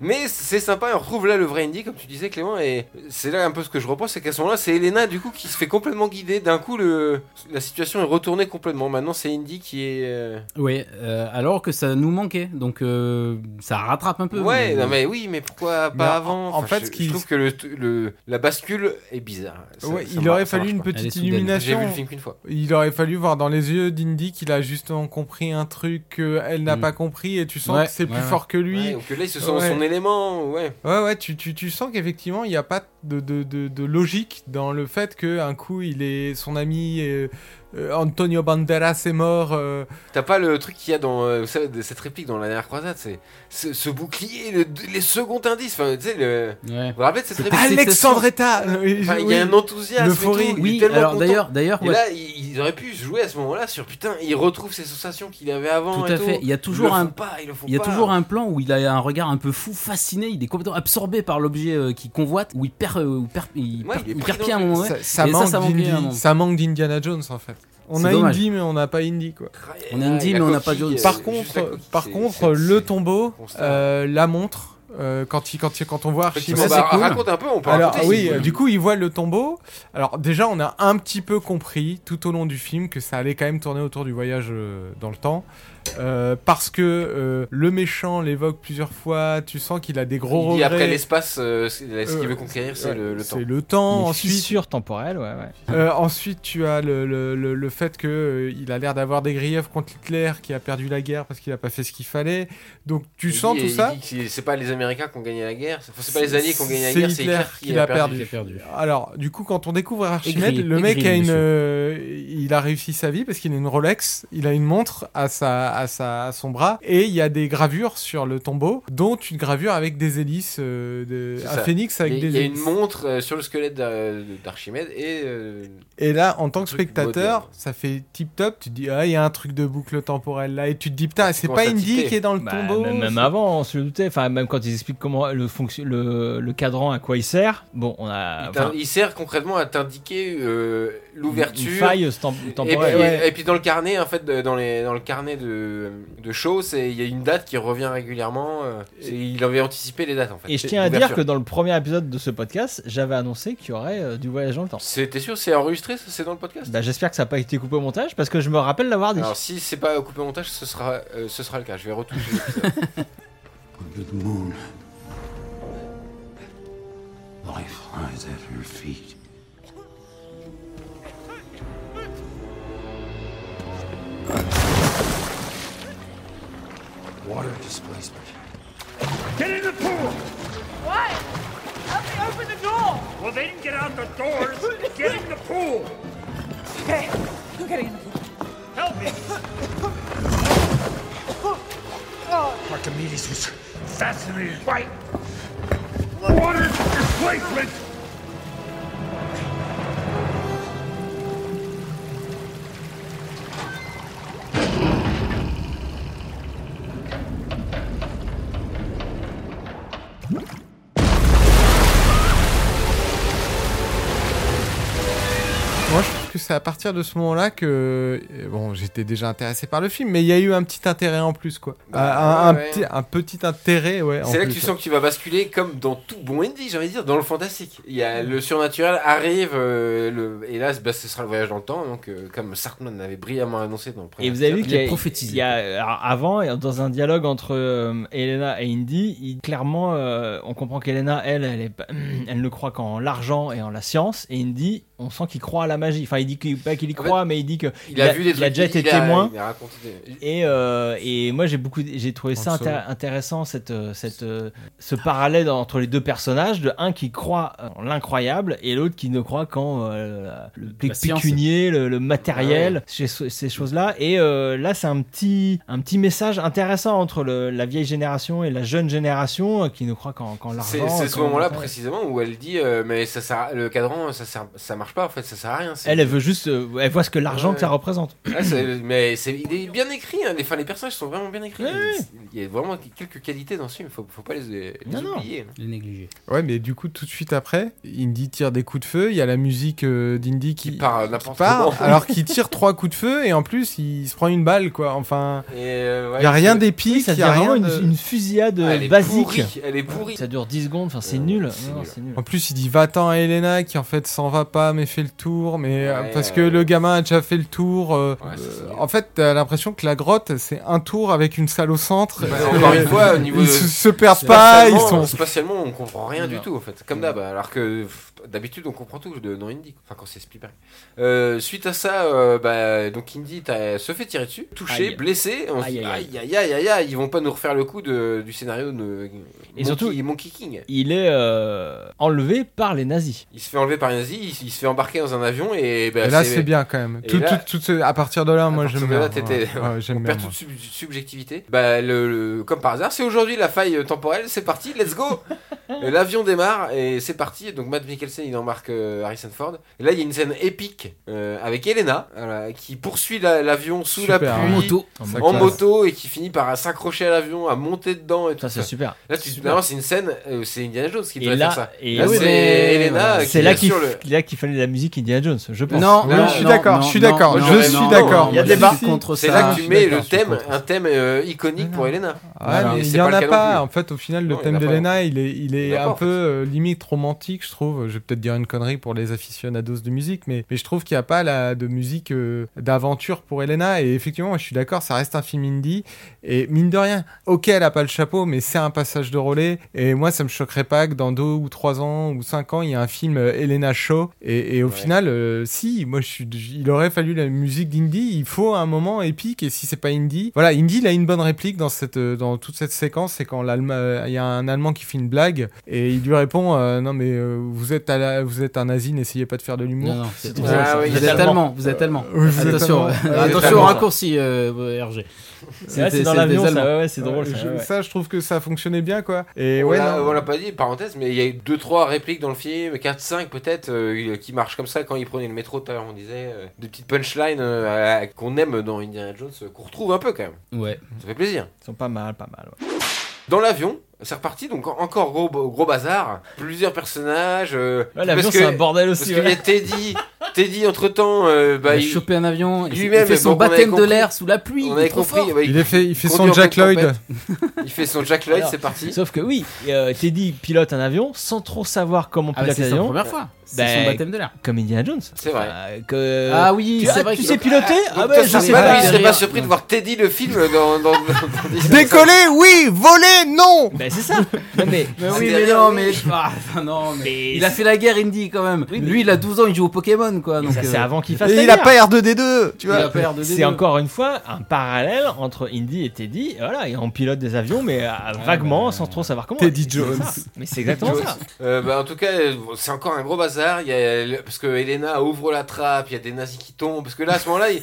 S3: Mais c'est sympa, et on retrouve là le vrai Indy, comme tu disais, Clément, et c'est là un peu ce que je repense, c'est qu'à ce moment-là, c'est Elena, du coup, qui se fait complètement guider. D'un coup, le, la situation est retournée complètement. Maintenant, c'est Indy qui est. euh,
S5: *laughs* Oui, euh, alors que ça nous manquait, donc euh, ça rattrape un peu.
S3: Ouais, non, mais oui, mais pourquoi
S6: Mais
S3: pas
S6: en-
S3: avant
S6: en
S3: Enfin, je,
S6: fait, ce
S3: je
S6: qui-
S3: trouve que le, le- la bascule est bizarre. Ça-
S6: Ouais,
S3: ça
S6: il
S3: mar-
S6: aurait
S3: ça
S6: fallu une
S3: marche
S5: Elle est
S6: petite
S5: soudaine.
S3: pas. J'ai vu le
S6: illumination.
S3: film qu'une fois.
S6: Il aurait fallu voir dans les yeux d'Indy qu'il a justement compris un truc qu'elle n'a
S5: Mm.
S6: pas compris et tu sens
S5: Ouais,
S6: que c'est
S5: ouais,
S6: plus
S5: ouais.
S6: fort que lui.
S3: Ouais,
S6: Ouais,
S3: ou que là, il se sent dans
S6: Ouais.
S3: son élément, ouais.
S6: ouais, tu, tu, tu sens qu'effectivement il n'y a pas de, de, de, de logique dans le fait que un coup il est son ami euh, euh, Antonio Banderas est mort. euh,
S3: T'as pas le truc qu'il y a dans euh, vous savez, de cette réplique dans la dernière croisade, c'est ce, ce bouclier, le- les seconds indices. Enfin, tu sais, le...
S5: Ouais.
S3: vous vous rappelez de cette
S5: C'est
S3: réplique
S6: Alexandre Eta. euh,
S3: Enfin, Il y
S6: oui.
S3: a un enthousiasme, et
S6: L'euphorie.
S3: tout, il est
S5: Oui,
S3: tellement
S5: alors
S3: content.
S5: d'ailleurs, d'ailleurs,
S3: Et
S5: ouais,
S3: là, il, il aurait pu jouer à ce moment-là sur putain, il retrouve ces sensations qu'il avait avant.
S5: Tout
S3: et
S5: à fait. Il y a
S3: Ils
S5: toujours
S3: le font
S5: un-
S3: pas, ils le font
S5: il y a
S3: pas.
S5: toujours un plan où il a un regard un peu fou, fasciné, il est complètement absorbé par l'objet euh, qu'il convoite, où il perd perd, euh, ou perd- il,
S3: Ouais,
S5: perd-
S3: il est
S5: il
S3: pris
S5: perd
S3: dans
S5: pied à un
S3: le-
S5: moment. ouais.
S6: Ça, ça
S5: Et ça,
S6: manque
S5: ça manquait
S6: d'Indy-
S5: à un moment.
S6: ça manque d'Indiana Jones en fait. On
S5: C'est
S6: a
S5: dommage.
S6: Indy mais on n'a pas Indy quoi.
S5: On a Indy,
S3: La
S5: mais on n'a
S3: coquille,
S5: pas Jones.
S3: euh,
S6: Par
S3: juste la
S6: contre,
S3: coquille,
S6: par
S3: c'est-
S6: contre
S3: c'est-
S6: le
S3: c'est-
S6: tombeau,
S3: constant.
S6: euh, la montre, euh, quand, il- quand, il- quand on voit Archie,
S3: Effectivement,
S6: ça,
S3: bah,
S6: c'est cool.
S3: Raconte un peu, on peut
S6: Alors
S3: raconter,
S6: oui,
S3: si vous
S6: euh,
S3: voulez.
S6: du coup, il voit le tombeau. Alors déjà, on a un petit peu compris tout au long du film que ça allait quand même tourner autour du voyage euh, dans le temps. Euh, parce que euh, le méchant l'évoque plusieurs fois, tu sens qu'il a des gros
S3: Il dit
S6: regrets.
S3: après l'espace, euh, c'est- ce qu'il
S6: Euh,
S3: veut conquérir, c'est
S6: Ouais,
S3: le, le temps.
S6: C'est le temps.
S1: Une
S6: Ensuite,
S1: fissure temporelle, ouais, ouais.
S6: euh, ensuite, tu as le, le, le, le fait que euh, il a l'air d'avoir des griefs contre Hitler, qui a perdu la guerre parce qu'il a pas fait ce qu'il fallait. Donc tu
S3: Il
S6: sens
S3: dit- euh,
S6: tout
S3: il
S6: ça.
S3: dit que C'est pas les Américains qui ont gagné la guerre, c'est enfin, c'est pas les
S6: C'est-
S3: Alliés qui ont gagné la
S6: c'est
S3: guerre, c'est
S6: Hitler
S3: Hitler
S6: qui
S3: qui
S6: l'a
S3: l'a
S5: Il
S3: perdu.
S5: a perdu.
S6: Alors, du coup, quand on découvre Archimède,
S5: Aigri,
S6: le mec
S5: aigri,
S6: a
S5: le
S6: une,
S5: monsieur.
S6: euh, il a réussi sa vie parce qu'il a une Rolex, il a une montre à sa, à sa, à son bras, et il y a des gravures sur le tombeau, dont une gravure avec des hélices, euh, de-
S3: C'est
S6: un
S3: ça.
S6: phénix avec
S3: Il y a-
S6: des
S3: il y a une
S6: hélices.
S3: montre euh, sur le squelette d'Ar- d'Archimède et euh,
S6: Et là, en tant que
S3: truc
S6: spectateur,
S3: moderne.
S6: ça fait tip top. Tu te dis, ah, il y a un truc de boucle temporelle là, et tu te dis, putain, c'est
S3: commences
S6: pas
S3: à
S6: Indy
S3: tilter.
S6: qui est dans le
S1: Bah,
S6: tombeau.
S1: même, même
S6: c'est-
S1: avant, on se le doutait. Enfin, même quand ils expliquent comment le, fonction- le, le cadran à quoi il sert. Bon, on a
S3: il
S1: Ah, enfin,
S3: t'in- il sert concrètement à t'indiquer euh,
S1: une
S3: l'ouverture.
S1: faille stem-
S3: Et puis,
S1: temporelle.
S3: et-
S6: ouais.
S3: et puis dans le carnet, en fait, de- dans, les, dans le carnet de, de show, c'est- il y a une date qui revient régulièrement. euh, c'est- il avait anticipé les dates, en fait.
S1: Et je tiens à dire
S3: L'ouverture.
S1: que dans le premier épisode de ce podcast, j'avais annoncé qu'il y aurait euh, du voyage dans le temps.
S3: C'était sûr, c'est enregistré, ça, c'est dans le podcast.
S1: Bah, J'espère que ça n'a pas été coupé au montage parce que je me rappelle l'avoir dit.
S3: Alors si c'est pas coupé au montage, ce sera, euh, ce sera le cas. Je vais retoucher. l'épisode.
S2: Good moon. Life lies at her feet. Water displacement.
S7: Well, they didn't get out the doors. Get in the pool. Okay, I'm getting in the pool. Help me. Archimedes was fascinated by water displacement.
S6: Moi, je trouve que c'est à partir de ce moment-là que euh, bon, j'étais déjà intéressé par le film, mais il y a eu un petit intérêt en plus, quoi.
S3: Bah,
S6: un, un
S3: ouais.
S6: petit, un petit intérêt, ouais. en
S3: c'est là que
S6: plus,
S3: tu sens que tu vas basculer comme dans tout bon Andy, j'ai envie de dire, dans le fantastique. Il y a le surnaturel arrive, euh, le, et là, bah, ce sera le voyage dans le temps. Donc euh, comme Sartman l'avait brillamment annoncé dans le premier.
S1: Et vous avez vu
S5: Il
S1: qu'il y a,
S5: est prophétisé.
S1: il y a- alors, avant, dans un dialogue entre euh, Elena et Indy, il- clairement, euh, on comprend qu'Elena, elle, elle, est pas- *clears throat* elle ne croit qu'en l'argent et en la science. Et Indy, on sent qu'il croit à la magie. Enfin, il dit qu'il, pas qu'il y
S3: En fait,
S1: croit, mais il dit que
S3: il a vu des
S1: il a
S3: trucs,
S1: déjà été
S3: il a-
S1: témoin.
S3: Il a raconté. des-
S1: Et, euh, et moi j'ai beaucoup j'ai trouvé
S6: On
S1: ça
S6: le sauve.
S1: intér- intéressant cette, euh, cette, euh, ce parallèle entre les deux personnages de un qui croit en l'incroyable et l'autre qui ne croit qu'en euh, le
S5: La science.
S1: pécunier le, le
S3: Ah
S1: matériel chez ce- ces choses là et euh, là c'est un petit un petit message intéressant entre le- la vieille génération et la jeune génération euh, qui ne croit qu'en qu'en l'argent
S3: C'est c'est
S1: et
S3: ce
S1: qu'en-
S3: moment-là
S1: ouais.
S3: précisément où elle dit euh, mais ça sert- le cadran ça sert- ça marche pas en fait ça sert à rien. c'est-
S1: elle elle veut juste euh, elle voit ce que l'argent
S3: Ouais.
S1: que ça représente
S3: Ah, c'est- mais c'est- il est bien écrit, hein. les, enfin, les personnages sont vraiment bien écrits.
S1: Ouais.
S3: Il y a vraiment quelques qualités dans ce film, faut, faut pas les, les
S1: Non, non.
S3: oublier. hein.
S5: Les négliger.
S6: Ouais, mais du coup, tout de suite après, Indy tire des coups de feu. Il y a la musique euh, d'Indy qui,
S3: Il part euh, n'importe
S6: part,
S3: comment. *laughs*
S6: alors qu'il tire trois coups de feu et en plus, il se prend une balle, quoi. Enfin,
S3: Et, euh, ouais,
S6: il y a rien
S3: c'est-
S1: oui,
S6: d'épique,
S1: ça
S6: il y a
S1: devient vraiment
S6: rien
S1: une,
S6: de-
S1: une fusillade euh,
S3: Ah, elle est
S1: basique
S3: pourrie, elle est pourrie.
S1: ça dure 10 secondes enfin c'est
S3: Euh,
S1: nul
S3: c'est
S1: Non, non,
S3: nul.
S1: c'est nul
S6: En plus, il dit va-t'en à Elena qui en fait s'en va pas mais fait le tour, mais euh,
S3: Ouais,
S6: parce
S3: euh,
S6: que le gamin a déjà fait le tour. euh,
S3: Ouais, ça, c'est
S6: euh,
S3: nul.
S6: en fait, t'as l'impression que la grotte c'est un tour avec une salle au centre.
S3: Bah,
S6: Euh,
S3: encore une fois, au niveau
S6: ils
S3: de-
S6: se, se perdent pas, ils
S3: Spatialement,
S6: sont.
S3: Spatialement, on comprend rien du
S1: Non.
S3: tout en fait. Comme d'hab, alors que pff, d'habitude on comprend tout de, dans Indy. quoi. Enfin, quand c'est Spielberg. Euh, suite à ça, euh, bah, donc Indy t'as- se fait tirer dessus, touché,
S1: Aïe.
S3: blessé. On se dit,
S1: Aïe, aïe,
S3: aïe aïe aïe aïe aïe, ils vont pas nous refaire le coup de, du scénario de
S1: Et surtout-
S3: Monkey King.
S1: il est euh, enlevé par les nazis.
S3: Il se fait enlever par un nazi, il, il se fait embarquer dans un avion et Et, bah,
S6: Et là, c'est bien quand même.
S3: Et
S6: Tout,
S3: là-
S6: tout- tout ce- À partir de là,
S3: À
S6: moi,
S3: partir
S6: j'aime
S3: de là,
S6: bien.
S3: t'étais-
S6: Ouais, ouais, j'aime
S3: On
S6: bien.
S3: perd
S6: moi.
S3: toute sub- subjectivité. Bah, le, le- comme par hasard, c'est aujourd'hui la faille euh, temporelle. C'est parti, let's
S1: *laughs*
S3: go. Et L'avion démarre et c'est parti. Donc Matt Mikkelsen, il embarque euh, Harrison Ford. Et là, il y a une scène épique euh, avec Elena voilà, qui poursuit la- l'avion sous
S6: Super,
S3: la
S6: en
S3: pluie.
S5: moto.
S6: Ça
S3: En
S6: classe.
S3: moto et qui finit par s'accrocher à l'avion, à monter dedans et tout
S1: Ça, c'est
S3: ça.
S1: super.
S3: Là, tu-
S1: super.
S3: non, c'est une scène, euh, c'est Indiana Jones qui
S1: Et
S3: devrait
S1: là-
S3: faire ça.
S1: et
S3: là,
S1: oui,
S3: c'est
S1: mais-
S3: Elena qui
S1: C'est là qu'il
S3: assure le.
S1: là qu'il fallait de la musique Indiana Jones, je pense.
S5: Non,
S6: Ouais,
S5: non,
S6: je suis
S5: non,
S6: d'accord,
S5: non,
S6: je suis
S5: non,
S6: d'accord,
S5: non,
S3: je
S5: non,
S3: suis
S5: non,
S6: d'accord.
S5: non,
S1: Il y a
S5: moi,
S1: débat.
S5: je suis contre
S3: C'est
S5: ça.
S3: là que
S6: je
S3: tu
S6: suis
S3: mets
S6: d'accord,
S3: le
S6: je suis
S3: thème,
S6: contre.
S3: un thème euh, iconique pour Elena.
S6: Ouais,
S5: Voilà.
S6: mais
S3: Mais
S6: il
S3: c'est
S6: y en
S3: pas
S6: a
S3: le cas non
S6: pas.
S3: plus.
S6: En fait, au final,
S3: Non,
S6: le
S3: il y en
S6: thème
S3: a pas. hein.
S6: d'Elena, il est, il
S3: Il y
S6: est
S3: en a pas,
S6: un
S3: en
S6: peu
S3: fait.
S6: euh, limite romantique, je trouve. Je vais peut-être dire une connerie pour les aficionados de musique, mais, mais je trouve qu'il n'y a pas la, de musique euh, d'aventure pour Elena. Et effectivement, moi, je suis d'accord, ça reste un film indie. Et mine de rien, ok, elle a pas le chapeau, mais c'est un passage de relais. Et moi, ça me choquerait pas que dans deux ou trois ans ou cinq ans, il y ait un film euh, Elena Shaw. Et, et au
S3: Ouais.
S6: final, euh, si, moi, je suis, j- il aurait fallu la musique d'Indie. Il faut un moment épique. Et si c'est pas Indie, voilà, Indie, il a une bonne réplique dans cette, euh, dans toute cette séquence. C'est quand l'Allem- euh, il y a un Allemand qui fait une blague et il lui répond, euh, non mais euh, vous êtes, à la- vous êtes un nazi, n'essayez pas de faire de l'humour.
S5: Non, non, c'est
S1: trop
S5: vous
S3: drôle, ça.
S5: êtes
S3: C'est
S5: allemand,
S1: allemand.
S5: vous êtes allemand.
S6: Euh, oui, vous êtes
S5: attention,
S6: allemand.
S5: euh,
S6: Ouais,
S5: attention
S3: allemand,
S5: au
S3: ça.
S5: raccourci, euh, RG.
S1: C'est là,
S5: C'était-
S1: c'est dans
S5: c'était
S1: l'avion,
S5: des
S1: ça.
S5: Allemands.
S1: Ouais, ouais, c'est drôle. ça,
S6: Euh, Je-
S1: ouais.
S6: Ça, je trouve que ça fonctionnait bien, quoi. Et
S3: on
S6: ouais,
S3: l'a-
S6: non.
S3: on l'a pas dit, parenthèse, mais il y a eu 2-3 répliques dans le film, 4-5 peut-être, euh, qui marchent comme ça quand ils prenaient le métro tout à l'heure, on disait. euh, des petites punchlines euh, à- qu'on aime dans Indiana Jones, euh, qu'on retrouve un peu quand même.
S5: Ouais.
S3: Ça fait plaisir.
S1: Ils sont pas mal, pas mal. ouais.
S3: Dans l'avion, c'est reparti, donc en- encore gros, gros bazar, plusieurs personnages. euh,
S1: Ouais, l'avion,
S3: parce que-
S1: c'est un bordel
S3: Parce
S1: aussi.
S3: qu'il y
S1: ouais.
S3: a Teddy, Teddy entre temps,
S5: Il
S3: bah,
S5: a
S3: il-
S5: chopé un avion, il fait-
S3: lui-même,
S5: il fait son
S3: bon, on avait
S5: baptême de
S3: compris.
S5: l'air sous la pluie.
S3: on
S5: il est
S3: avait
S5: trop
S3: compris,
S5: fort.
S3: bah,
S6: Il, est fait, il fait son
S3: conduit en
S6: Jack
S3: pleine
S6: Lloyd.
S3: tempête. il fait son Jack Lloyd,
S1: Alors,
S3: c'est parti.
S1: Sauf que oui, euh, Teddy pilote un avion sans trop savoir comment
S5: Ah, bah,
S1: piloter
S5: c'est sa
S1: l'avion,
S5: première fois. C'est
S1: Ben,
S5: son baptême de l'air.
S1: comme Indiana Jones.
S3: C'est vrai.
S1: Euh, que-
S5: Ah oui,
S1: tu,
S5: c'est
S1: ah,
S5: vrai
S1: tu
S5: que-
S1: sais piloter
S3: Donc,
S1: Ah
S3: toi,
S1: bah je
S3: ça,
S1: sais
S3: bah, lui,
S1: pas.
S3: il serait
S5: Derrière.
S3: pas surpris de voir Teddy le film dans. dans, dans, dans Disney.
S6: Décoller, oui Voler, non
S1: Bah c'est ça. Non, mais
S5: Mais
S3: Ah,
S5: oui, mais
S3: derrière,
S5: non,
S3: oui.
S5: mais. Ah, enfin, non, mais-
S1: Mais
S5: Il a fait la guerre Indy quand même.
S1: Oui, mais-
S5: Lui, il a 12 ans, il joue au Pokémon quoi. Donc,
S1: ça, c'est
S5: euh,
S1: avant qu'il fasse
S6: Et
S1: la
S6: il a
S1: guerre.
S6: pas R2D2, tu
S5: il a
S6: vois.
S5: pas l'air de
S1: C'est
S5: dégueu.
S1: encore une fois un parallèle entre Indy et Teddy. Et Voilà, et on pilote des avions, mais euh, vaguement, sans trop savoir comment.
S6: Teddy
S1: Et c'est
S6: Jones.
S1: ça. Mais c'est exactement
S3: Jones.
S1: ça.
S3: Euh, bah, en tout cas, euh, bon, c'est encore un gros bazar. Il y a le- parce que Elena ouvre la trappe, il y a des nazis qui tombent. Parce que là, à ce moment-là, il-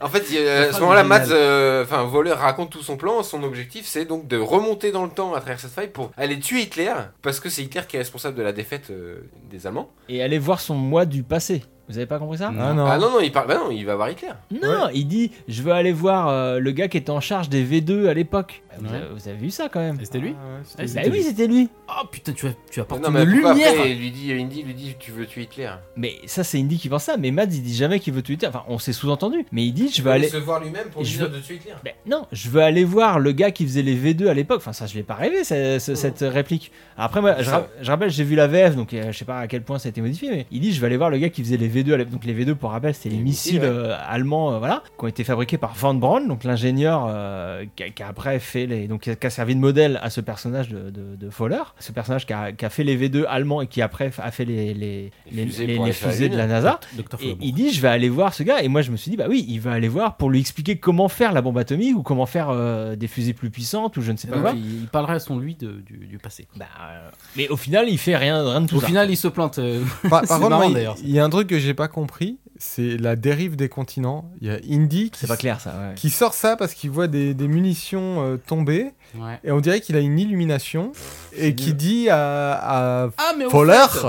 S3: en fait, il y a- à ce moment-là, Matt, euh, enfin, voleur raconte tout son plan. Son objectif, c'est donc de remonter dans le temps à travers cette faille pour aller tuer Hitler, parce que c'est Hitler qui est responsable de la défaite euh, des Allemands.
S1: Et allez voir son moi du passé. Vous avez pas compris ça
S6: Ah non.
S3: Ah non non, il parle. Bah non, il va voir Hitler.
S1: Non, il dit je veux aller voir euh, le gars qui était en charge des V2 à l'époque. Bah, Vous,
S5: Ouais.
S1: avez- vous avez vu ça quand même
S5: Et c'était lui
S6: Ah,
S1: Bah oui, c'était lui.
S5: Oh putain, tu as, tu as
S3: Mais
S5: porté
S3: non,
S5: une
S3: mais pourquoi après,
S5: lumière.
S3: il lui dit, Indy lui dit, tu veux tuer Hitler.
S1: Mais ça, c'est Indy qui pense ça. Mais Mads, il dit jamais qu'il veut Twitter. Enfin, on s'est sous-entendu. Mais il dit je veux
S3: Il
S1: aller.
S3: se voir lui-même pour
S1: Je
S3: lui dire
S1: veux-
S3: de tuer Hitler.
S1: Ben, non, je veux aller voir le gars qui faisait les V2 à l'époque. Enfin, ça, je l'ai pas rêvé, ce- ce-
S3: Mhm.
S1: cette réplique. Après, moi, je, ra- je rappelle, j'ai vu la VF, donc euh, je sais pas à quel point ça a été modifié, mais il dit Je vais aller voir le gars qui faisait les V2 à l'époque. Donc, les V2, pour rappel, c'était les
S3: Les
S1: missiles
S3: missiles, ouais.
S1: euh, allemands, euh, voilà, qui ont été fabriqués par Van Braun, donc l'ingénieur euh, qui, a- qui a après fait les. Donc, qui a- qui a servi de modèle à ce personnage de, de, de Fowler, ce personnage qui a, qui a fait les V2 allemands et qui après a fait les, les,
S3: Les
S1: les-
S3: fusées
S1: les-
S3: pour
S1: les
S3: aller sur la
S1: fusées de
S3: Lune.
S1: la NASA.
S5: Docteur
S1: Et il dit je vais aller voir ce gars et moi je me suis dit bah oui il va aller voir pour lui expliquer comment faire la bombe atomique ou comment faire euh, des fusées plus puissantes ou je ne sais pas quoi.
S5: il, il parlerait à son lui de- du, du passé.
S1: Bah, euh, mais au final il fait rien rien de tout
S5: Au
S1: ça.
S5: final, il se plante. euh,
S6: *laughs* Par,
S5: C'est
S6: par contre,
S5: marrant,
S6: moi, il-
S5: d'ailleurs, ça.
S6: il y a un truc que j'ai pas compris, c'est la dérive des continents. Il y a Indy qui,
S1: c'est pas clair ça. ouais.
S6: qui sort ça parce qu'il voit des, des munitions euh, tomber
S5: ouais.
S6: et on dirait qu'il a une illumination et qui dit à, à
S5: Ah, mais au
S6: Fowler
S5: fait,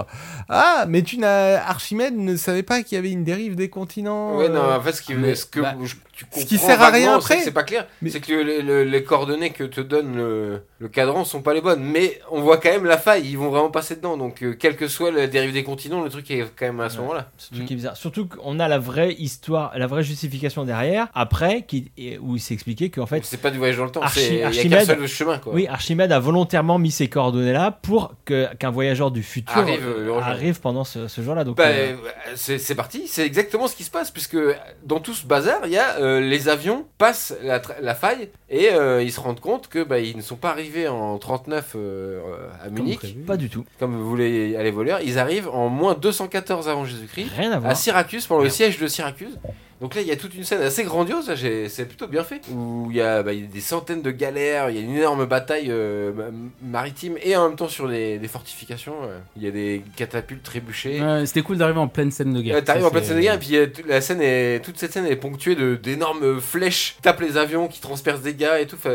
S6: Ah, mais tu n'as Archimède ne savait pas qu'il y avait une dérive des continents.
S3: Ouais,
S6: euh.
S3: non, en fait, ce qui,
S5: mais-
S3: ce que
S5: bah,
S3: je- tu comprends
S6: ce qui sert à rien
S3: vaguement, c'est
S6: après.
S3: que C'est pas clair.
S6: Mais-
S3: C'est que le- le- les coordonnées que te donne le, le cadran sont pas les bonnes. Mais on voit quand même la faille. Ils vont vraiment passer dedans. Donc, euh, quelle que soit la dérive des continents, le truc est quand même à ce
S1: Ouais.
S3: moment-là.
S1: Ce truc qui est bizarre. Surtout qu'on a la vraie histoire, la vraie justification derrière, après, qui, et- où il s'est expliqué qu'en fait,
S3: C'est pas du voyage dans le temps.
S1: Archi-
S3: c'est- Il y a qu'un
S1: Archimède-
S3: seul chemin, quoi.
S1: oui, Archimède a volontairement mis ces coordonnées-là pour que- qu'un voyageur du futur
S3: Arrive,
S1: euh,
S3: le rejoindre.
S1: arrive pendant ce, ce jour-là. Donc,
S3: Bah,
S1: euh,
S3: euh, c'est c'est parti, c'est exactement ce qui se passe, puisque dans tout ce bazar, il y a euh, les avions passent la, tra- la faille et euh, ils se rendent compte que bah, ils ne sont pas arrivés en 39 euh, à Munich,
S5: prévu.
S1: pas du tout.
S3: comme, vous voulez aller voleurs, ils arrivent en moins 214 avant Jésus-Christ
S5: Ah
S1: Rien à voir.
S3: à Syracuse, pendant le siège de Syracuse. Donc là, il y a toute une scène assez grandiose, là, j'ai- c'est plutôt bien fait, où il y, a, bah, il y a des centaines de galères, il y a une énorme bataille euh, ma- maritime et en même temps sur les, les fortifications, euh, il y a des catapultes trébuchées.
S5: euh, Ouais, C'était cool d'arriver en pleine scène de guerre.
S3: Euh, T'arrives
S5: Ça,
S3: en pleine
S5: c'est-
S3: scène de guerre et puis euh, toute la scène est, toute cette scène est ponctuée de d'énormes flèches qui tapent les avions, qui transpercent des gars et tout. enfin,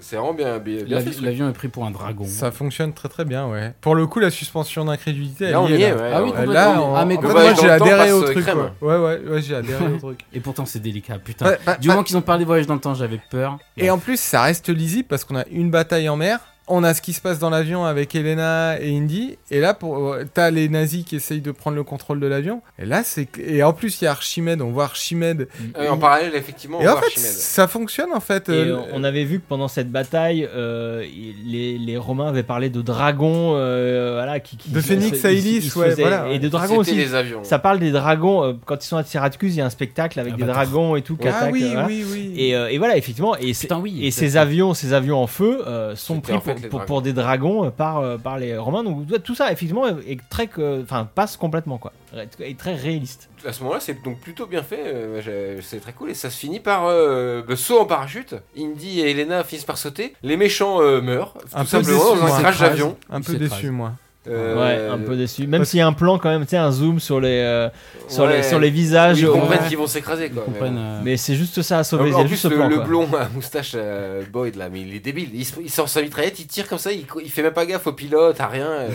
S3: C'est vraiment bien, bien, bien fait.
S5: L'avi-
S3: ce truc.
S5: L'avion est pris pour un dragon.
S6: Ça fonctionne très très bien, ouais. Pour le coup, la suspension d'incrédulité, elle
S3: Là, on y est.
S6: là.
S3: ouais,
S5: Ah oui,
S3: ouais.
S6: Euh,
S5: complètement.
S6: Là, on-
S5: Ah, mais
S6: en
S5: comme
S6: fait,
S5: dans
S6: moi
S5: le
S6: j'ai
S3: temps
S6: adhéré
S3: passe,
S6: au
S3: euh,
S6: truc.
S3: crème.
S6: quoi. Ouais, ouais, ouais,
S5: *laughs*
S6: j'ai adhéré au truc.
S5: Et pourtant, c'est délicat, putain.
S6: Bah, bah,
S5: du moment qu'ils ont parlé voyage dans le temps, j'avais peur.
S6: Et en plus, ça reste lisible parce qu'on a une bataille en mer. On a ce qui se passe dans l'avion avec Elena et Indy. Et là, pour... euh, t'as les nazis qui essayent de prendre le contrôle de l'avion. Et là, c'est. Et en plus, il y a Archimède. On voit Archimède.
S3: Euh,
S1: Mm.
S3: en parallèle, effectivement, on
S6: Et en
S3: voit
S6: fait,
S3: Archimède.
S6: ça fonctionne en fait.
S1: Et
S6: euh,
S1: on avait vu que pendant cette bataille, euh, les, les Romains avaient parlé de dragons, euh, voilà, qui, qui-
S6: De phénix à
S1: ils- ils- ils
S6: hélice,
S1: se
S6: ouais,
S1: faisaient-
S6: voilà, ouais.
S1: et de dragons
S3: C'était
S1: aussi.
S3: les avions.
S1: Ça parle des dragons euh, quand ils sont à Syracuse, il y a un spectacle avec
S5: Ah,
S1: des
S5: bah,
S1: dragons et tout qui
S6: Ah
S1: attaquent,
S6: oui,
S1: euh, voilà.
S6: oui, oui.
S1: Et, euh, et voilà, effectivement, et, c'est-
S5: Putain, oui.
S1: et ces avions, ces avions en feu euh, sont
S3: C'était
S1: pris
S3: en
S1: pour,
S3: fait les
S1: pour-
S3: dragons.
S1: pour des dragons euh, par, euh, par les Romains. Donc ouais, tout ça, effectivement, est très, que- enfin, passe complètement quoi, est très réaliste.
S3: à ce moment-là, c'est donc plutôt bien fait. euh, j'ai- c'est très cool. Et ça se finit par euh, le saut en parachute. Indy et Elena finissent par sauter. Les méchants euh, meurent.
S6: Un
S3: tout
S6: peu déçu,
S3: simplement dans
S6: moi.
S3: un crash d'avion.
S6: Un
S5: Il
S6: peu
S5: s'écrase.
S6: déçu, moi.
S3: Euh,
S1: ouais, un peu déçu. Même
S6: parce-
S1: s'il y a un plan quand même, tu sais, un zoom sur les, euh, sur
S3: ouais,
S1: les, sur les
S3: Ils
S1: visages. au-
S3: comprennent
S6: Ouais.
S3: qu'ils vont s'écraser. quoi,
S5: Ils comprennent.
S3: mais
S5: euh,
S1: Mais c'est juste ça à
S3: bon.
S1: sauver. il y
S3: en
S1: a
S3: plus,
S1: juste ce
S3: le,
S1: plan,
S3: le
S1: quoi.
S3: blond à moustache euh, Boyd là, mais il est débile. Il, se- il sort sa mitraillette, il tire comme ça, il, co- il fait même pas gaffe au pilote, à
S1: *laughs*
S3: rien. euh,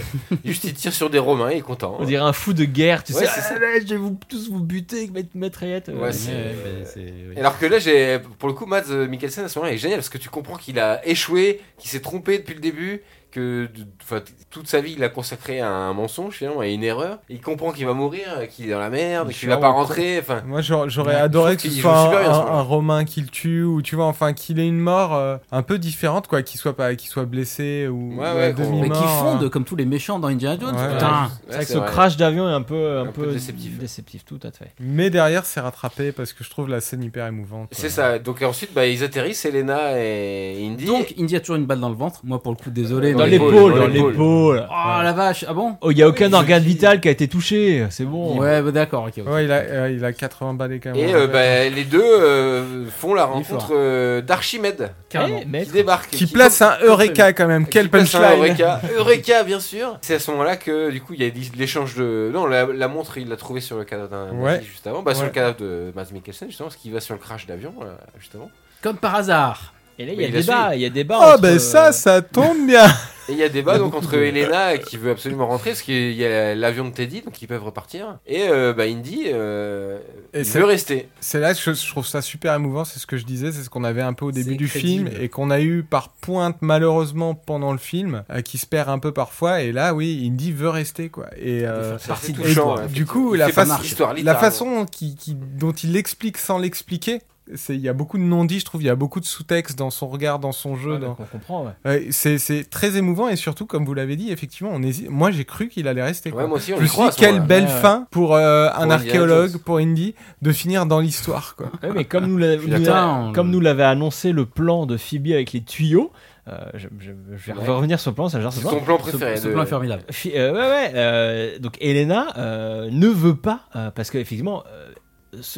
S3: juste il tire sur des Romains, il est content.
S1: On dirait un fou de guerre, tu
S3: Ouais,
S1: sais.
S3: c'est ça.
S1: Ah, ouais, je vais vous tous vous buter avec mes mitraillettes.
S3: Ouais,
S5: ouais,
S3: c'est-
S5: ouais, bah, c'est- oui.
S3: Et Alors que là, j'ai pour le coup, Mads euh, Mikkelsen à ce moment-là est génial parce que tu comprends qu'il a échoué, qu'il s'est trompé depuis le début, que de- enfin, t- toute sa vie il a consacré à un mensonge finalement, à une erreur. Il comprend qu'il va mourir, euh, qu'il est dans la merde,
S6: Il
S3: qu'il
S6: fait
S3: va pas
S6: un-
S3: rentrer. Enfin,
S6: Moi, j'aurais j'aurais
S3: Ouais,
S6: adoré
S3: sauf
S6: que ce
S3: qu'il
S6: soit
S3: joue super bien, ce
S6: un,
S3: moment-là.
S6: un Romain qui le tue, ou tu vois, enfin, qu'il ait une mort euh, un peu différente, quoi, qu'il soit pas, qu'il soit blessé ou
S3: Ouais,
S6: ou à
S3: ouais, qu'on-
S6: demi-mort.
S5: Mais qui fondent
S6: hein.
S5: comme tous les méchants dans Indiana Jones,
S6: Ouais.
S5: putain.
S3: ouais,
S1: C'est vrai que
S3: c'est
S1: ce
S3: vrai.
S1: crash d'avion est un peu, un,
S3: Un peu déceptif.
S1: déceptif, tout à fait.
S6: Mais derrière, c'est rattrapé parce que je trouve la scène hyper émouvante.
S3: C'est ça. Donc ensuite, bah, ils atterrissent, Elena et Indy.
S5: Donc, Indy a toujours une balle dans le ventre. Moi, pour le coup, désolé.
S3: Dans
S1: Dans
S5: mais-
S1: l'épaule,
S3: dans
S1: dans
S3: l'épaule.
S1: l'épaule.
S5: Ah la vache, ah bon
S1: Oh, il n'y a aucun
S3: Oui,
S1: organe
S3: je-
S1: vital qui a été touché, c'est bon. Eh,
S5: Ouais, bah, d'accord, ok. ok.
S6: Ouais, il a, euh, il a 80 balais quand même.
S3: et euh, bah, les deux euh, font la rencontre euh, d'Archimède
S5: Carrément.
S1: Eh,
S3: qui
S1: maître.
S3: débarque.
S6: qui place un Eureka quand même. Quel
S3: Qui place un
S6: punchline
S3: Eureka. *laughs* Eureka, bien sûr C'est à ce moment-là que, du coup, il y a l'échange de... Non, la, la montre, il l'a trouvée sur le cadavre d'un nazi
S6: Ouais.
S3: juste avant. Bah, sur
S6: Ouais.
S3: le cadavre de Mads Mikkelsen, justement, parce qu'il va sur le crash d'avion, euh, justement.
S5: Comme par hasard.
S1: Et là, il
S3: Mais
S1: y a
S3: il a
S1: débat, il y a débat.
S6: Oh,
S1: entre- euh,
S6: ben ça,
S3: euh,
S6: ça tombe
S3: *laughs*
S6: bien
S3: Et il y a débat, donc, entre Elena, qui veut absolument rentrer, parce qu'il y a l'avion de Teddy, donc ils peuvent repartir. Et, euh, bah, Indy, euh,
S6: Et
S3: il
S6: c'est-
S3: veut rester.
S6: C'est là que je, je trouve ça super émouvant, c'est ce que je disais, c'est ce qu'on avait un peu au début
S5: C'est
S6: du
S5: crédible.
S6: film et qu'on a eu par pointe malheureusement pendant le film, euh, qui se perd un peu parfois, et là oui, Indy veut rester quoi. Et, euh,
S3: C'est assez
S5: partie de-
S3: touchant,
S6: et
S3: ouais,
S6: du
S3: hein, effectivement.
S6: coup,
S3: Il
S6: la
S3: fait partie
S6: façon-
S3: de l'histoire,
S6: la
S3: Ah, littéralement.
S6: façon qui, qui- dont il l'explique sans l'expliquer, c'est il y a beaucoup de non-dits, je trouve, il y a beaucoup de sous-textes dans son regard, dans son jeu,
S3: Ah,
S1: Ouais,
S6: dans-
S1: donc on comprend, ouais.
S6: Ouais, Euh, c'est c'est très émouvant et surtout, comme vous l'avez dit, effectivement, on hésite. Moi, j'ai cru qu'il allait rester. quoi.
S3: Ouais, moi aussi, on
S6: je me
S3: y
S6: suis
S3: croit à
S6: dit,
S3: ce
S6: quelle
S3: moment-là.
S6: belle
S1: Ouais, ouais.
S6: fin pour euh, un
S3: Indiana
S6: archéologue,
S3: Jones.
S6: pour Indy, de finir dans l'histoire, quoi.
S1: Ouais, mais comme nous, l'a-
S3: suis
S1: nous
S3: d'accord.
S1: l'a-
S5: Putain, on-
S1: comme nous l'avait annoncé le plan de Phoebe avec les tuyaux, euh, je, je- je vais
S3: Ouais.
S1: revenir sur le plan, ça gère ce
S3: C'est
S1: plan.
S3: son plan préféré.
S5: Ce
S3: de-
S5: plan est formidable.
S1: Fi- euh, ouais, ouais, euh, donc Elena euh, ne veut pas, euh, parce qu'effectivement,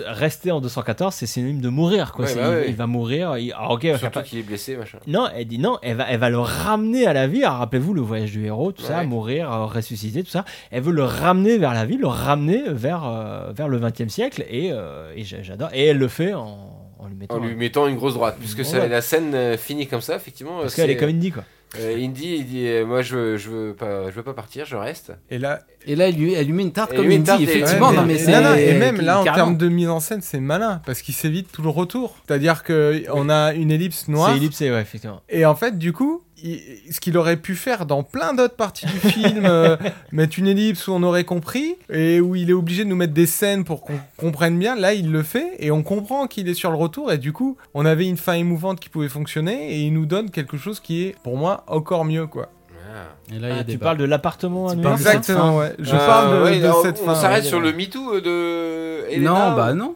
S1: rester en 214, c'est synonyme de mourir. Quoi.
S3: Ouais,
S1: C'est-
S3: bah
S1: il,
S3: ouais.
S1: il va mourir. Il... Ah, ok, il va faire
S3: Surtout
S1: pas-
S3: qu'il est blessé, machin.
S1: Non, elle dit non, elle va, elle va le ramener à la vie. Alors, rappelez-vous le voyage du héros, tout ça,
S3: Ouais.
S1: mourir, euh, ressusciter, tout ça. Elle veut le ramener vers la vie, le ramener vers, euh, vers le 20 e siècle. Et, euh, et j'a- j'adore. Et elle le fait en, en lui mettant.
S3: En lui mettant une grosse droite, puisque ça-
S1: Ouais.
S3: la scène euh, finit comme ça, effectivement.
S1: Parce
S3: euh,
S1: qu'elle est
S3: c'est-
S1: comme Indy, quoi.
S3: Euh, Indy, il dit euh, Moi, je veux, je, veux pas, je veux pas partir, je reste.
S6: Et là,
S5: Et là, elle lui, elle lui met une tarte
S3: Elle
S5: comme
S3: lui met une
S5: Indy,
S3: tarte et-
S5: effectivement.
S3: Ouais,
S5: non,
S3: mais-
S5: mais
S6: et-
S5: c'est-
S6: non, non, et même là, en
S5: carrément.
S6: termes de mise en scène, c'est malin parce qu'il s'évite tout le retour. C'est-à-dire que on a une ellipse noire.
S1: C'est ellipsé, ouais, effectivement.
S6: Et en fait, du coup, il- ce qu'il aurait pu faire dans plein d'autres parties du
S5: *laughs*
S6: film, euh, mettre une ellipse où on aurait compris et où il est obligé de nous mettre des scènes pour qu'on comprenne bien, là, il le fait et on comprend qu'il est sur le retour. Et du coup, on avait une fin émouvante qui pouvait fonctionner et il nous donne quelque chose qui est, pour moi, encore mieux, quoi.
S3: Ah.
S5: Et là, il y a
S1: Ah,
S5: des
S1: tu
S5: barres.
S1: parles de l'appartement à New York, ça
S6: Exactement, ouais. Je
S3: Euh,
S6: parle de,
S3: ouais,
S6: de
S3: alors,
S6: cette
S3: on
S6: fin.
S3: s'arrête
S6: ouais.
S3: sur le MeToo euh, de euh, Elena.
S5: Non, bah
S3: ou-
S5: non.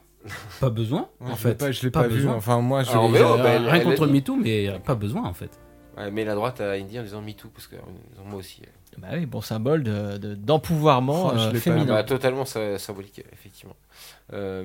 S5: Pas besoin,
S6: Ouais,
S5: en
S6: je l'ai
S5: fait.
S6: pas- je l'ai pas, vu.
S5: besoin.
S6: Enfin, moi, je.
S3: Alors, mais
S6: l'ai-
S3: oh,
S5: Euh,
S3: bah, elle-
S5: rien
S3: elle
S5: contre
S3: a
S5: le
S3: dit.
S5: MeToo, mais euh, pas besoin, en fait.
S3: Ouais, mais la droite à Indy en disant MeToo, parce que en disant moi aussi.
S1: Bah oui, bon symbole de- de- d'empouvoirment
S6: Oh, je
S1: euh,
S3: Ah,
S6: l'ai pas
S1: féminin.
S3: Bah, totalement sy- symbolique, effectivement. Euh,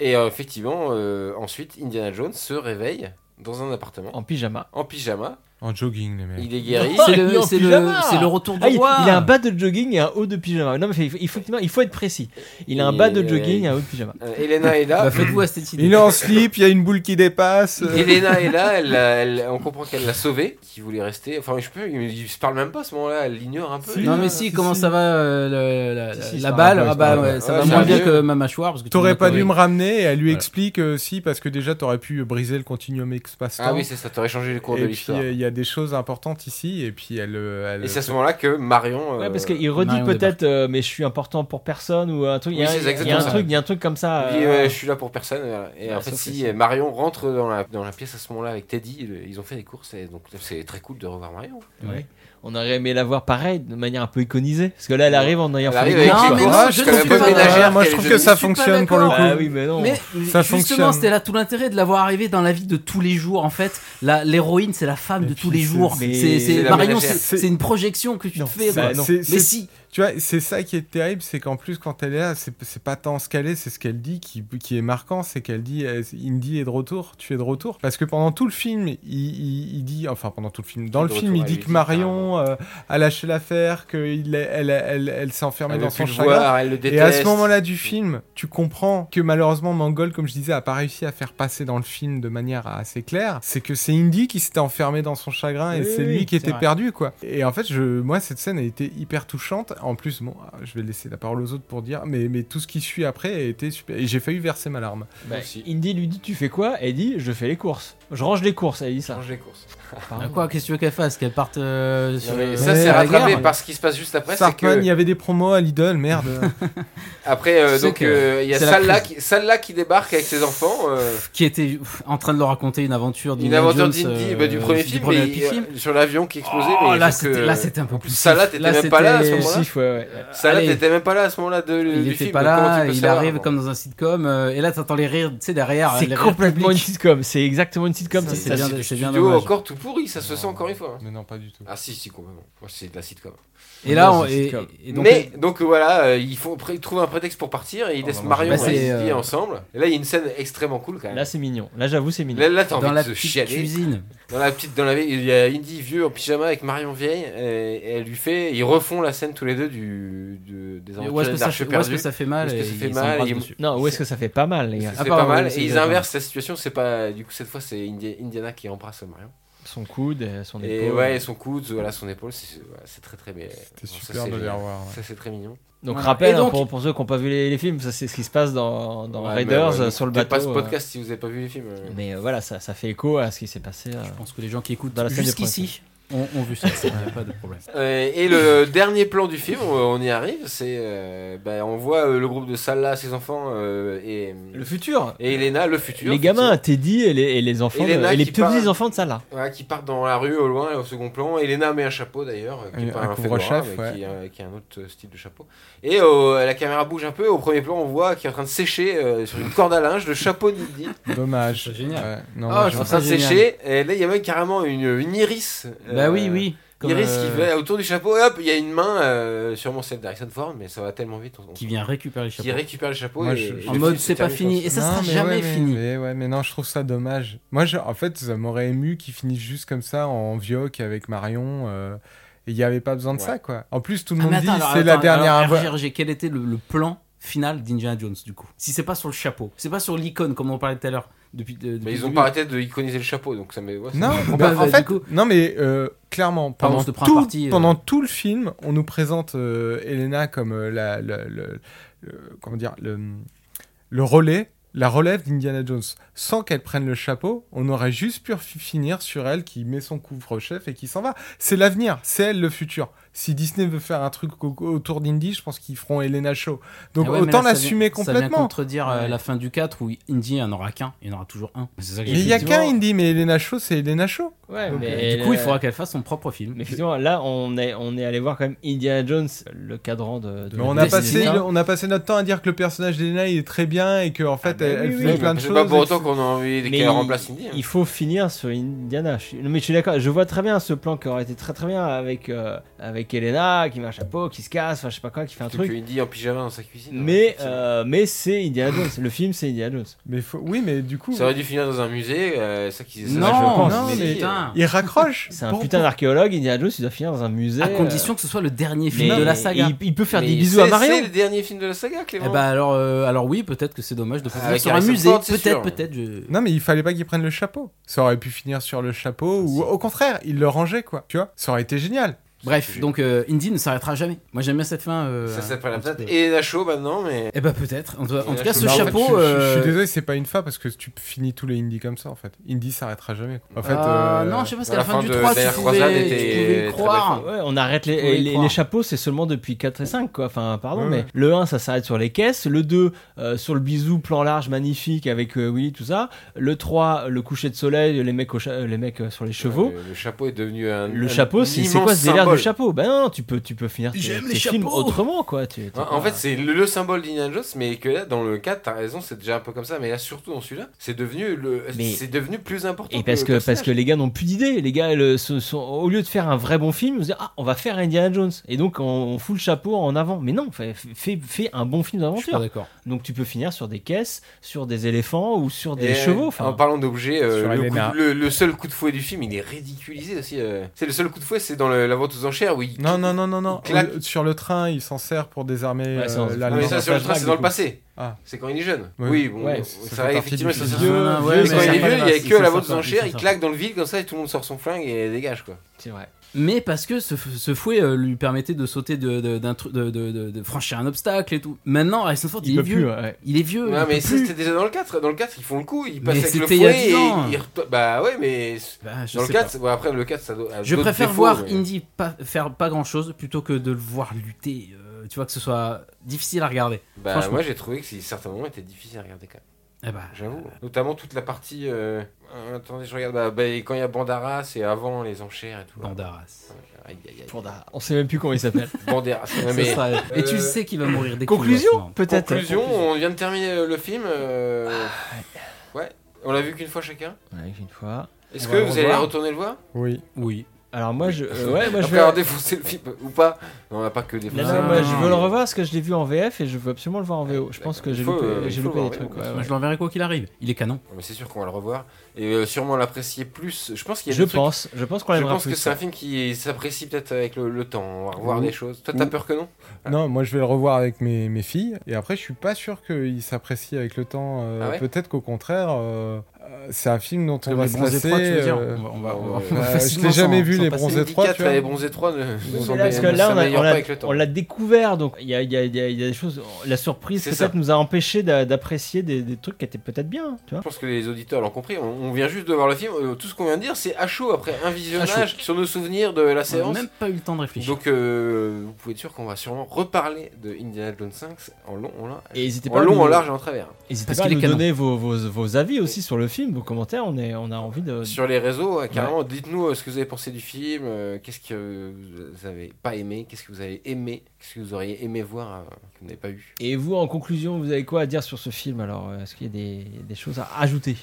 S3: Et euh, effectivement, euh, ensuite, Indiana Jones se réveille dans un appartement,
S1: En pyjama.
S3: en pyjama.
S6: En jogging, les mecs.
S3: Il est guéri.
S1: Oh,
S5: *laughs* C'est
S1: il est
S5: le,
S1: en
S5: c'est le-
S1: pyjama
S5: c'est le retour du
S1: Ah, il,
S5: roi.
S1: il a un bas de jogging et un haut de pyjama. Non, mais il faut, il faut, il faut être précis. Il a un
S3: Et,
S1: bas de
S3: euh,
S1: jogging et un haut de pyjama.
S3: Euh, Elena est là.
S5: Bah, faites-vous à cette idée.
S6: Il est en slip, il y a une boule qui dépasse. euh.
S3: Elena est là, elle, l'a-
S6: *laughs*
S3: elle- on comprend qu'elle l'a sauvé, qu'il voulait rester. Enfin, je peux, il, il se parle même pas à ce moment-là, elle l'ignore un peu.
S6: Si.
S5: Non mais
S6: Si,
S5: si, comment
S6: si.
S5: ça va euh, le- la,
S1: Si,
S5: la-
S1: si,
S5: la
S1: ça va,
S5: balle
S6: ouais,
S5: Ah
S6: ça
S5: bah
S6: va.
S5: ouais, ça
S3: Ouais,
S5: va
S3: ça
S5: moins
S3: va
S5: bien
S3: mieux.
S5: que ma mâchoire parce que tu
S6: T'aurais
S5: m'as
S6: pas dû
S5: corrigé.
S6: me ramener, elle lui
S5: Voilà.
S6: explique euh, si, parce que déjà t'aurais pu euh, briser le continuum espace-temps.
S3: Ah oui, c'est ça, t'aurais changé les cours de
S6: et puis
S3: l'histoire.
S6: euh, il y a des choses importantes ici, et puis elle. euh, elle-
S3: Et c'est à ce moment-là que Marion.
S1: Ouais, parce
S3: euh,
S1: qu'il redit
S5: Marion
S1: peut-être, euh, mais je suis important pour personne ou un truc. Il y a,
S3: Oui, c'est
S1: il y a
S3: exactement
S1: un
S3: ça.
S1: truc, il y a un truc comme ça.
S3: dit,
S1: euh,
S3: ouais, je suis là pour personne. euh, Et
S5: Ouais,
S3: en fait,
S5: sauf que
S3: si
S5: c'est-
S3: euh, Marion rentre dans la, dans la pièce à ce moment-là avec Teddy, le- ils ont fait des courses, et donc c'est très cool de revoir Marion.
S6: Ah,
S1: ouais. On aurait aimé la voir pareil, de manière un peu iconisée. Parce que là, elle arrive en ayant
S3: Elle
S1: fait
S3: arrive
S1: des
S3: avec
S1: courses,
S5: Non,
S3: les
S5: mais
S1: quoi.
S5: non,
S3: courages,
S5: je
S3: comme
S5: ne
S3: la
S5: suis
S3: bonne
S5: pas
S3: ménagère.
S5: d'accord.
S6: Moi, je
S3: qu'elle
S6: trouve
S3: est
S6: que
S3: devenue.
S6: ça
S5: Je suis pas
S6: fonctionne pour le
S5: d'accord.
S6: coup.
S1: Ah oui, mais non.
S5: Mais
S6: Ça
S5: justement,
S6: fonctionne.
S5: c'était là tout l'intérêt de la voir arriver dans la vie de tous les jours. En fait, La- l'héroïne, c'est la femme
S6: Et
S5: de
S6: puis,
S5: tous les
S6: c'est-
S5: jours.
S1: c'est-
S5: C'est c'est-
S3: c'est la
S5: Marion,
S3: ménagère.
S5: c'est
S6: C'est-
S5: c'est une projection que tu
S1: Non,
S5: te fais.
S1: ça,
S5: quoi.
S1: non.
S6: C'est-
S5: Mais
S6: c'est-
S5: si,
S6: Tu vois, c'est ça qui est terrible, c'est qu'en plus, quand elle est là, c'est c'est pas tant ce qu'elle est, c'est ce qu'elle dit qui, qui est marquant, c'est qu'elle dit euh, Indy est de retour, tu es de retour. Parce que pendant tout le film, il, il- il dit, enfin, pendant tout le film, dans
S3: Il
S6: le
S3: est de
S6: film, il
S3: retour,
S6: dit
S3: elle
S6: que
S3: lui dit
S6: Marion euh, a lâché l'affaire, qu'elle elle, elle, elle s'est enfermée
S3: Elle
S6: dans
S3: veut
S6: son
S3: plus le
S6: chagrin.
S3: voir, elle le déteste.
S6: Et à ce moment-là du film, tu comprends que malheureusement Mangol, comme je disais, a pas réussi à faire passer dans le film de manière assez claire. C'est que c'est Indy qui s'était enfermé dans son chagrin et
S1: Oui,
S6: c'est
S1: oui,
S6: lui qui
S1: c'est
S6: était
S1: vrai.
S6: perdu, quoi. Et en fait, je, moi, cette scène a été hyper touchante. En plus, bon, je vais laisser la parole aux autres pour dire, mais, mais tout ce qui suit après a été super. Et j'ai failli verser ma larme.
S1: Bah,
S3: Aussi.
S1: Indy lui dit Tu fais quoi Elle dit Je fais les courses. Je range les courses, elle dit ça.
S3: Change les courses.
S1: Pardon.
S5: Ah, quoi, qu'est-ce que tu veux qu'elle fasse Qu'elle parte euh, sur
S3: Non, mais
S5: euh,
S3: ça,
S6: Ouais,
S3: c'est
S6: la
S3: rattrapé
S5: guerre.
S3: par ce qui se passe juste après. C'est
S6: Sarkman,
S3: que.
S6: il y avait des promos à Lidl, merde.
S3: Après, euh,
S5: Tu sais
S3: donc,
S5: que
S3: euh, il y a
S5: c'est la
S3: Salla
S5: crise.
S3: qui, Salla qui débarque avec ses enfants. euh,
S5: qui était pff, en train de leur raconter une aventure
S3: une
S5: d'Indiana
S3: aventure
S5: Jones,
S3: d'Indy
S5: euh,
S3: bah, du premier film, mais
S5: premier
S3: il-
S5: film.
S3: sur l'avion qui explosait.
S5: Oh,
S3: mais
S5: là,
S3: sauf que,
S5: c'était là,
S3: euh,
S5: c'était un peu plus.
S3: Salla, t'étais même pas là à ce
S5: c'était-
S3: moment-là.
S1: Sif, ouais, ouais.
S3: Salla,
S5: Allez.
S3: t'étais même pas là à ce moment-là de, du
S5: Il
S3: film.
S5: était pas
S3: donc comment tu
S5: là,
S3: peux
S5: il
S3: savoir, hein
S5: arrive
S3: bon.
S5: comme dans un sitcom, euh, et là t'entends les rires, tu sais, derrière.
S1: C'est
S5: les rires
S1: complètement une
S5: publics.
S1: sitcom, c'est exactement une sitcom.
S5: Ça,
S1: c'est
S5: c'est
S1: ça,
S5: bien
S1: c'est-
S5: de- c'est bien
S3: Studio
S5: dommage.
S3: encore tout pourri, *laughs* ça se sent encore une fois.
S6: mais non, pas du tout.
S3: Ah si, si, complètement. Moi, C'est de la sitcom.
S5: Et là, on,
S1: C'est
S5: et,
S1: sitcom.
S5: et donc,
S3: mais donc euh, voilà, euh, ils, font, ils trouvent un prétexte pour partir et ils laissent Marion
S5: bah, c'est,
S3: et Izzy
S5: euh,
S3: ensemble. Et là, il y a une scène extrêmement cool quand même.
S1: Là, c'est mignon. Là, j'avoue, c'est mignon.
S3: Là, là, t'as
S5: dans
S3: envie
S5: la
S3: de se
S5: petite
S3: chialer.
S5: cuisine.
S3: Dans la petite, dans la vieille, il y a Indy vieux en pyjama avec Marion vieille et, et elle lui fait, ils refont la scène tous les deux du, de- des
S5: Où est-ce que,
S3: aventures
S5: ça
S3: d'Arche
S5: fait- où est-ce que
S3: perdue.
S5: ça fait mal
S3: Où est-ce que
S5: et
S3: ça fait
S5: ils
S3: mal,
S5: s'embrassent
S3: et ils-
S5: dessus.
S1: Non, où est-ce que ça fait pas mal, les gars
S3: C'est
S5: Ah, pardon,
S3: pas mal
S5: oui, c'est
S3: et ils
S5: d'accord.
S3: inversent la situation. C'est pas du coup cette fois c'est Indi- Indiana qui embrasse Marion.
S1: Son coude, euh, son
S3: Et
S1: épaule.
S3: ouais, son coude, voilà son épaule, c'est voilà, c'est très très bien.
S6: C'était
S3: Bon, ça,
S6: super
S3: c'est
S6: de les
S3: génial.
S6: revoir. ouais.
S3: Ça c'est très mignon.
S1: Donc
S5: Voilà.
S1: rappel
S5: Et donc-
S1: hein, pour, pour ceux qui n'ont pas vu les, les films, ça c'est ce qui se passe dans, dans
S3: Ouais, mais
S1: Raiders
S3: ouais,
S1: euh, sur le
S3: écoutez
S1: bateau.
S3: Pas ce
S1: euh,
S3: podcast si vous avez pas vu les films. euh.
S1: mais euh, voilà, ça, ça fait écho à ce qui s'est passé. euh.
S5: Je pense que les gens qui écoutent
S1: Dans la scène des
S5: jusqu'ici ont, ont vu ça, il n'y a pas de problème.
S3: Euh, et le *laughs* dernier plan du film, on on y arrive, c'est euh, bah, on voit euh, le groupe de Salah, ses enfants euh, et,
S1: Le futur
S3: et Elena, le futur.
S1: Les gamins, Teddy et les, et les enfants, de-
S3: Elena
S1: et les
S3: qui
S1: petits
S3: parle.
S1: enfants de ça là.
S3: Voilà, qui partent dans la rue au loin, au second plan. Elena met un chapeau d'ailleurs, euh, qui
S6: Un-
S3: est pas
S6: un
S3: un
S6: couvre-chef,
S3: fedora, mais
S6: ouais.
S3: qui, est un- qui est un autre euh, style de chapeau. Et euh, la caméra bouge un peu, au premier plan on voit qu'il est en train de sécher euh, sur une corde à linge le chapeau d'Indy. *laughs*
S6: Dommage.
S5: C'est génial.
S6: Ouais. Non,
S5: Ah,
S6: moi,
S5: je
S3: Il est en
S6: j'aime
S5: ça
S3: train de
S5: génial.
S3: sécher, et là il y a même carrément une, une iris.
S5: *laughs* Bah
S3: euh,
S5: oui, oui. comme,
S3: iris
S5: euh,
S3: qui va autour du chapeau, et hop, il y a une main, euh, sûrement celle d'Harrison Ford, mais ça va tellement vite. on- on-
S5: qui vient récupérer les
S3: qui
S5: chapeaux.
S3: récupère le chapeau
S6: Moi,
S3: et
S6: je-
S3: le
S6: en
S3: film
S5: mode,
S3: se
S5: c'est pas
S3: termine comme
S5: fini. Et ça
S6: Non,
S5: sera
S6: mais
S5: jamais
S6: ouais, mais-
S5: fini.
S6: Mais, ouais, mais non, je trouve ça dommage. Moi, je- en fait, ça m'aurait ému qu'ils finissent juste comme ça en vioque avec Marion. euh, et il n'y avait pas besoin de
S3: Ouais.
S6: ça, quoi. En plus, tout
S5: Ah,
S6: le monde
S5: mais attends,
S6: dit
S5: alors,
S6: c'est la
S5: attends,
S6: dernière
S5: alors,
S6: avo-
S5: RGRG, quel était le, le plan final d'Indiana Jones du coup Si c'est pas sur le chapeau, c'est pas sur l'icône comme on parlait tout à l'heure. Depuis, de-
S3: Mais
S5: depuis
S3: ils
S5: le
S3: ont
S5: début.
S3: pas arrêté de iconiser le chapeau, donc ça met. ouais,
S6: Non,
S5: Bon,
S6: bah,
S5: bah,
S6: en
S5: du
S6: fait,
S5: coup-
S6: non, mais euh, clairement, pendant,
S5: on se prend
S6: tout,
S5: parti, euh.
S6: pendant tout le film, on nous présente euh, Elena comme euh, la, la- le- le- comment dire, le, le relais, la relève d'Indiana Jones. Sans qu'elle prenne le chapeau, on aurait juste pu fi- finir sur elle qui met son couvre-chef et qui s'en va. C'est l'avenir, c'est elle le futur. Si Disney veut faire un truc au- autour d'Indy, je pense qu'ils feront Elena Shaw. Donc
S5: Ah ouais, mais
S6: autant
S5: là, ça
S6: l'assumer
S5: vient- Ça vient
S6: complètement.
S5: contredire euh, la fin du 4 où Indy il en aura qu'un, il y en aura toujours un. C'est ça que
S6: Mais il
S5: j'ai
S6: n'y a
S5: dit.
S6: qu'un Indy, mais Elena Shaw, c'est Elena Shaw.
S1: Ouais,
S5: Donc,
S1: mais
S5: euh, Du coup, il faudra qu'elle fasse son propre film.
S1: Mais effectivement, là, on est, on est allé voir quand même Indiana Jones, le cadran de. de
S6: Mais
S1: la
S6: on a,
S1: destinée.
S6: passé,
S5: Destiny.
S6: on a passé notre temps à dire que le personnage d'Elena il est très bien et qu'en fait
S3: Ah,
S1: bah
S6: elle,
S1: oui,
S6: elle
S1: oui.
S6: faisait
S1: Oui,
S6: plein de
S3: c'est
S6: choses.
S3: pas pour
S6: et
S3: autant qu'on a envie
S1: Mais
S3: qu'elle
S1: il-
S3: remplace Indy. hein.
S1: Il faut finir sur Indiana. Je suis- Non, mais je suis d'accord. Je vois très bien ce plan qui aurait été très très bien avec euh, avec avec Elena, qui marche à peau, qui se casse, enfin je sais pas quoi, qui fait un
S3: Truc.
S1: truc.
S3: Indy en pyjama dans sa cuisine.
S1: Mais,
S3: hein.
S1: euh, mais c'est Indiana Jones. Le film, c'est Indiana Jones.
S6: Mais faut- Oui, mais du coup.
S3: ça aurait dû finir dans un musée, euh, ça qu'ils essaient
S5: Non,
S1: je pense,
S5: non,
S1: mais-
S5: mais putain.
S6: Il raccroche
S1: *laughs* C'est un
S6: Pour-
S1: putain d'archéologue. Indiana Jones, il doit finir dans un musée.
S5: À
S1: euh,
S5: condition que ce soit le dernier
S1: mais-
S5: film de la saga.
S1: Il, il peut faire
S3: Mais
S1: des hein. bisous
S3: c'est-
S1: à Mario.
S3: C'est le dernier film de la saga, Clément.
S5: Eh ben alors, euh, alors oui, peut-être que c'est dommage de faire
S3: Avec
S5: sur un
S3: Harrison
S5: musée.
S3: Ford, c'est sûr.
S5: Peut-être, peut-être. je-
S6: Non, mais il fallait pas qu'il prenne le chapeau. Ça aurait pu finir sur le chapeau ou au contraire, il le rangeait quoi. Tu vois, ça aurait été génial.
S5: Bref, donc euh, Indy ne s'arrêtera jamais. Moi j'aime bien cette fin. euh,
S3: ça s'appelle
S5: un
S3: la
S5: petit
S3: patate.
S5: peu.
S3: Et la show maintenant, mais.
S5: Eh ben peut-être. En, tout- en
S3: Et
S5: tout
S3: la
S5: cas, Ah, ce
S3: chose-
S6: Bah, en fait, je-
S5: chapeau.
S6: je, je
S5: euh,
S6: suis désolé, c'est pas une fin parce que tu finis tous les indies comme ça en fait. Indie s'arrêtera jamais. quoi. En fait,
S5: ah,
S6: euh,
S5: Non, je sais pas, parce
S3: la
S5: qu'à la fin
S3: fin
S5: du
S3: de
S5: 3, tu
S3: Dernière Croisade
S5: pouvais, tu
S3: était
S5: pouvais
S3: très
S5: y croire.
S1: Ouais, on arrête les,
S5: Faut y
S1: les-
S5: croire.
S1: les chapeaux, c'est seulement depuis 4 et 5, quoi. Enfin, pardon,
S6: Ouais,
S1: mais
S6: ouais.
S1: le 1, ça s'arrête sur les caisses. Le 2, euh, sur le bisou, plan large, magnifique avec euh, Willy, tout ça. Le 3, le coucher de soleil, les mecs, au cha- euh, les mecs euh, sur les chevaux.
S3: Le, le chapeau est devenu un.
S1: le
S3: un
S1: chapeau, c'est c'est
S3: immense
S1: quoi ce délire
S3: symbole.
S1: du chapeau Ben non, tu peux, tu peux finir tes,
S5: J'aime
S1: tes
S5: les
S1: films
S5: chapeaux.
S1: autrement, quoi. Tu- t'es
S3: Ouais, en
S1: pas-
S3: fait, c'est le, le symbole d'Indiana Jones, mais que là, dans le 4, t'as raison, c'est déjà un peu comme ça, mais là, surtout dans celui-là, c'est devenu, le...
S1: Mais-
S3: c'est devenu plus important.
S1: Et parce
S3: le
S1: que, parce que
S3: personnage.
S1: les gars n'ont plus d'idées. Les gars, le- se sont- au lieu de faire un vrai bon film, ils se disent Ah, on va faire Indiana Jones. Et donc, on, on fout le chapeau en avant. Mais non, fais, fais- fais un bon film
S5: Je suis pas
S1: d'aventure.
S5: d'accord.
S1: Donc tu peux finir sur des caisses, sur des éléphants ou sur des
S3: Et,
S1: chevaux.
S3: euh,
S1: Enfin,
S3: En parlant d'objets, euh,
S6: Sur
S3: le,
S6: Elena.
S3: coup- le- le seul coup de fouet du film, il est ridiculisé aussi. euh. C'est le seul coup de fouet, c'est dans le- la vente aux enchères où il.
S6: Non, non, non, non, non.
S3: Il claque.
S6: Euh, Sur le train, il s'en sert pour désarmer
S1: Ouais, c'est dans-
S6: euh,
S1: Ah,
S3: Ah,
S6: l'Allemand.
S3: mais ça,
S1: dans
S3: sur le
S1: sa
S3: train,
S1: drague,
S3: c'est dans
S1: du
S3: le
S1: coup.
S3: passé.
S6: Ah.
S3: C'est quand il est jeune.
S6: Ouais.
S3: Oui, bon,
S1: Ouais,
S6: ça fait
S3: ça,
S6: partie
S3: effectivement,
S6: du
S3: ça,
S6: film.
S3: ça-
S1: Vieux,
S5: Non, non,
S1: vieux,
S5: ouais,
S3: Mais
S1: ça
S3: quand il est
S1: sert pas
S3: vieux, il n'y a
S5: s'en
S3: que la
S5: sort
S3: vente aux
S5: pas, il
S3: enchères,
S5: s'en
S3: il
S5: sort
S3: claque dans le vide comme ça et tout le monde sort son flingue et dégage quoi.
S1: C'est vrai.
S5: Mais parce que ce, f- ce fouet euh, lui permettait de sauter, de, de, d'un tru- de, de- de- de franchir un obstacle et tout. Maintenant, Harrison Ford, il,
S1: Il
S5: est
S1: peut
S5: vieux.
S1: plus. hein. ouais.
S5: Il est vieux.
S3: Non,
S5: il
S3: mais
S5: peut
S3: ça
S5: plus.
S3: c'était déjà dans le 4. Dans le 4, ils font le coup, ils
S5: Mais
S3: passent avec le
S5: c'était il y a
S3: fouet
S5: dix
S3: et
S5: ans.
S3: ils reto- Bah ouais, mais
S5: Bah, je
S3: dans le
S5: sais
S3: 4,
S5: pas.
S3: c'est- bon, après le 4, ça doit. a
S5: Je
S3: d'autres
S5: préfère
S3: défauts,
S5: voir
S3: mais-
S5: Indy pas- faire pas grand chose plutôt que de le voir lutter. euh, tu vois, que ce soit difficile à regarder.
S3: Bah,
S5: Franchement.
S3: moi j'ai trouvé que c'est- certains moments étaient difficiles à regarder quand même.
S5: Eh bah,
S3: J'avoue. Notamment toute la partie. euh, euh, Attendez, je regarde. Bah, bah, quand il y a Bandaras et avant les enchères et tout. là.
S5: Bandaras.
S3: Aïe, aïe, aïe.
S1: Fonda. On sait même plus comment il s'appelle.
S3: Banderas.
S5: *laughs*
S3: Non,
S5: Ça
S3: mais-
S5: sera- Et tu
S3: Euh,
S5: sais qu'il va mourir dès qu'il
S1: Conclusion Ah,
S5: meurt,
S1: peut-être.
S3: Conclusion, on vient de terminer le film. euh, Ouais. On l'a vu qu'une fois chacun.
S1: Ouais, une fois.
S3: Est-ce
S6: On
S3: que
S6: va le
S3: vous allez
S6: revoir.
S3: retourner le voir
S6: Oui.
S5: ce moment. Oui.
S1: Alors moi je, euh, ouais, moi je
S3: Après
S1: vais.
S3: avoir défoncé le film ou pas Non, on n'a pas que défoncé.
S1: Non,
S5: Ah,
S1: non, moi, je
S5: non,
S1: veux le
S5: mais-
S1: revoir parce que je l'ai vu en VF et je veux absolument le voir en VO. Je pense que j'ai
S3: Il faut,
S1: loupé,
S3: euh,
S1: j'ai
S3: il faut
S1: loupé
S3: voir,
S1: des trucs.
S3: oui,
S1: ouais,
S3: oui.
S1: Ah, ouais.
S5: Moi, je l'enverrai quoi qu'il arrive. Il est canon.
S3: Mais c'est sûr qu'on va le revoir et euh, sûrement on l'apprécier plus. Je pense qu'il y a
S1: Je
S3: des trucs-
S1: pense, je pense qu'on
S3: Je
S1: l'aimera
S3: pense
S1: plus.
S3: que c'est un film qui s'apprécie peut-être avec le, le temps. On va revoir
S6: Oui.
S3: des choses. Toi, t'as
S6: Oui.
S3: peur que non Ah.
S6: Non, moi je vais le revoir avec mes, mes filles. Et après, je suis pas sûr qu'il s'apprécie avec le temps. euh,
S3: Ah ouais
S6: Peut-être qu'au contraire, euh, euh, c'est un film dont on
S5: Les
S6: va se
S5: Bronzés
S6: lasser.
S5: Froids, tu veux dire
S6: euh,
S5: On va- on va- on va-
S3: euh,
S5: on va
S6: je
S5: *laughs* facilement
S6: t'ai jamais
S5: s'en-
S6: vu
S5: s'en
S6: les
S5: passer.
S6: Bronzés
S3: Indy
S6: Trois,
S3: 4
S6: tu vois.
S3: et Bronzé 3 ne ne
S1: Mais
S3: sont
S1: là, parce que là, on a-
S3: s'améliorent
S1: on
S3: pas
S1: a-
S3: avec le temps.
S1: on l'a découvert, donc il y a, il y a- il y a- il y a des choses. La surprise
S3: C'est
S1: peut-être
S3: ça.
S1: nous a empêché d'a- d'apprécier des, des trucs qui étaient peut-être bien, tu vois.
S3: Je pense que les auditeurs l'ont compris. On, on vient juste de voir le film. Euh, tout ce qu'on vient de dire, c'est à chaud après un visionnage sur nos souvenirs de la
S5: On a
S3: séance.
S5: même pas eu le temps de réfléchir.
S3: Donc, euh, vous pouvez être sûr qu'on va sûrement reparler de Indiana Jones 5 en long, en large,
S1: Et n'hésitez
S3: en,
S1: à
S3: long,
S1: nous-
S3: en large et en travers.
S1: N'hésitez
S5: Parce
S1: pas à
S5: qu'il
S1: nous
S5: est canon.
S1: donner vos, vos, vos avis aussi sur le film, vos commentaires. On, est, on a envie de.
S3: Sur les réseaux, ouais, carrément, dites-nous euh, ce que vous avez pensé du film, euh, qu'est-ce que euh, vous avez pas aimé, qu'est-ce que vous avez aimé, qu'est-ce que vous auriez aimé voir euh, que vous n'avez pas eu.
S1: Et vous, en conclusion, vous avez quoi à dire sur ce film Alors, euh, est-ce qu'il y a des, des choses à ajouter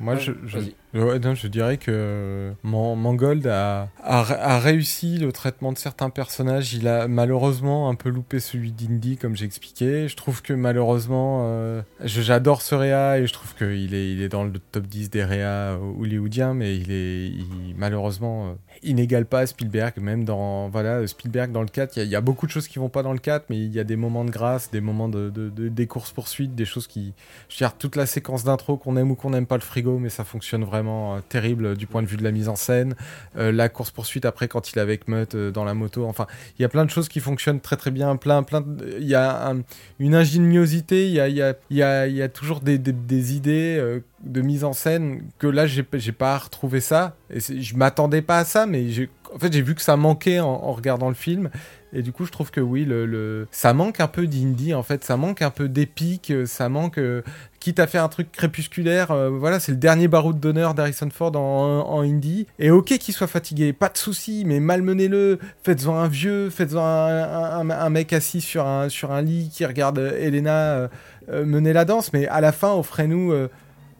S6: Moi, je, je,
S3: Vas-y.
S6: ouais, non, je dirais que euh, Man- Mangold a, a- a réussi le traitement de certains personnages. Il a malheureusement un peu loupé celui d'Indy, comme j'ai expliqué. Je trouve que malheureusement, euh, je- j'adore ce Réa et je trouve qu'il est, il est dans le top 10 des Réa hollywoodiens, mais il est il- malheureusement euh, il n'égale pas à Spielberg. Même dans voilà, Spielberg dans le 4, il y, a- il y a beaucoup de choses qui vont pas dans le 4, mais il y a des moments de grâce, des moments de, de- de- des courses-poursuites, des choses qui, je veux dire, toute la séquence d'intro qu'on aime ou qu'on n'aime pas le frigo, mais ça fonctionne vraiment euh, terrible euh, du point de vue de la mise en scène. Euh, la course poursuite après quand il est avec Mutt euh, dans la moto. Enfin, il y a plein de choses qui fonctionnent très très bien. Plein, plein. de- euh, Il y a un- une ingéniosité. Il y a, il y a- il y a- il y a toujours des, des- des idées euh, de mise en scène que là j'ai p- j'ai pas retrouvé ça. Et c'est- je m'attendais pas à ça, mais j'ai- en fait j'ai vu que ça manquait en- en regardant le film. Et du coup, je trouve que oui, le, le- ça manque un peu d'indie, en fait. Ça manque un peu d'épique. euh, Ça manque. euh, Quitte à faire un truc crépusculaire, euh, voilà, c'est le dernier barreau d'honneur d'Harrison Ford en, en indie. Et ok qu'il soit fatigué, pas de souci, mais malmenez-le. Faites-en un vieux, faites-en un, un- un- un mec assis sur un, sur un lit qui regarde euh, Elena euh, euh, mener la danse. Mais à la fin, offrez-nous euh,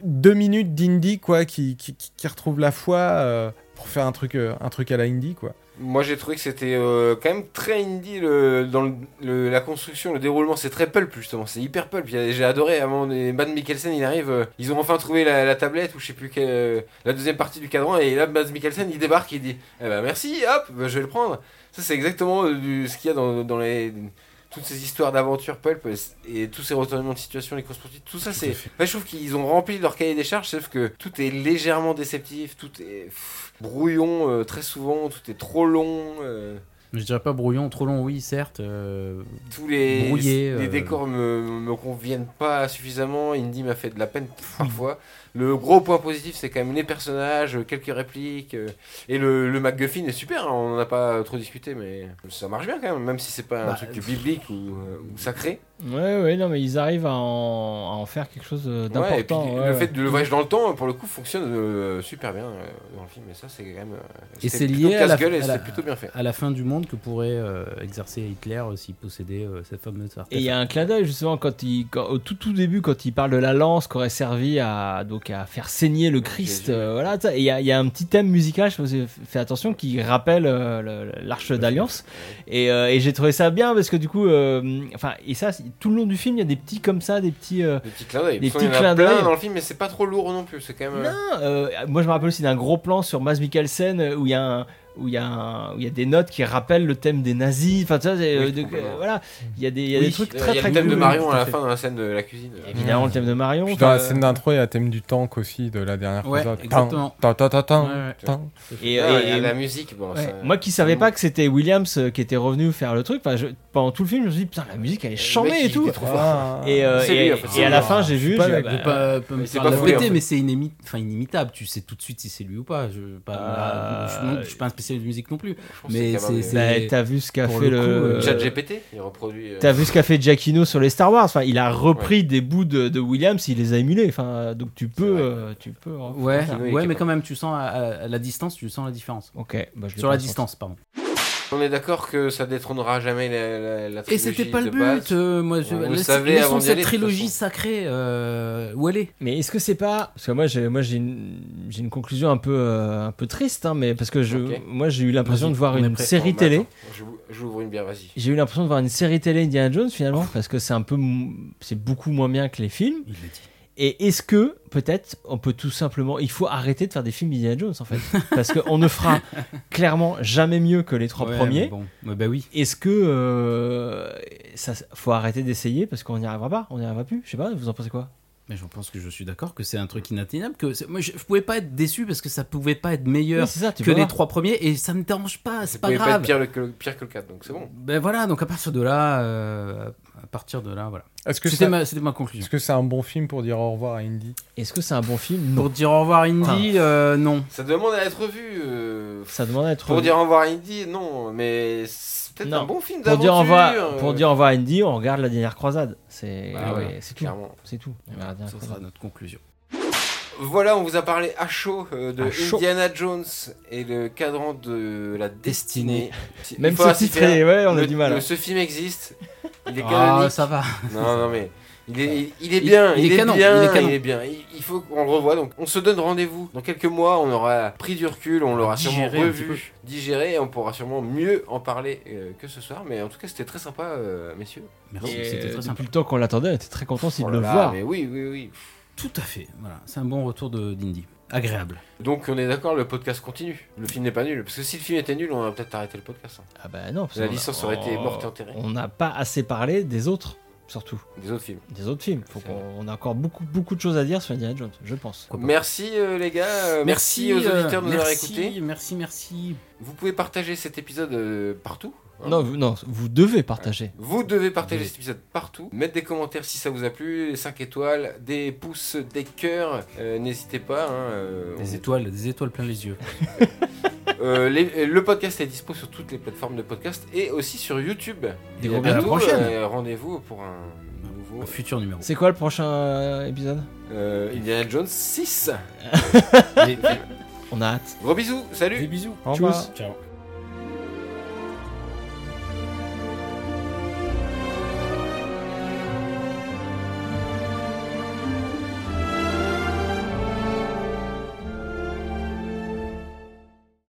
S6: deux minutes d'indie, quoi, qui, qui, qui- qui retrouve la foi euh, pour faire un truc, euh, un truc à la indie, quoi.
S3: Moi, j'ai trouvé que c'était euh, quand même très indie le, dans le- le- la construction, le déroulement. C'est très pulp, justement. C'est hyper pulp. Il y a- J'ai adoré. Avant, les- Mads Mikkelsen, il arrive. euh, ils ont enfin trouvé la, la tablette ou je sais plus quelle. euh, la deuxième partie du cadran. Et là, Mads Mikkelsen, il débarque. Il dit Eh ben merci, hop, ben, je vais le prendre. Ça, c'est exactement euh, du- ce qu'il y a dans, dans les. Toutes ces histoires d'aventure pulp euh, et tous ces retournements de situation, les courses poursuites, tout ça, c'est. Enfin, je trouve qu'ils ont rempli leur cahier des charges, sauf que tout est légèrement déceptif, tout est pff, brouillon euh, très souvent, tout est trop long. euh,
S5: Je dirais pas brouillon, trop long, oui, certes. euh,
S3: tous les,
S5: Brouillé,
S3: les
S5: euh.
S3: décors me, me conviennent pas suffisamment. Indy m'a fait de la peine parfois. Le gros point positif, c'est quand même les personnages, euh, quelques répliques. euh, et le, le MacGuffin est super, hein, on n'en a pas trop discuté, mais ça marche bien quand même, même si c'est pas un
S5: Bah,
S3: truc biblique ou, euh, ou sacré.
S1: Ouais, ouais, non, mais ils arrivent à en, à en faire quelque chose euh,
S3: Ouais, et puis
S1: d'important. ouais,
S3: le
S1: ouais.
S3: fait de le voyage dans le temps, pour le coup, fonctionne euh, super bien euh, dans le film. Et ça, c'est quand même. euh,
S5: Et
S3: c'était
S5: c'est
S3: plutôt
S5: lié à la,
S3: casse-gueule et
S5: à la-
S3: c'était plutôt bien fait.
S5: à la fin du monde que pourrait euh, exercer Hitler euh, s'il possédait euh, cette fameuse artefact.
S1: Et il y a un clin d'œil justement quand il, quand- au tout tout début quand il parle de la lance qui aurait servi à donc à faire saigner le Christ.
S3: Jésus.
S1: euh, voilà, ça. Et il y, a- il y a un petit thème musical, je sais pas si vous avez fait attention, qui rappelle euh, le- le- l'arche d'alliance. Et, euh, et j'ai trouvé ça bien parce que du coup, euh, enfin et ça c'est- tout le long du film il y a des petits comme ça, des petits. euh,
S3: Des petits clins d'œil.
S1: Des
S3: Parce qu'il
S1: petits
S3: y en
S1: clins
S3: a plein
S1: d'œil.
S3: dans le film, mais c'est pas trop lourd non plus. C'est quand même. euh,
S1: Non, euh, moi je me rappelle aussi d'un gros plan sur Mas Mikkelsen euh, où il y a un- où il y, a un- où il y a des notes qui rappellent le thème des nazis. Enfin, tu vois, c'est, euh,
S3: Oui,
S1: de-
S3: complètement.
S1: voilà, il y a des, il y a
S3: Oui,
S1: des trucs
S3: euh,
S1: très
S3: il y a
S1: très
S3: le thème
S1: cool.
S3: de Marion à la
S1: Tout
S3: fin dans la scène de la cuisine.
S1: fait. Évidemment, le thème de Marion.
S6: Puis dans la
S1: enfin,
S6: scène d'intro, il y a le thème du tank aussi, de la dernière
S5: Ouais,
S6: phrase.
S5: exactement.
S6: Tin, tin, tin, tin,
S5: Ouais, ouais.
S6: tin.
S1: et-
S3: euh,
S1: euh,
S3: Et,
S1: et- et-
S3: la musique, bon,
S1: Ouais.
S3: ça-
S1: Moi qui savais
S3: vraiment.
S1: pas que c'était Williams euh, qui était revenu faire le truc, enfin, je- pendant tout le film, je me suis dit putain, la musique elle est
S3: mec,
S1: chambée
S3: il
S1: et tout.
S3: était trop fort.
S6: Ah.
S1: Et, euh,
S3: C'est
S1: et,
S3: lui, en fait, c'est
S1: et à
S3: lui.
S1: la fin, j'ai vu,
S6: pas
S1: j'ai dit,
S6: d'accord.
S1: bah,
S5: Je veux pas, pas me
S3: c'est
S5: faire
S3: pas
S5: la
S3: fouillé,
S5: péter,
S3: en fait.
S5: euh, mais c'est inémi- enfin, inimitable. Tu sais tout de suite si c'est lui ou pas. Je,
S3: Bah,
S5: pas
S1: Ah.
S5: je suis non- je suis pas un spécialiste de musique non plus.
S3: Je pense
S5: mais
S3: que
S5: c'est-
S3: quand même-
S5: c'est-
S1: bah, t'as vu ce qu'a
S5: Pour
S1: fait le.
S5: le coup, euh,
S3: Chat GPT, il reproduit. euh,
S1: T'as vu ce qu'a fait Giacchino sur les Star Wars Enfin, il a repris des bouts de, de Williams, il les a émulés. Enfin, donc tu peux,
S3: vrai.
S1: euh, tu peux. hein.
S5: Ouais,
S3: Tarantino, il est
S5: ouais mais
S3: capable.
S5: quand même, tu sens à, à- à la distance, tu sens la différence.
S1: Ok. bah, je l'ai
S5: Sur la
S1: pas senti.
S5: distance, pardon.
S3: On est d'accord que ça détrônera jamais la, la, la
S5: Et
S3: trilogie
S5: c'était pas le
S3: de base.
S5: but. euh, moi, je,
S3: On le
S5: laisse-
S3: savait
S5: laissons
S3: avant d'y
S5: cette
S3: aller, de toute
S5: trilogie
S3: façon.
S5: sacrée euh, où elle est.
S1: Mais est-ce que c'est pas parce que moi j'ai moi j'ai une j'ai une conclusion un peu euh, un peu triste hein, mais parce que je
S3: Ok.
S1: moi j'ai eu l'impression
S5: Vas-y,
S1: de voir
S5: on est
S1: une
S5: prêt.
S1: série
S3: Bon, bah,
S1: télé.
S3: attends, j'ou- J'ouvre une bière, vas-y.
S1: J'ai eu l'impression de voir une série télé Indiana Jones finalement parce que c'est un peu mou- c'est beaucoup moins bien que les films.
S5: Il le dit.
S1: Et est-ce que peut-être on peut tout simplement il faut arrêter de faire des films Indiana Jones en fait parce qu'on ne fera clairement jamais mieux que les trois premiers.
S5: Bon, Ouais, bah oui.
S1: Est-ce que euh, ça faut arrêter d'essayer parce qu'on n'y arrivera pas, on n'y arrivera plus. Je sais pas, vous en pensez quoi
S5: Mais je pense que je suis d'accord que c'est un truc inatteignable. Que c'est- moi, je, je pouvais pas être déçu parce que ça pouvait pas être
S1: Oui,
S5: meilleur
S1: c'est ça, tu
S5: que
S1: peux
S5: les
S1: voir.
S5: trois premiers et ça me dérange pas.
S3: Ça
S5: C'est pas
S3: pouvait pas
S5: grave.
S3: être pire le- que le, pire que le 4, donc c'est bon.
S5: Ben voilà, donc à partir de là, euh, à partir de là, voilà.
S6: Est-ce que
S5: C'était
S6: ça-
S5: ma, c'était ma conclusion.
S6: est-ce que c'est un bon film pour dire au revoir à Indy
S1: Est-ce que c'est un bon film Non.
S5: Pour dire au revoir Indy, euh, non.
S3: Ça demande à être vu. euh,
S1: Ça demande à être
S3: Pour dire au revoir à Indy, non, mais c'est peut-être
S1: Non.
S3: un bon film
S1: pour
S3: d'aventure.
S1: dire au revoir,
S3: euh,
S1: pour dire au revoir à Andy, on regarde la dernière croisade. C'est
S3: Bah
S1: ouais,
S3: ouais,
S1: c'est tout,
S3: clairement.
S1: c'est tout. On regarde la dernière
S5: Ça sera
S1: croisade.
S5: notre conclusion.
S3: Voilà, on vous a parlé à chaud euh, de
S1: À chaud.
S3: Indiana Jones et le cadran de la destinée. Si- il
S1: Même
S3: faudra
S1: si
S3: s'y
S1: titré,
S3: faire.
S1: ouais, on a
S3: Le-
S1: du mal.
S3: le-
S1: hein.
S3: ce film existe. Il est
S5: Ah,
S3: canonique.
S5: ça va.
S3: Non, non, mais. Il est, il, il est
S5: Il-
S3: bien,
S5: il
S3: il,
S5: est
S3: est
S5: canon,
S3: bien,
S5: il est canon.
S3: il est bien. Il, il faut qu'on le revoie. Donc, on se donne rendez-vous dans quelques mois. On aura pris du recul, on l'aura sûrement
S5: Digéré un petit
S3: revu, digéré, et on pourra sûrement mieux en parler euh, que ce soir. Mais en tout cas, c'était très sympa, euh, messieurs.
S5: Merci,
S1: Et,
S5: c'était
S1: euh,
S5: très sympa.
S1: depuis le temps qu'on l'attendait, on était très contents aussi
S3: Oh
S1: de
S3: là
S1: le
S3: là,
S1: voir.
S3: Mais oui, oui, oui.
S5: Tout à fait. Voilà, c'est un bon retour de d'Indy. Agréable.
S3: Donc, on est d'accord, le podcast continue. Le film n'est pas nul. Parce que si le film était nul, on aurait peut-être arrêté le podcast. hein,
S1: Ah bah non, parce
S3: La
S1: qu'on a-
S3: licence aurait été
S1: on-
S3: morte et enterrée.
S1: On n'a pas assez parlé des autres, surtout
S3: des autres films.
S1: des autres films. Faut
S3: C'est
S1: qu'on on a encore beaucoup beaucoup de choses à dire sur Indiana Jones, je pense.
S5: Pourquoi pas.
S3: Merci, euh, les gars. euh, merci, aux
S5: euh,
S3: auditeurs de nous avoir
S5: merci,
S3: écoutés.
S5: Merci, merci.
S3: Vous pouvez partager cet épisode euh, partout. hein.
S1: Non, vous, non, vous devez partager.
S3: Vous devez partager cet épisode partout, mettre des commentaires si ça vous a plu, 5 étoiles, des pouces, des cœurs, euh, n'hésitez pas. hein, euh,
S5: Des
S3: on-
S5: étoiles, des étoiles plein les yeux.
S3: *laughs* euh, les- le podcast est dispo sur toutes les plateformes de podcast et aussi sur YouTube.
S1: Des
S3: Et
S1: gros
S3: à
S1: bisous.
S3: bientôt,
S5: À la prochaine.
S3: euh, Rendez-vous pour un nouveau
S5: Au futur numéro.
S1: C'est quoi le prochain euh, épisode
S3: euh, Indiana Jones 6.
S1: On a hâte.
S3: Gros bisous, salut
S6: bisous. Au
S1: Tchuss.
S6: revoir.
S5: Ciao.